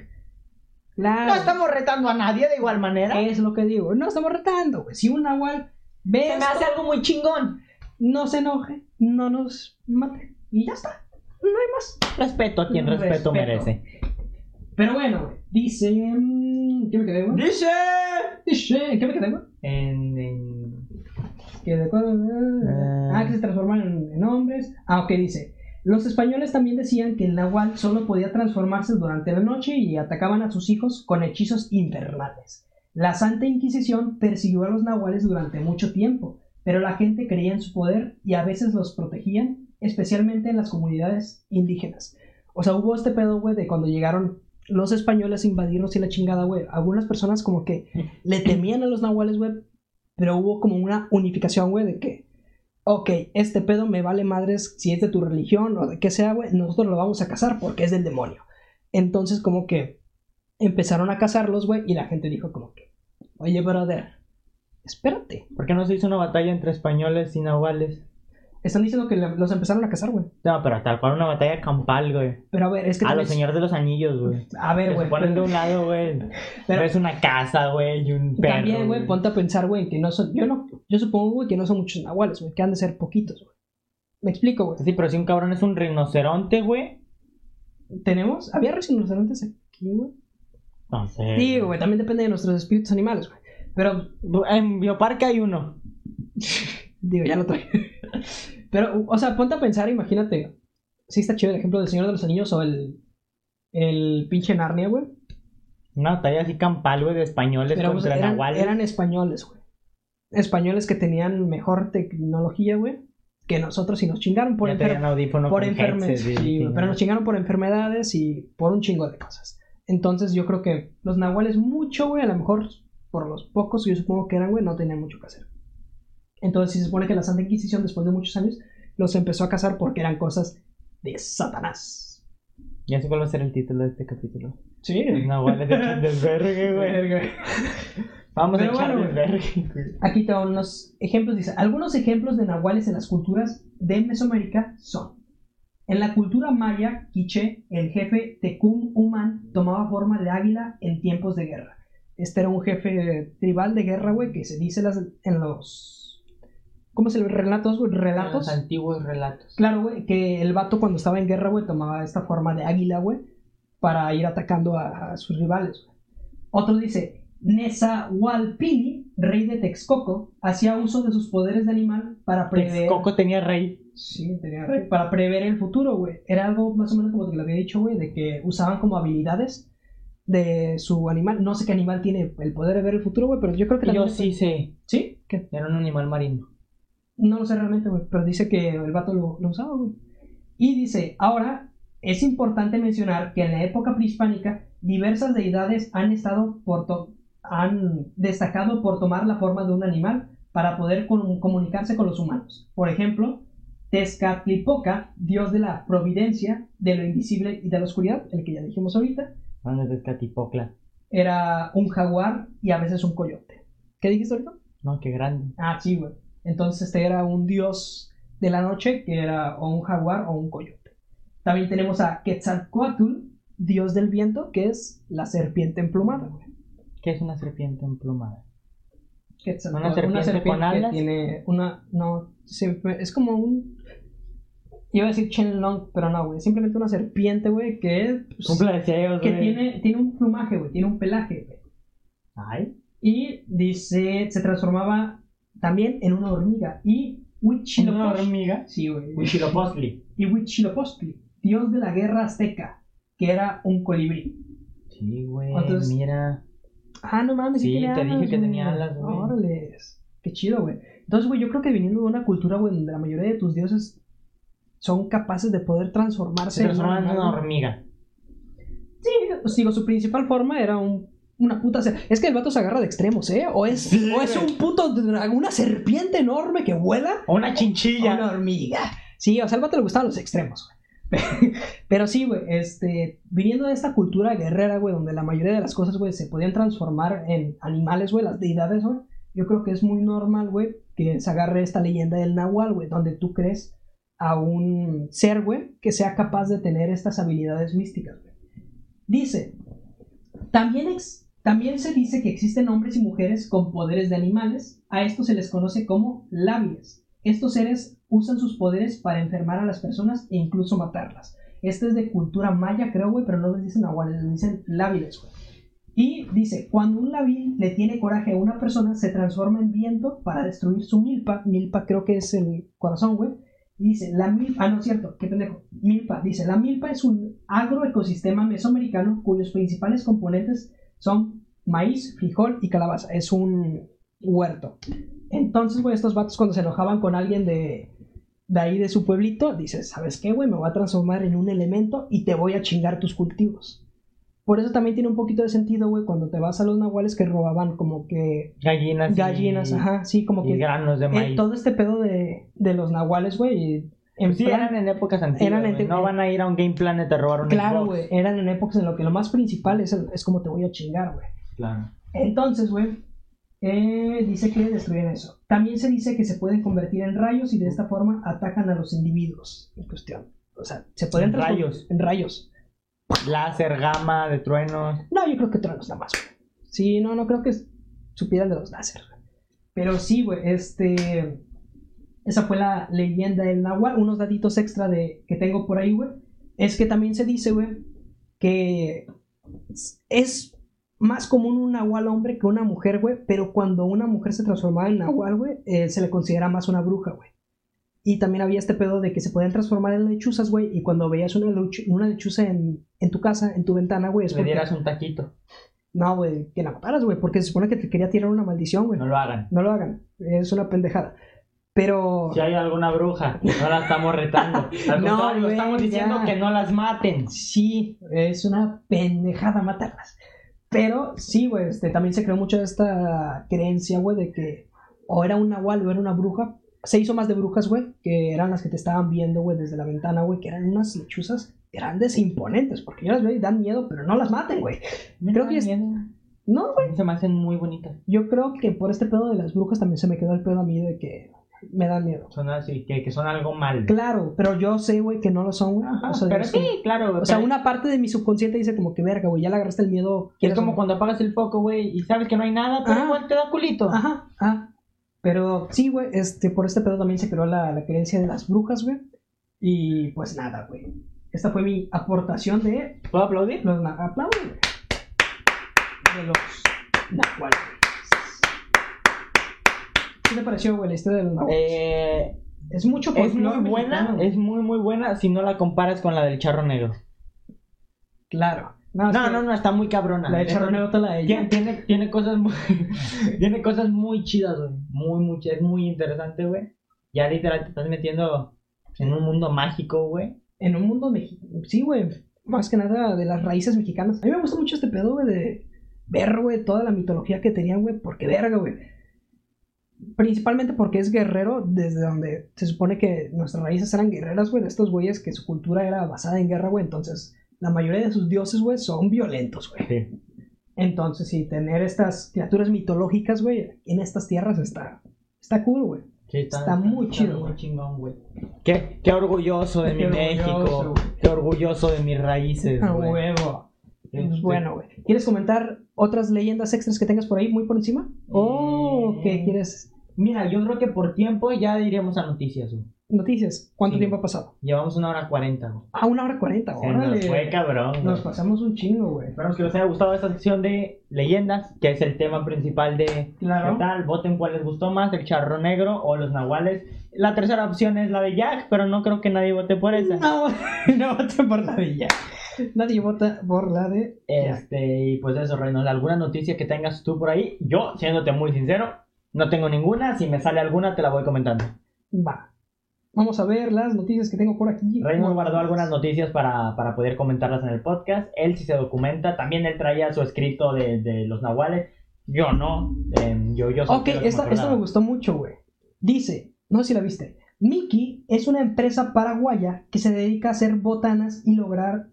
Claro.
No estamos retando a nadie de igual manera.
Es lo que digo. No estamos retando, güey. Si un Nahual ve.
Se me
esto,
hace algo muy chingón.
no se enoje, no nos mate. Y ya está. No hay más.
Respeto a quien respeto,
Respeto.
merece.
Pero bueno, güey. Dice. mm, ¿Qué me quedé, güey?
Dice.
Dice. ¿Qué me quedé, güey?
En, en-
Que de cuál- ah,
Ah.
que se transformaron en, en hombres. Ah, ok, dice. Los españoles también decían que el Nahual solo podía transformarse durante la noche y atacaban a sus hijos con hechizos infernales. La Santa Inquisición persiguió a los nahuales durante mucho tiempo, pero la gente creía en su poder y a veces los protegían, especialmente en las comunidades indígenas. O sea, hubo este pedo, güey, de cuando llegaron los españoles a invadirnos y la chingada, güey. Algunas personas como que le temían a los nahuales, güey, pero hubo como una unificación, güey, de que, ok, este pedo me vale madres si es de tu religión o de qué sea, güey, nosotros lo vamos a cazar porque es del demonio. Entonces, como que empezaron a cazarlos, güey, y la gente dijo, como que, oye, brother, espérate.
¿Por qué no se hizo una batalla entre españoles y nahuales?
Están diciendo que la- los empezaron a cazar, güey.
No, pero tal cual una batalla campal, güey.
Pero a ver, es que.
A
también
los
es-
señores de los anillos, güey.
A ver,
Que
güey.
se ponen de
pero-
un lado, güey.
pero-
Pero es una casa, güey, y un
Y
perro.
También, güey, ponte a pensar, güey, que no son. Yo no, yo supongo, güey, que no son muchos nahuales, güey, que han de ser poquitos, güey. Me explico, güey.
Sí, pero si un cabrón es un rinoceronte, güey.
¿Tenemos? ¿Había rinocerontes aquí, güey?
No sé.
Sí, güey, también depende de nuestros espíritus animales, güey. Pero,
En Bioparque hay uno.
digo, ya lo traigo. Pero, o sea, ponte a pensar, imagínate. Sí, está chido el ejemplo del Señor de los Anillos o el. El pinche Narnia, güey.
Una batalla así campal, güey, de españoles
Pero pues,
contra
eran,
nahuales.
eran españoles, güey. Españoles que tenían mejor tecnología, güey, que nosotros y nos chingaron por
Ya
enfer-
tenían audífono
por
con
enfermedades.
headset, güey,
sí, güey,
chingada.
pero nos chingaron por enfermedades y por un chingo de cosas. Entonces yo creo que los nahuales mucho, güey, a lo mejor por los pocos que yo supongo que eran, güey, no tenían mucho que hacer. Entonces si se supone que la Santa Inquisición después de muchos años los empezó a cazar porque eran cosas de Satanás.
Ya sé cuál va a ser el título de este capítulo.
Sí.
Nahuales de echar desvergue, güey. Vamos
Pero
a echar
bueno, güey.
desvergue, güey.
Aquí tengo unos ejemplos. Dice, algunos ejemplos de nahuales en las culturas de Mesoamérica son. En la cultura maya, quiche, el jefe Tecum Human tomaba forma de águila en tiempos de guerra. Este era un jefe tribal de guerra, güey, que se dice las- en los... ¿Cómo se le relatos, güey? Relatos.
Los antiguos relatos.
Claro, güey, que el vato cuando estaba en guerra, güey, tomaba esta forma de águila, güey, para ir atacando a, a sus rivales. güey. Otro dice, Nezahualpini, rey de Texcoco, hacía uso de sus poderes de animal para prever...
Texcoco tenía rey.
Sí, tenía rey. Para prever el futuro, güey. Era algo más o menos como te lo había dicho, güey, de que usaban como habilidades de su animal. No sé qué animal tiene el poder de ver el futuro, güey, pero yo creo que...
Y yo
también-
sí sé.
¿Sí? ¿Qué?
Era un animal marino.
No lo sé realmente, güey, pero dice que el vato lo, lo usaba, güey. Y dice, ahora es importante mencionar que en la época prehispánica diversas deidades han estado por to- han destacado por tomar la forma de un animal para poder com- comunicarse con los humanos. Por ejemplo, Tezcatlipoca, dios de la providencia, de lo invisible y de la oscuridad, el que ya dijimos ahorita,
¿Dónde Ah, es Catipocla?
era un jaguar y a veces un coyote. ¿Qué dijiste ahorita?
No, qué grande.
Ah, sí, güey. Entonces este era un dios de la noche que era o un jaguar o un coyote. También tenemos a Quetzalcoatl, dios del viento, que es la serpiente emplumada, güey.
¿Qué es una serpiente emplumada?
Quetzalcóatl,
¿Una serpiente con alas?
que tiene una no se- es como un iba a decir Chenlong, pero no, güey, simplemente una serpiente, güey, que pues,
Cumple deseos,
que
güey.
tiene tiene un plumaje, güey, tiene un pelaje, güey.
Ay.
Y dice, se transformaba también en una hormiga. Y
Una
Huitzilopochtli.
hormiga.
Sí, güey.
Huitzilopochtli.
Y Huitzilopochtli, dios de la guerra azteca, que era un colibrí.
Sí, güey.
Entonces-
Mira.
Ah, no mames,
Sí,
tiene
te dije
alas,
que tenía alas, güey.
Órale. Qué chido, güey. Entonces, güey, yo creo que viniendo de una cultura, güey, donde la mayoría de tus dioses son capaces de poder transformarse
Se transforma en
animal,
una
güey.
hormiga.
Sí, pues, digo, su principal forma era un, una puta ser- Es que el vato se agarra de extremos, ¿eh? O es,
Sí,
o es
güey.
un puto dra- una serpiente enorme que vuela
O una
o
chinchilla.
una hormiga. Sí, o sea, al vato le gustaban los extremos, güey. Pero sí, güey, este, viniendo de esta cultura guerrera, güey, donde la mayoría de las cosas, güey, se podían transformar en animales, güey, las deidades, güey, yo creo que es muy normal, güey, que se agarre esta leyenda del Nahual, güey, donde tú crees a un ser, güey, que sea capaz de tener estas habilidades místicas, güey. Dice, también, ex- también se dice que existen hombres y mujeres con poderes de animales, a estos se les conoce como labies. Estos seres usan sus poderes para enfermar a las personas e incluso matarlas. Este es de cultura maya, creo, güey, pero no les dicen nahuales, les dicen lábiles, güey. Y dice, cuando un labil le tiene coraje a una persona, se transforma en viento para destruir su milpa. Milpa creo que es el corazón, güey. Y Dice, la milpa, ah, no es cierto, qué pendejo, milpa, dice, la milpa es un agroecosistema mesoamericano cuyos principales componentes son maíz, frijol y calabaza, es un huerto. Entonces, güey, estos vatos cuando se enojaban con alguien de, de ahí de su pueblito, dice, ¿sabes qué, güey? Me voy a transformar en un elemento y te voy a chingar tus cultivos. Por eso también tiene un poquito de sentido, güey, cuando te vas a los nahuales que robaban como que
Gallinas. y-
gallinas, ajá, sí, como
Y
que
granos de
eh,
maíz.
todo este pedo de, de los nahuales, güey. En
Sí,
plan-
Pues eran en épocas antiguas.
eran en
güey.
te-
No van a ir a un Game Planet a robar un
claro,
Xbox.
güey. Eran en épocas en lo que lo más principal es, el- es como te voy a chingar, güey.
Claro.
Entonces, güey, eh, dice que destruyen eso. También se dice que se pueden convertir en rayos y de esta forma atacan a los individuos en cuestión. O sea, se pueden
En
transform-
rayos.
En rayos.
Láser, gama, de truenos.
No, yo creo que truenos nada más, güey. Sí, no, no creo que supieran de los láser. güey. Pero sí, güey, este... Esa fue la leyenda del Nahual. Unos datitos extra de, que tengo por ahí, güey. Es que también se dice, güey, que es más común un Nahual hombre que una mujer, güey. Pero cuando una mujer se transformaba en Nahual, güey, eh, se le considera más una bruja, güey. Y también había este pedo de que se podían transformar en lechuzas, güey. Y cuando veías una, luch- una lechuza en, en tu casa, en tu ventana, güey, es
Le
porque-
dieras un taquito.
no, güey, que la mataras, güey, porque se supone que te quería tirar una maldición, güey.
No
No,
lo hagan.
lo hagan, es una pendejada. Pero...
Si hay alguna bruja, no la estamos retando. Al
Oh. No,
contrario,
güey,
estamos diciendo
ya.
que no las maten.
Sí, es una pendejada matarlas. Pero sí, güey, este, también se creó mucho esta creencia, güey, de que o era un nahual o era una bruja. Se hizo más de brujas, güey, que eran las que te estaban viendo, güey, desde la ventana, güey, que eran unas lechuzas grandes e imponentes, porque yo las veo y dan miedo, pero no las maten, güey. Creo que es- No,
A mí se me hacen muy bonitas.
yo creo que por este pedo de las brujas también se me quedó el pedo a mí de que me dan miedo.
Son así, que, que son algo mal.
Claro, pero yo sé, güey, que no lo son. güey.
Ajá,
o sea,
pero
es
sí,
como-
claro.
o sea,
pero-
una parte de mi subconsciente dice como que verga, güey, ya le agarraste el miedo.
Es
quieres o
como
no".
cuando apagas el foco, güey, y sabes que no hay nada, pero
Ah.
igual te da culito.
Ajá, ah. Pero sí, güey, este, por este pedo también se creó la, la creencia de las brujas, güey. Y pues nada, güey. Esta fue mi aportación de
¿Puedo aplaudir?
los na- aplausos, güey. De los nahuales. ¿Qué te pareció, güey, la historia de los nahuales?
Eh,
es mucho
es muy
folclore
buena,
Pues mexicano, güey.
es muy muy buena si no la comparas con la del charro negro.
Claro. es
No,
que
no, no, está muy cabrona. eh.
La de Charroneo te la de
Tiene,
ella.
tiene, tiene cosas muy, tiene cosas muy chidas, güey. Muy, muy chidas, es muy interesante, güey. Ya literal te estás metiendo en un mundo mágico, güey.
en un mundo mexicano. Sí, güey. Más que nada de las raíces mexicanas. A mí me gusta mucho este pedo, güey, de ver, güey, toda la mitología que tenían, güey, porque verga, güey. Principalmente porque es guerrero, desde donde se supone que nuestras raíces eran guerreras, güey, de estos güeyes que su cultura era basada en guerra, güey. Entonces, la mayoría de sus dioses, güey, son violentos, güey. Entonces, sí, tener estas criaturas mitológicas, güey, en estas tierras está, está cool, güey.
Sí,
Está muy chido, güey.
muy chingón, güey. Qué, qué orgulloso de mi
Qué orgulloso,
México.
güey.
Qué orgulloso de mis raíces,
A
güey.
huevo. Pues
Este,
bueno, güey. ¿Quieres comentar otras leyendas extras que tengas por ahí muy por encima? ¿O
Eh.
qué quieres?
Mira, yo creo que por tiempo ya iremos a noticias, güey.
noticias. ¿Cuánto
Sí.
tiempo ha pasado?
Llevamos una hora cuarenta. güey.
Ah, una hora cuarenta,
Se nos fue
órale.
cabrón. güey.
Nos pasamos un chingo, güey.
Esperamos que les haya gustado esta sección de leyendas, que es el tema principal de
Claro.
¿Qué tal? Voten cuál les gustó más, el charro negro o los nahuales. La tercera opción es la de Jack, pero no creo que nadie vote por esa.
No, no voten por la de Jack. Nadie vota por la de Jack.
Este, y pues eso, Reynold, ¿alguna noticia que tengas tú por ahí? Yo, siéndote muy sincero, no tengo ninguna. Si me sale alguna, te la voy comentando.
Va. Vamos a ver las noticias que tengo por aquí.
Raymond guardó algunas noticias para, para poder comentarlas en el podcast. Él sí se documenta. También él traía su escrito de, de los nahuales. Yo no. Em, yo, yo solo
Ok,
quiero que me
esta, esta
acordaba.
me gustó mucho, güey. Dice, no sé si la viste. Miki es una empresa paraguaya que se dedica a hacer botanas y lograr.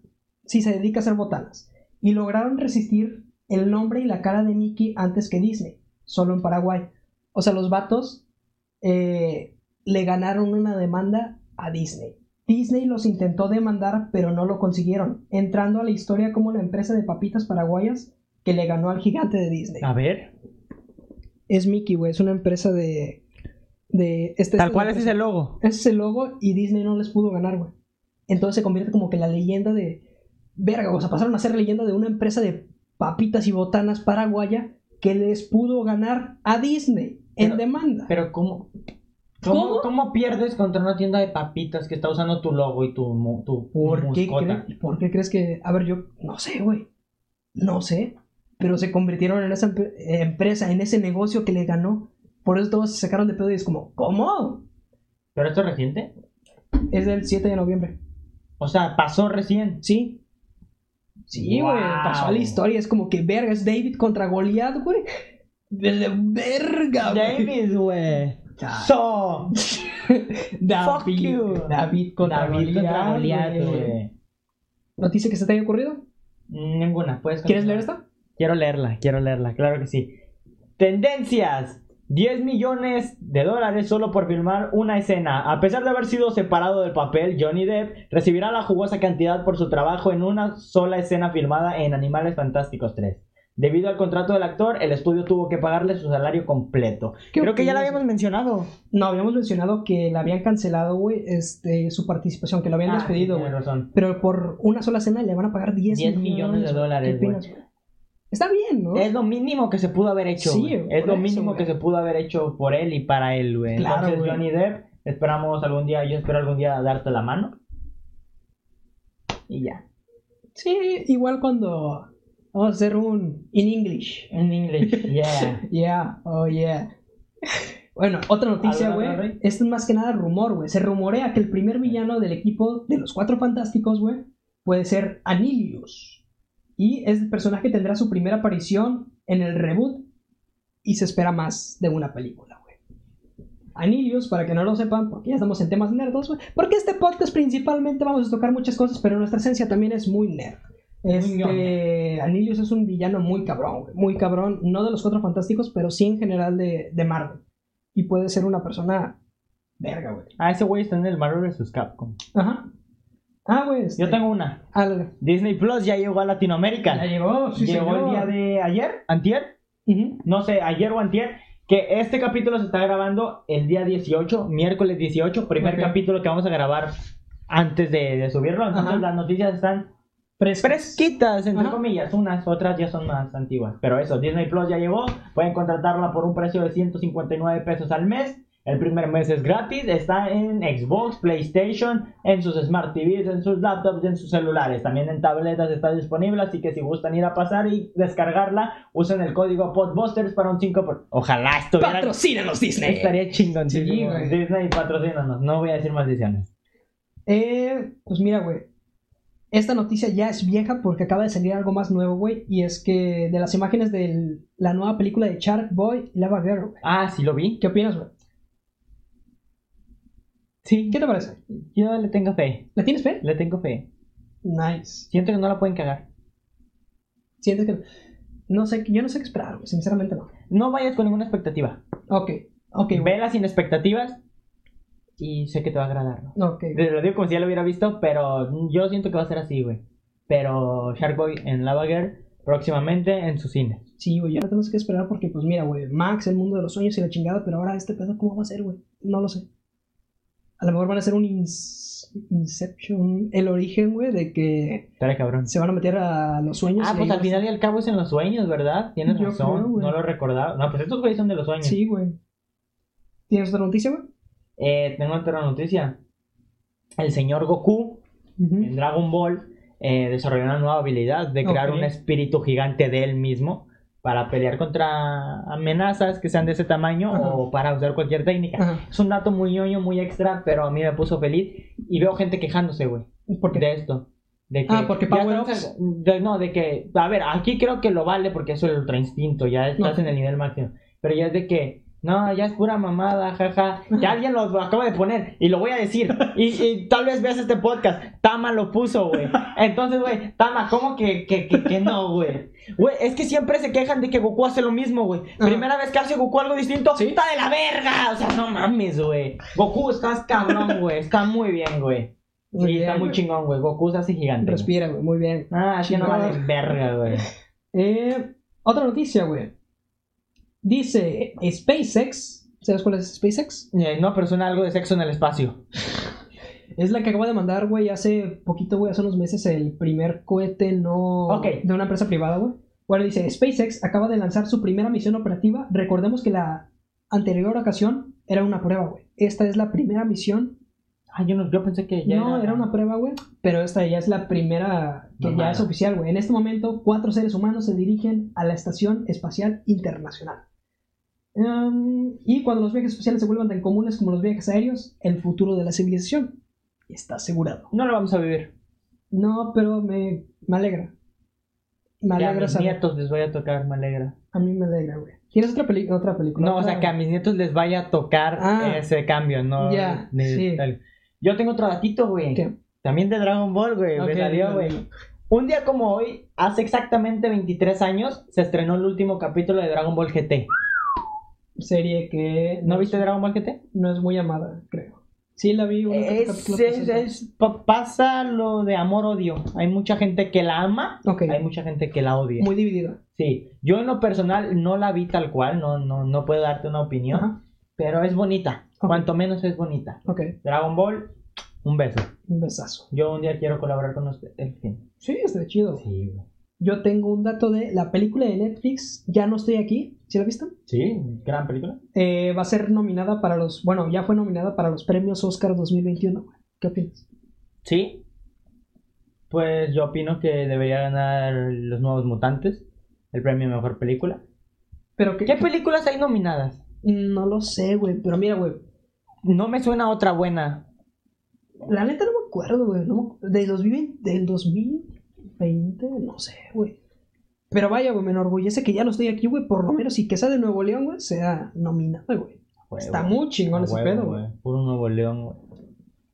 Sí, se dedica a hacer botanas. Y lograron resistir el nombre y la cara de Miki antes que Disney, solo en Paraguay. O sea, los vatos eh, le ganaron una demanda a Disney. Disney los intentó demandar, pero no lo consiguieron, entrando a la historia como la empresa de papitas paraguayas que le ganó al gigante de Disney
A ver.
es Mickey, güey. Es una empresa de. de este,
Tal cual ese
ese
es el logo.
Ese es el logo y Disney no les pudo ganar, güey. Entonces se convierte como que la leyenda de. Verga, o sea, pasaron a ser leyenda de una empresa de papitas y botanas paraguaya que les pudo ganar a Disney en
Pero-
demanda.
Pero ¿cómo?
¿Cómo?
¿Cómo, cómo pierdes contra una tienda de papitas que está usando tu logo y tu, mu- tu
¿Por qué,
mascota?
cre- por qué crees que.? A ver, yo no sé, güey. No sé. Pero se convirtieron en esa empe- eh, empresa, en ese negocio que le ganó. Por eso todos se sacaron de pedo y es como, ¿cómo?
¿Pero esto es reciente?
Es del 7 de noviembre.
O sea, pasó recién.
Sí. Sí, güey.
Wow.
Pasó a la historia. Es como que verga, es David contra Goliath, güey. De la verga, güey.
güey.
Da-
So.
David.
Fuck you.
David contra
David contra
Goliath.
Goliat,
güey.
güey.
¿Noticia que se te haya ocurrido?
Ninguna, puedes
¿Quieres
continuar.
leer esta?
Quiero leerla, quiero leerla, claro que sí. Tendencias. 10 millones de dólares solo por filmar una escena. A pesar de haber sido separado del papel, Johnny Depp recibirá la jugosa cantidad por su trabajo en una sola escena filmada en Animales Fantásticos 3. Debido al contrato del actor, el estudio tuvo que pagarle su salario completo.
¿Qué
Creo que ya la
opinas?
habíamos mencionado.
No, habíamos mencionado que la habían cancelado, güey, este, su participación, que lo habían
Ah,
despedido,
sí,
güey.
tienes razón.
Pero por una sola escena le van a pagar 10,
10 millones de dólares,
¿Qué opinas, güey? Está bien, ¿no?
Es lo mínimo que se pudo haber hecho.
Sí,
güey.
por
es lo
eso,
mínimo
güey.
que se pudo haber hecho por él y para él, güey.
Claro,
Entonces,
güey.
Johnny Depp, esperamos algún día, yo espero algún día darte la mano. Y ya.
Sí, igual cuando vamos a hacer un in English.
En inglés. Yeah.
Yeah, oh yeah. Bueno, otra noticia,
¿Alguna otra,
güey.
Rey?
Esto es más que nada rumor, güey. Se rumorea que el primer villano del equipo de los Cuatro Fantásticos, güey, puede ser Anilius. Y este personaje tendrá su primera aparición en el reboot y se espera más de una película, güey. Anilius, para que no lo sepan, porque ya estamos en temas nerdos, güey. Porque este podcast principalmente vamos a tocar muchas cosas, pero nuestra esencia también es muy nerd. Este, Anilius es un villano muy cabrón, güey, muy cabrón, no de los cuatro fantásticos, pero sí en general de, de Marvel. Y puede ser una persona verga, güey.
Ah, ese güey está en el Marvel vs. Capcom.
Ajá. Ah, güey. este,
Yo tengo una.
al-
Disney Plus ya llegó a
ya
Latinoamérica.
llegó, sí,
llegó
señor.
el día de ayer, antier.
Ujú.
no sé, ayer o antier, que este capítulo se está grabando el día 18, miércoles 18, primer
Ok.
capítulo que vamos a grabar antes de, de subirlo. Entonces
Ajá.
las noticias están
Frescas.
fresquitas, entre
Ajá.
comillas, unas, otras ya son más antiguas. Pero eso, Disney Plus ya llegó, pueden contratarla por un precio de 159 pesos al mes. El primer mes es gratis, está en Xbox, PlayStation, en sus Smart TVs, en sus laptops, en sus celulares. También en tabletas está disponible, así que si gustan ir a pasar y descargarla, usen el código Podbusters para un 5%. por- Ojalá estuviera...
Patrocínanos, Disney.
Estaría chingón.
Sí, güey.
Disney patrocínanos, no voy a decir maldiciones.
Eh, pues mira, güey. Esta noticia ya es vieja porque acaba de salir algo más nuevo, güey. Y es que de las imágenes de la nueva película de Shark Boy Lava Girl, güey.
Ah, sí lo vi.
¿Qué opinas, güey?
Sí,
¿Qué te parece?
yo le tengo fe,
¿La tienes fe?
le tengo fe.
Nice.
Siento que no la pueden cagar.
Sientes que. No sé, yo no sé qué esperar, güey. Sinceramente no.
No vayas con ninguna expectativa.
Ok, ok, güey.
Vela sin expectativas y sé que te va a agradar. ¿no?
Ok, güey.
Te lo digo como si ya lo hubiera visto, pero yo siento que va a ser así, güey. Pero Sharkboy en Lava Girl próximamente en su cine.
Sí, güey, ya no tenemos que esperar porque, pues mira, güey, Max, el mundo de los sueños y la chingada, pero ahora este pedo, ¿cómo va a ser, güey? No lo sé. A lo mejor van a hacer un ins- Inception, el origen, güey, de que
Estará cabrón.
se van a meter a los sueños.
Ah,
y
pues
ahí
al final y al cabo es en los sueños, ¿verdad? Tienes
Yo
razón.
creo, güey.
no lo recordaba. No, pues estos güeyes son de los sueños.
Sí, güey. ¿Tienes otra noticia, güey?
Eh, tengo otra noticia. El señor Goku
Ujú.
en Dragon Ball eh, desarrolló una nueva habilidad de crear
Ok.
un espíritu gigante de él mismo para pelear contra amenazas que sean de ese tamaño
Ajá.
o para usar cualquier técnica.
Ajá.
Es un dato muy ñoño, muy extra, pero a mí me puso feliz y veo gente quejándose, güey.
¿Por qué?
de esto. De que
Ah, porque
ya
Power
estás- de- no, de que, a ver, aquí creo que lo vale porque es el ultra instinto, ya estás
No.
en el nivel máximo. Pero ya es de que, no, ya es pura mamada, jaja. Ya alguien lo, lo acaba de poner y lo voy a decir. Y, y tal vez veas este podcast. Tama lo puso, güey. Entonces, güey, Tama, ¿cómo que, que, que, que no, güey? Güey, es que siempre se quejan de que Goku hace lo mismo, güey.
Ajá.
Primera vez que hace Goku algo distinto, está de la verga. O sea, no mames, güey. Goku, estás cabrón, güey. Está muy bien, güey. Sí,
Muy
está
bien,
muy
güey.
chingón, güey. Goku se hace gigante. güey.
Respira, güey, muy bien.
Ah, es que no
Chingón.
vale verga, güey.
Eh, otra noticia, güey. Dice eh, SpaceX. ¿Sabes cuál es SpaceX?
Eh, no, pero suena algo de sexo en el espacio.
Es la que acaba de mandar, güey, hace poquito, güey, hace unos meses, el primer cohete no.
Ok.
de una empresa privada, güey. Bueno, dice: SpaceX acaba de lanzar su primera misión operativa. Recordemos que la anterior ocasión era una prueba, güey. Esta es la primera misión.
Ah, yo, no, yo pensé que ya.
no, era... una prueba, güey. Pero esta ya es la primera que ya
Mamada.
es oficial, güey. En este momento, cuatro seres humanos se dirigen a la Estación Espacial Internacional. Em, y cuando los viajes espaciales se vuelvan tan comunes como los viajes aéreos, el futuro de la civilización está asegurado.
No lo vamos a vivir.
No, pero me, me alegra. Me
Ya a
alegra
mis
saber.
nietos les voy a tocar, me alegra.
A mí me alegra, güey. ¿Tienes otra, peli- otra película?
No, o sea, que a mis nietos les vaya a tocar
Ah.
ese cambio, no.
Ya,
ni-
sí.
tal. Yo tengo otro datito, güey.
¿Qué?
También de Dragon Ball, güey.
Ok,
me salió,
dilo,
güey.
dilo.
Un día como hoy, hace exactamente 23 años, se estrenó el último capítulo de Dragon Ball GT.
Serie que
¿No
es-
viste Dragon Ball GT?
no es muy amada, creo. Sí, la vi. uno que otro
Es,
capítulo que
es,
se-
es- pa- pasa lo de amor-odio. Hay mucha gente que la ama,
Ok,
hay mucha gente que la odia.
muy dividida.
Sí, yo en lo personal no la vi tal cual, no, no, no puedo darte una opinión,
Ajá.
pero es bonita,
Ok.
cuanto menos es bonita.
Ok,
Dragon Ball, un beso.
un besazo.
Yo un día quiero colaborar con usted. En fin.
Sí, está chido.
Sí, güey.
Yo tengo un dato de la película de Netflix, Ya no estoy aquí, ¿sí la viste?
sí, gran película.
Eh, va a ser nominada para los, bueno, ya fue nominada para los premios Oscar 2021. güey. ¿Qué opinas?
Sí. Pues yo opino que debería ganar Los Nuevos Mutantes, el premio a Mejor Película.
Pero que,
¿Qué películas hay nominadas?
no lo sé, güey, pero mira, güey,
No me suena otra buena.
La neta no me acuerdo, güey. No, me- del, 2020, del 2020, no sé, güey. Pero vaya, güey, me enorgullece que ya no estoy aquí, güey. Por lo menos, y que sea de Nuevo León, güey, sea nominada, güey.
Huevo.
Está muy chingón ese
Huevo,
pedo, güey.
Puro Nuevo León, güey.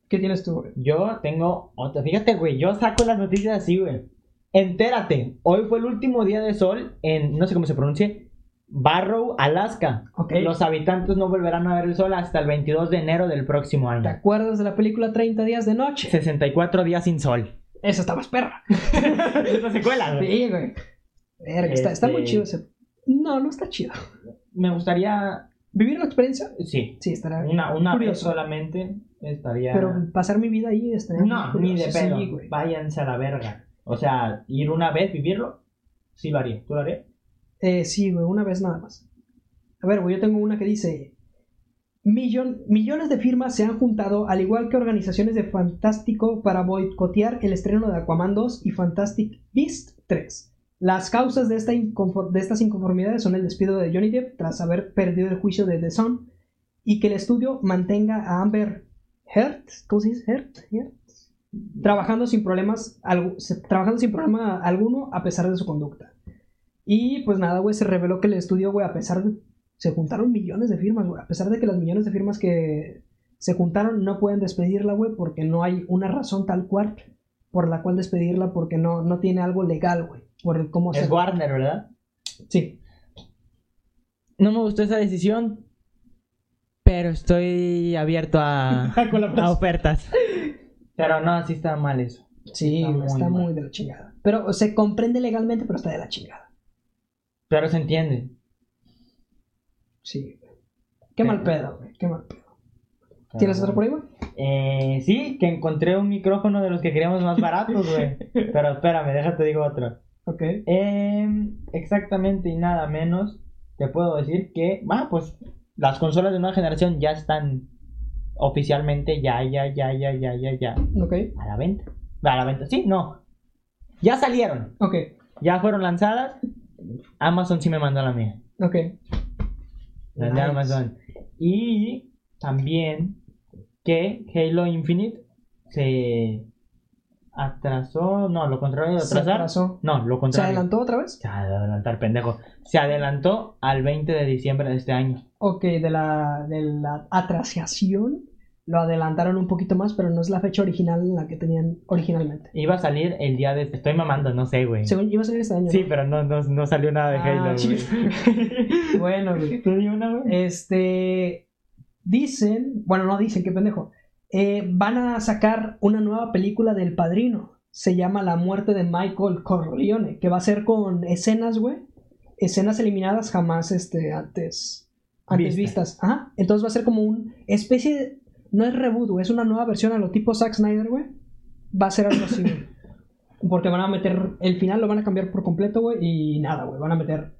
¿Qué tienes tú, güey?
Yo tengo otra. Fíjate, güey, yo saco las noticias así, güey. Entérate, hoy fue el último día de sol en, no sé cómo se pronuncie, Barrow, Alaska.
Ok.
Los habitantes no volverán a ver el sol hasta el 22 de enero del próximo
¿Te
año.
acuerdas de la película 30 días de noche?
64 días sin sol.
Esa está más perra.
es la secuela, güey.
Sí, güey. Verga, está, está muy
Este-
chido ese. No, no está chido.
Me gustaría,
Vivir la experiencia,
sí,
sí, estará.
una, una vez
Curioso.
solamente estaría...
Pero pasar mi vida ahí estará.
No,
muy
¿eh? ni de
curioso.
pedo.
Sí, güey.
Váyanse a la verga. O sea, ir una vez, vivirlo, sí lo haría. ¿Tú lo harías?
Eh, sí, güey, una vez nada más. A ver, güey, yo tengo una que dice: "Millon- Millones de firmas se han juntado, al igual que organizaciones de Fantástico, para boicotear el estreno de Aquaman 2 y Fantastic Beast 3. Las causas de, esta inconfor- de estas inconformidades son el despido de Johnny Depp tras haber perdido el juicio de The Sun y que el estudio mantenga a Amber Heard, ¿cómo se dice? Heard, Heard, trabajando sin problemas, algu- se- trabajando sin problema alguno a pesar de su conducta. Y pues nada, güey, se reveló que el estudio, güey, a pesar de. Se juntaron millones de firmas, güey. A pesar de que las millones de firmas que se juntaron no pueden despedirla, güey, porque no hay una razón tal cual por la cual despedirla, porque no, no tiene algo legal, güey. Por el cómo
Es
se.
Warner, ¿verdad?
Sí.
No me gustó esa decisión, pero estoy abierto a,
Ah,
a ofertas. Pero no, así está mal eso.
Sí,
Está
güey,
muy
está
mal.
muy de la chingada. Pero se comprende legalmente, pero está de la chingada.
Pero se entiende.
Sí, güey. Qué mal
Pero-
pedo, güey. Qué mal pedo. ¿Tienes otro por ahí, güey?
Eh, sí, que encontré un micrófono de los que queríamos más baratos, güey. Pero espérame, déjate digo otro.
Ok.
Eh, exactamente y nada menos, te puedo decir que, bueno, pues las consolas de nueva generación ya están oficialmente ya, ya, ya, ya, ya, ya, ya
Ok.
a la venta. A la venta, sí, no. Ya salieron,
Ok.
ya fueron lanzadas. Amazon sí me mandó la mía.
Ok.
Las de
Nice.
Amazon. Y también que Halo Infinite se atrasó. No, lo contrario de
Se
atrasar.
atrasó.
no, lo
¿Se
contrario.
adelantó otra vez?
Se adelantar, pendejo. Se adelantó al 20 de diciembre de este año.
Ok, de la, de la atrasación lo adelantaron un poquito más, pero no es la fecha original en la que tenían originalmente.
Iba a salir el día de. Estoy mamando, no sé, güey.
Según iba a salir este año.
Sí,
¿no?
pero no, no, no salió nada de
Ah,
Halo.
chis.
güey.
Bueno, güey.
¿Te di una, güey?
Este. Dicen. Bueno, no dicen, qué pendejo. Eh, van a sacar una nueva película del padrino. Se llama La muerte de Michael Corleone. Que va a ser con escenas, güey. Escenas eliminadas jamás este, antes. Antes
Vista.
vistas. Ajá. Entonces va a ser como una especie. de- no es reboot, güey. Es una nueva versión a lo tipo Zack Snyder, güey. Va a ser algo así, güey. Porque van a meter. El final lo van a cambiar por completo, güey. Y nada, güey. Van a meter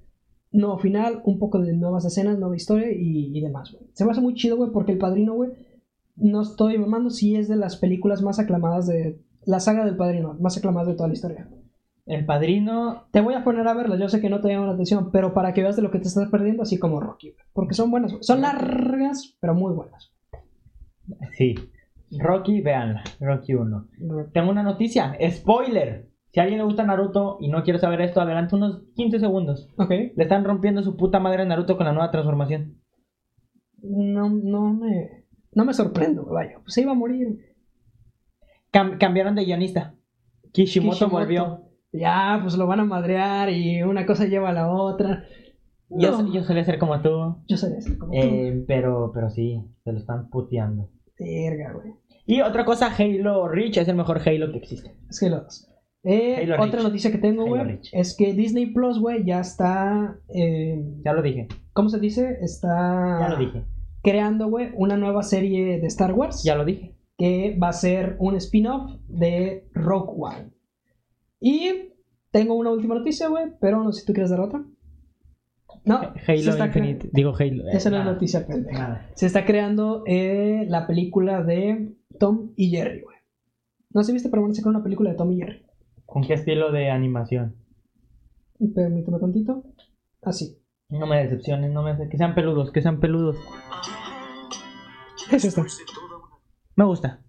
nuevo final, un poco de nuevas escenas, nueva historia y, y demás, güey. Se me hace muy chido, güey, porque El Padrino, güey, no estoy mamando, sí es de las películas más aclamadas de... La saga del Padrino, más aclamada de toda la historia.
El padrino.
Te voy a poner a verlas, yo sé que no te llaman la atención, pero para que veas de lo que te estás perdiendo, así como Rocky, güey. Porque son buenas, güey. Son largas, pero muy buenas.
Sí. Rocky, véanla. Rocky 1. Tengo una noticia. Spoiler. Si a alguien le gusta Naruto y no quiere saber esto, adelante unos 15 segundos.
Ok.
Le están rompiendo su puta madre a Naruto con la nueva transformación.
No, no me... No me sorprendo, güey, vaya. Pues se iba a morir.
Cam- cambiaron de guionista. Kishimoto,
Kishimoto.
volvió.
Ya, pues lo van a madrear y una cosa lleva a la otra.
Yo,
No,
yo solía ser como tú.
yo sabía eso, como tú.
Eh, pero, pero sí, se lo están puteando.
Verga, güey.
Y otra cosa, Halo Reach es el mejor Halo que existe.
Es Halo 2. Eh,
Halo
otra
Reach.
noticia que tengo,
Halo
güey,
Reach.
es que Disney Plus, güey, ya está. eh,
Ya lo dije.
¿Cómo se dice? Está
Ya lo dije.
creando, güey, una nueva serie de Star Wars
Ya lo dije.
que va a ser un spin-off de Rogue One. Y tengo una última noticia, güey, pero no sé si tú quieres dar otra. No, se
Halo
está cre-
Infinite. Ah. Digo Halo. eh,
Esa no es
nada.
noticia, pendeja.
Nada.
Se está creando eh, la película de Tom y Jerry, güey. No sé si viste, pero van a sacar una película de Tom y Jerry.
¿Con qué estilo de animación?
Permíteme tantito. Ah, Así.
No me decepciones, no me... Que sean peludos, que sean peludos.
Es esta.
Me gusta.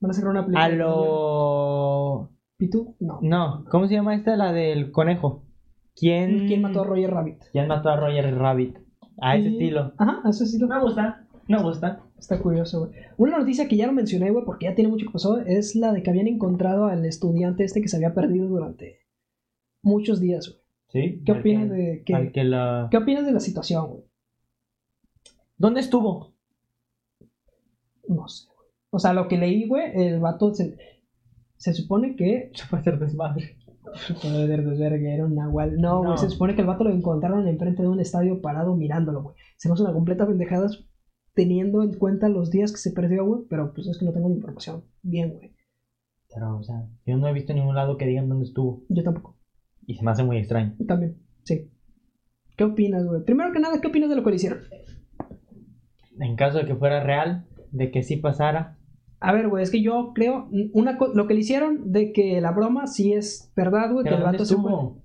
Van a sacar una película.
A lo.
¿Pitu? No.
No, ¿cómo se llama esta? La del conejo. ¿Quién,
Mm. ¿Quién mató a Roger Rabbit?
¿Quién mató a Roger Rabbit? Mm. A ese
Y-
estilo.
Ajá, a ese estilo.
Me gusta, me gusta.
Está curioso, güey. Una noticia que ya no mencioné, güey, porque ya tiene mucho que pasó, es la de que habían encontrado al estudiante este que se había perdido durante muchos días, güey.
¿Sí?
¿Qué
al
opinas
que-
de que-
al que la-
¿Qué opinas de la situación, güey?
¿Dónde estuvo?
No sé, güey. O sea, lo que leí, güey, el vato se, se supone que
Se fue a hacer desmadre.
Joder, pues, verga, era un nahual. No, güey,
No.
se supone que el vato lo encontraron enfrente de un estadio parado mirándolo, güey. Se me hace una completa pendejada teniendo en cuenta los días que se perdió, güey, pero pues es que no tengo la información. Bien, güey.
Pero, o sea, yo no he visto en ningún lado que digan dónde estuvo.
Yo tampoco.
Y se me hace muy extraño.
También, sí. ¿Qué opinas, güey? Primero que nada, ¿qué opinas de lo que le hicieron?
En caso de que fuera real, de que sí pasara.
A ver, güey, es que yo creo una co- lo que le hicieron de que la broma sí es verdad, güey, que
Pero
el
¿dónde
vato se fue.
estuvo?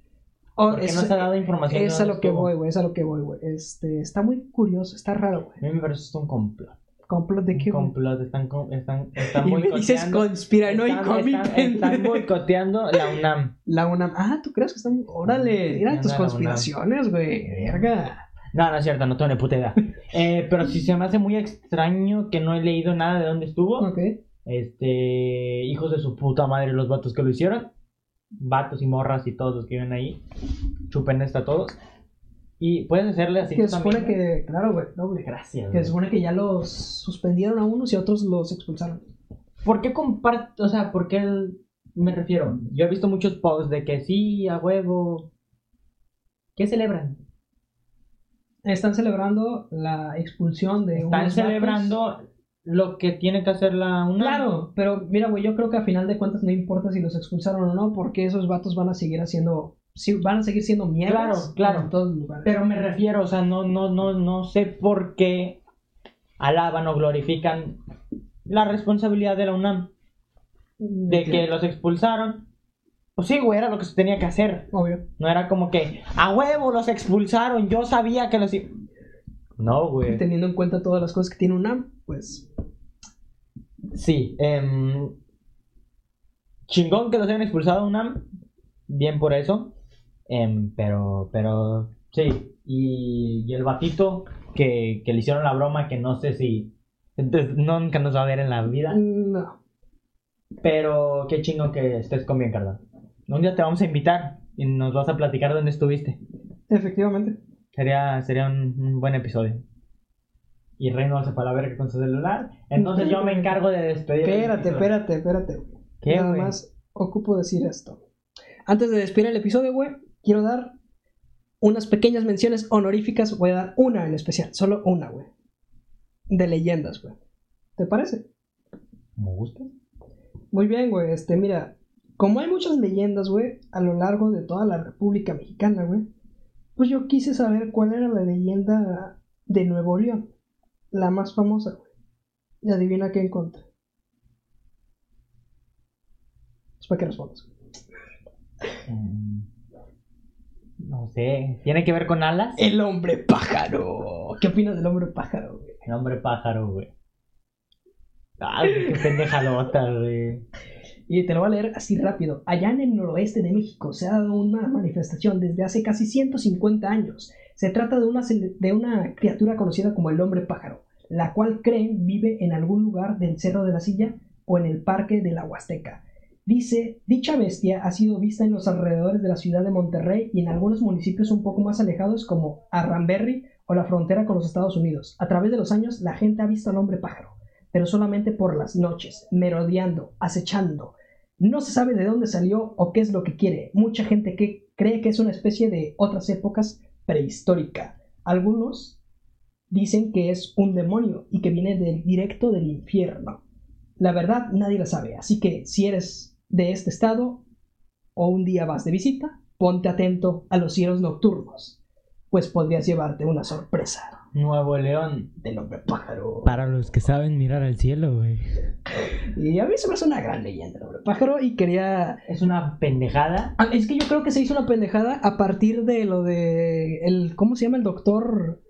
Oh,
Porque
es,
no se ha dado información. de
es a
dónde
lo que
estuvo.
voy, güey, es a lo que voy, güey. Este, está muy curioso, está raro, güey.
A mí me parece esto un complot.
Complot de qué,
Un
güey?
complot. Están, con- están, están
Y me dices
boicoteando.
conspiranoico, mi
están, están
pendejo.
boicoteando la UNAM.
La UNAM. Ah, ¿tú crees que están.? Órale,
Sí,
eran
anda
tus
Mm, la UNAM.
conspiraciones, güey. Verga.
No, no es cierto, no tengo ni puta idea. Eh, pero si se me hace muy extraño que no he leído nada de dónde estuvo.
Ok.
Este, hijos de su puta madre, los vatos que lo hicieron. Vatos y morras y todos los que viven ahí. Chupen esto a todos. Y puedes hacerle así
Que
tú
se supone
también,
que. Claro, güey, doble.
¿no? Gracias.
Que se
güey.
supone que ya los suspendieron a unos y a otros los expulsaron.
¿Por qué comparto? O sea, ¿por qué el- me refiero? Yo he visto muchos posts de que sí, a huevo. ¿Qué celebran?
Están celebrando la expulsión de
Están
unos vatos.
celebrando lo que tiene que hacer la UNAM.
Claro, pero mira, güey, yo creo que a final de cuentas no importa si los expulsaron o no, porque esos vatos van a seguir haciendo. sí, van a seguir siendo mierdas
Claro, claro.
en todos los lugares.
Pero me refiero, o sea, no, no, no, no sé por qué alaban o glorifican la responsabilidad de la UNAM
Mm,
de que los expulsaron. Pues sí, güey, era lo que se tenía que hacer.
Obvio.
No era como que, a huevo, los expulsaron, yo sabía que los... i-". No, güey.
Teniendo en cuenta todas las cosas que tiene UNAM, pues.
Sí, em, chingón que los hayan expulsado a UNAM, bien por eso, em, pero, pero sí, y, y el batito que, que le hicieron la broma que no sé si entonces, nunca nos va a ver en la vida,
No.
pero qué chingón que estés con bien, Carla. Un día te vamos a invitar y nos vas a platicar dónde estuviste.
Efectivamente.
Sería, sería un, un buen episodio. Y Reynolds se fue a la verga con su celular. Entonces yo me encargo de despedir. el
Espérate,
episodio.
espérate, espérate, güey.
¿Qué,
Nada
güey?
más ocupo decir esto. Antes de despedir el episodio, güey, quiero dar unas pequeñas menciones honoríficas. Voy a dar una en especial, solo una, güey. De leyendas, güey. ¿Te parece?
Me gusta.
Muy bien, güey. Este, mira, como hay muchas leyendas, güey, a lo largo de toda la República Mexicana, güey, pues yo quise saber cuál era la leyenda de Nuevo León, la más famosa, güey. Y adivina qué encontré. Es Pues para que respondas. güey.
Mm, No sé, ¿tiene que ver con alas?
El hombre pájaro. ¿Qué opinas del hombre pájaro, güey?
El hombre pájaro, güey. Ay, qué pendejalota, güey.
Y te lo voy a leer así rápido. Allá en el noroeste de México se ha dado una manifestación desde hace casi 150 años. Se trata de una, cele- de una criatura conocida como el hombre pájaro, la cual creen vive en algún lugar del Cerro de la Silla o en el Parque de la Huasteca. Dice, dicha bestia ha sido vista en los alrededores de la ciudad de Monterrey y en algunos municipios un poco más alejados como Arranberry o la frontera con los Estados Unidos. A través de los años la gente ha visto al hombre pájaro, pero solamente por las noches, merodeando, acechando, no se sabe de dónde salió o qué es lo que quiere. Mucha gente que cree que es una especie de otras épocas prehistórica. Algunos dicen que es un demonio y que viene del directo del infierno. La verdad nadie la sabe, así que si eres de este estado o un día vas de visita, ponte atento a los cielos nocturnos, pues podrías llevarte una sorpresa
Nuevo León.
del hombre pájaro.
Para los que saben mirar al cielo, güey.
Y a mí se me hace una gran leyenda el hombre pájaro y quería
Es una pendejada.
Ah, Es que yo creo que se hizo una pendejada a partir de lo de el ¿cómo se llama el doctor?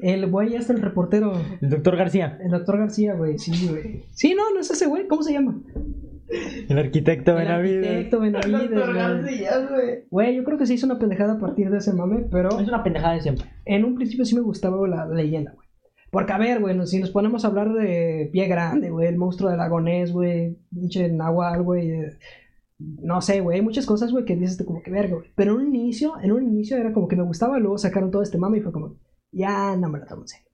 El güey hasta el reportero,
El doctor García,
el doctor García, güey, sí, güey. Sí, no, no es ese güey, ¿cómo se llama?
el arquitecto
el
Benavides.
arquitecto Benavides,
Doctor
güey.
García, güey.
Güey, yo creo que se hizo una pendejada a partir de ese mame, pero
Es una pendejada de siempre.
en un principio sí me gustaba la leyenda, güey. Porque, a ver, güey, no- si nos ponemos a hablar de Pie Grande, güey, el monstruo de Lagonés, güey, pinche Nahual, güey, eh, no sé, güey, hay muchas cosas, güey, que dices tú como que verga, güey. Pero en un inicio, en un inicio era como que me gustaba, luego sacaron todo este mame y fue como, ya no me lo tomo en serio.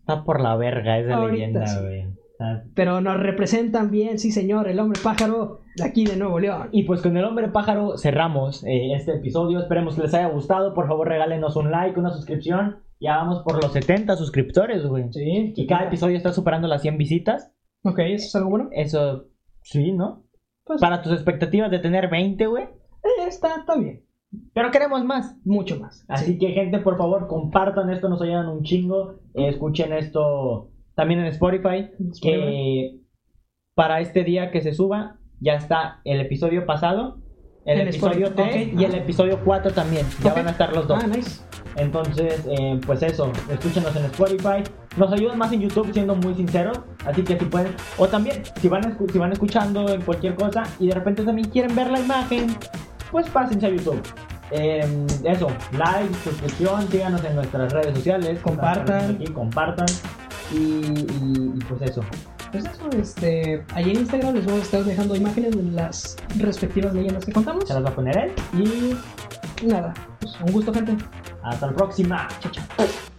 Está por la verga esa
Ahorita sí.
leyenda, güey. Está-
Pero nos representan bien, sí, señor, el hombre pájaro de aquí de Nuevo León.
Y pues con el hombre pájaro cerramos eh, este episodio. Esperemos que les haya gustado. Por favor, regálenos un like, una suscripción. Ya vamos por los 70 suscriptores, güey.
Sí,
Y cada episodio está superando las 100 visitas.
Ok, eso es algo bueno.
Eso, sí, ¿no?
Pues-
Para tus expectativas de tener 20, güey.
Eh, está, está bien,
Pero queremos más.
mucho más.
Así que, gente, por favor, compartan esto. Nos ayudan un chingo. Eh, escuchen esto también en Spotify.
Sí.
Que para este día que se suba, ya está el episodio pasado. El,
En
episodio
Spotify,
3
ok.
y el episodio 4 también. Ya
Ok.
van a estar los dos.
Ah, nice.
Entonces, eh, pues eso, escúchenos en Spotify. Nos ayudan más en YouTube, siendo muy sinceros. Así que si pueden, o también, si van, escu- si van escuchando en cualquier cosa y de repente también quieren ver la imagen, pues pásense a YouTube. Eh, eso, like, suscripción, síganos en nuestras redes sociales.
Compartan.
Aquí, compartan. Y, y- y pues eso.
Pues eso, este, ahí en Instagram les vamos a estar dejando imágenes de las respectivas leyendas que contamos.
Se las va a poner él. Y
Y nada, pues un gusto, gente.
hasta la próxima.
Chao, chao.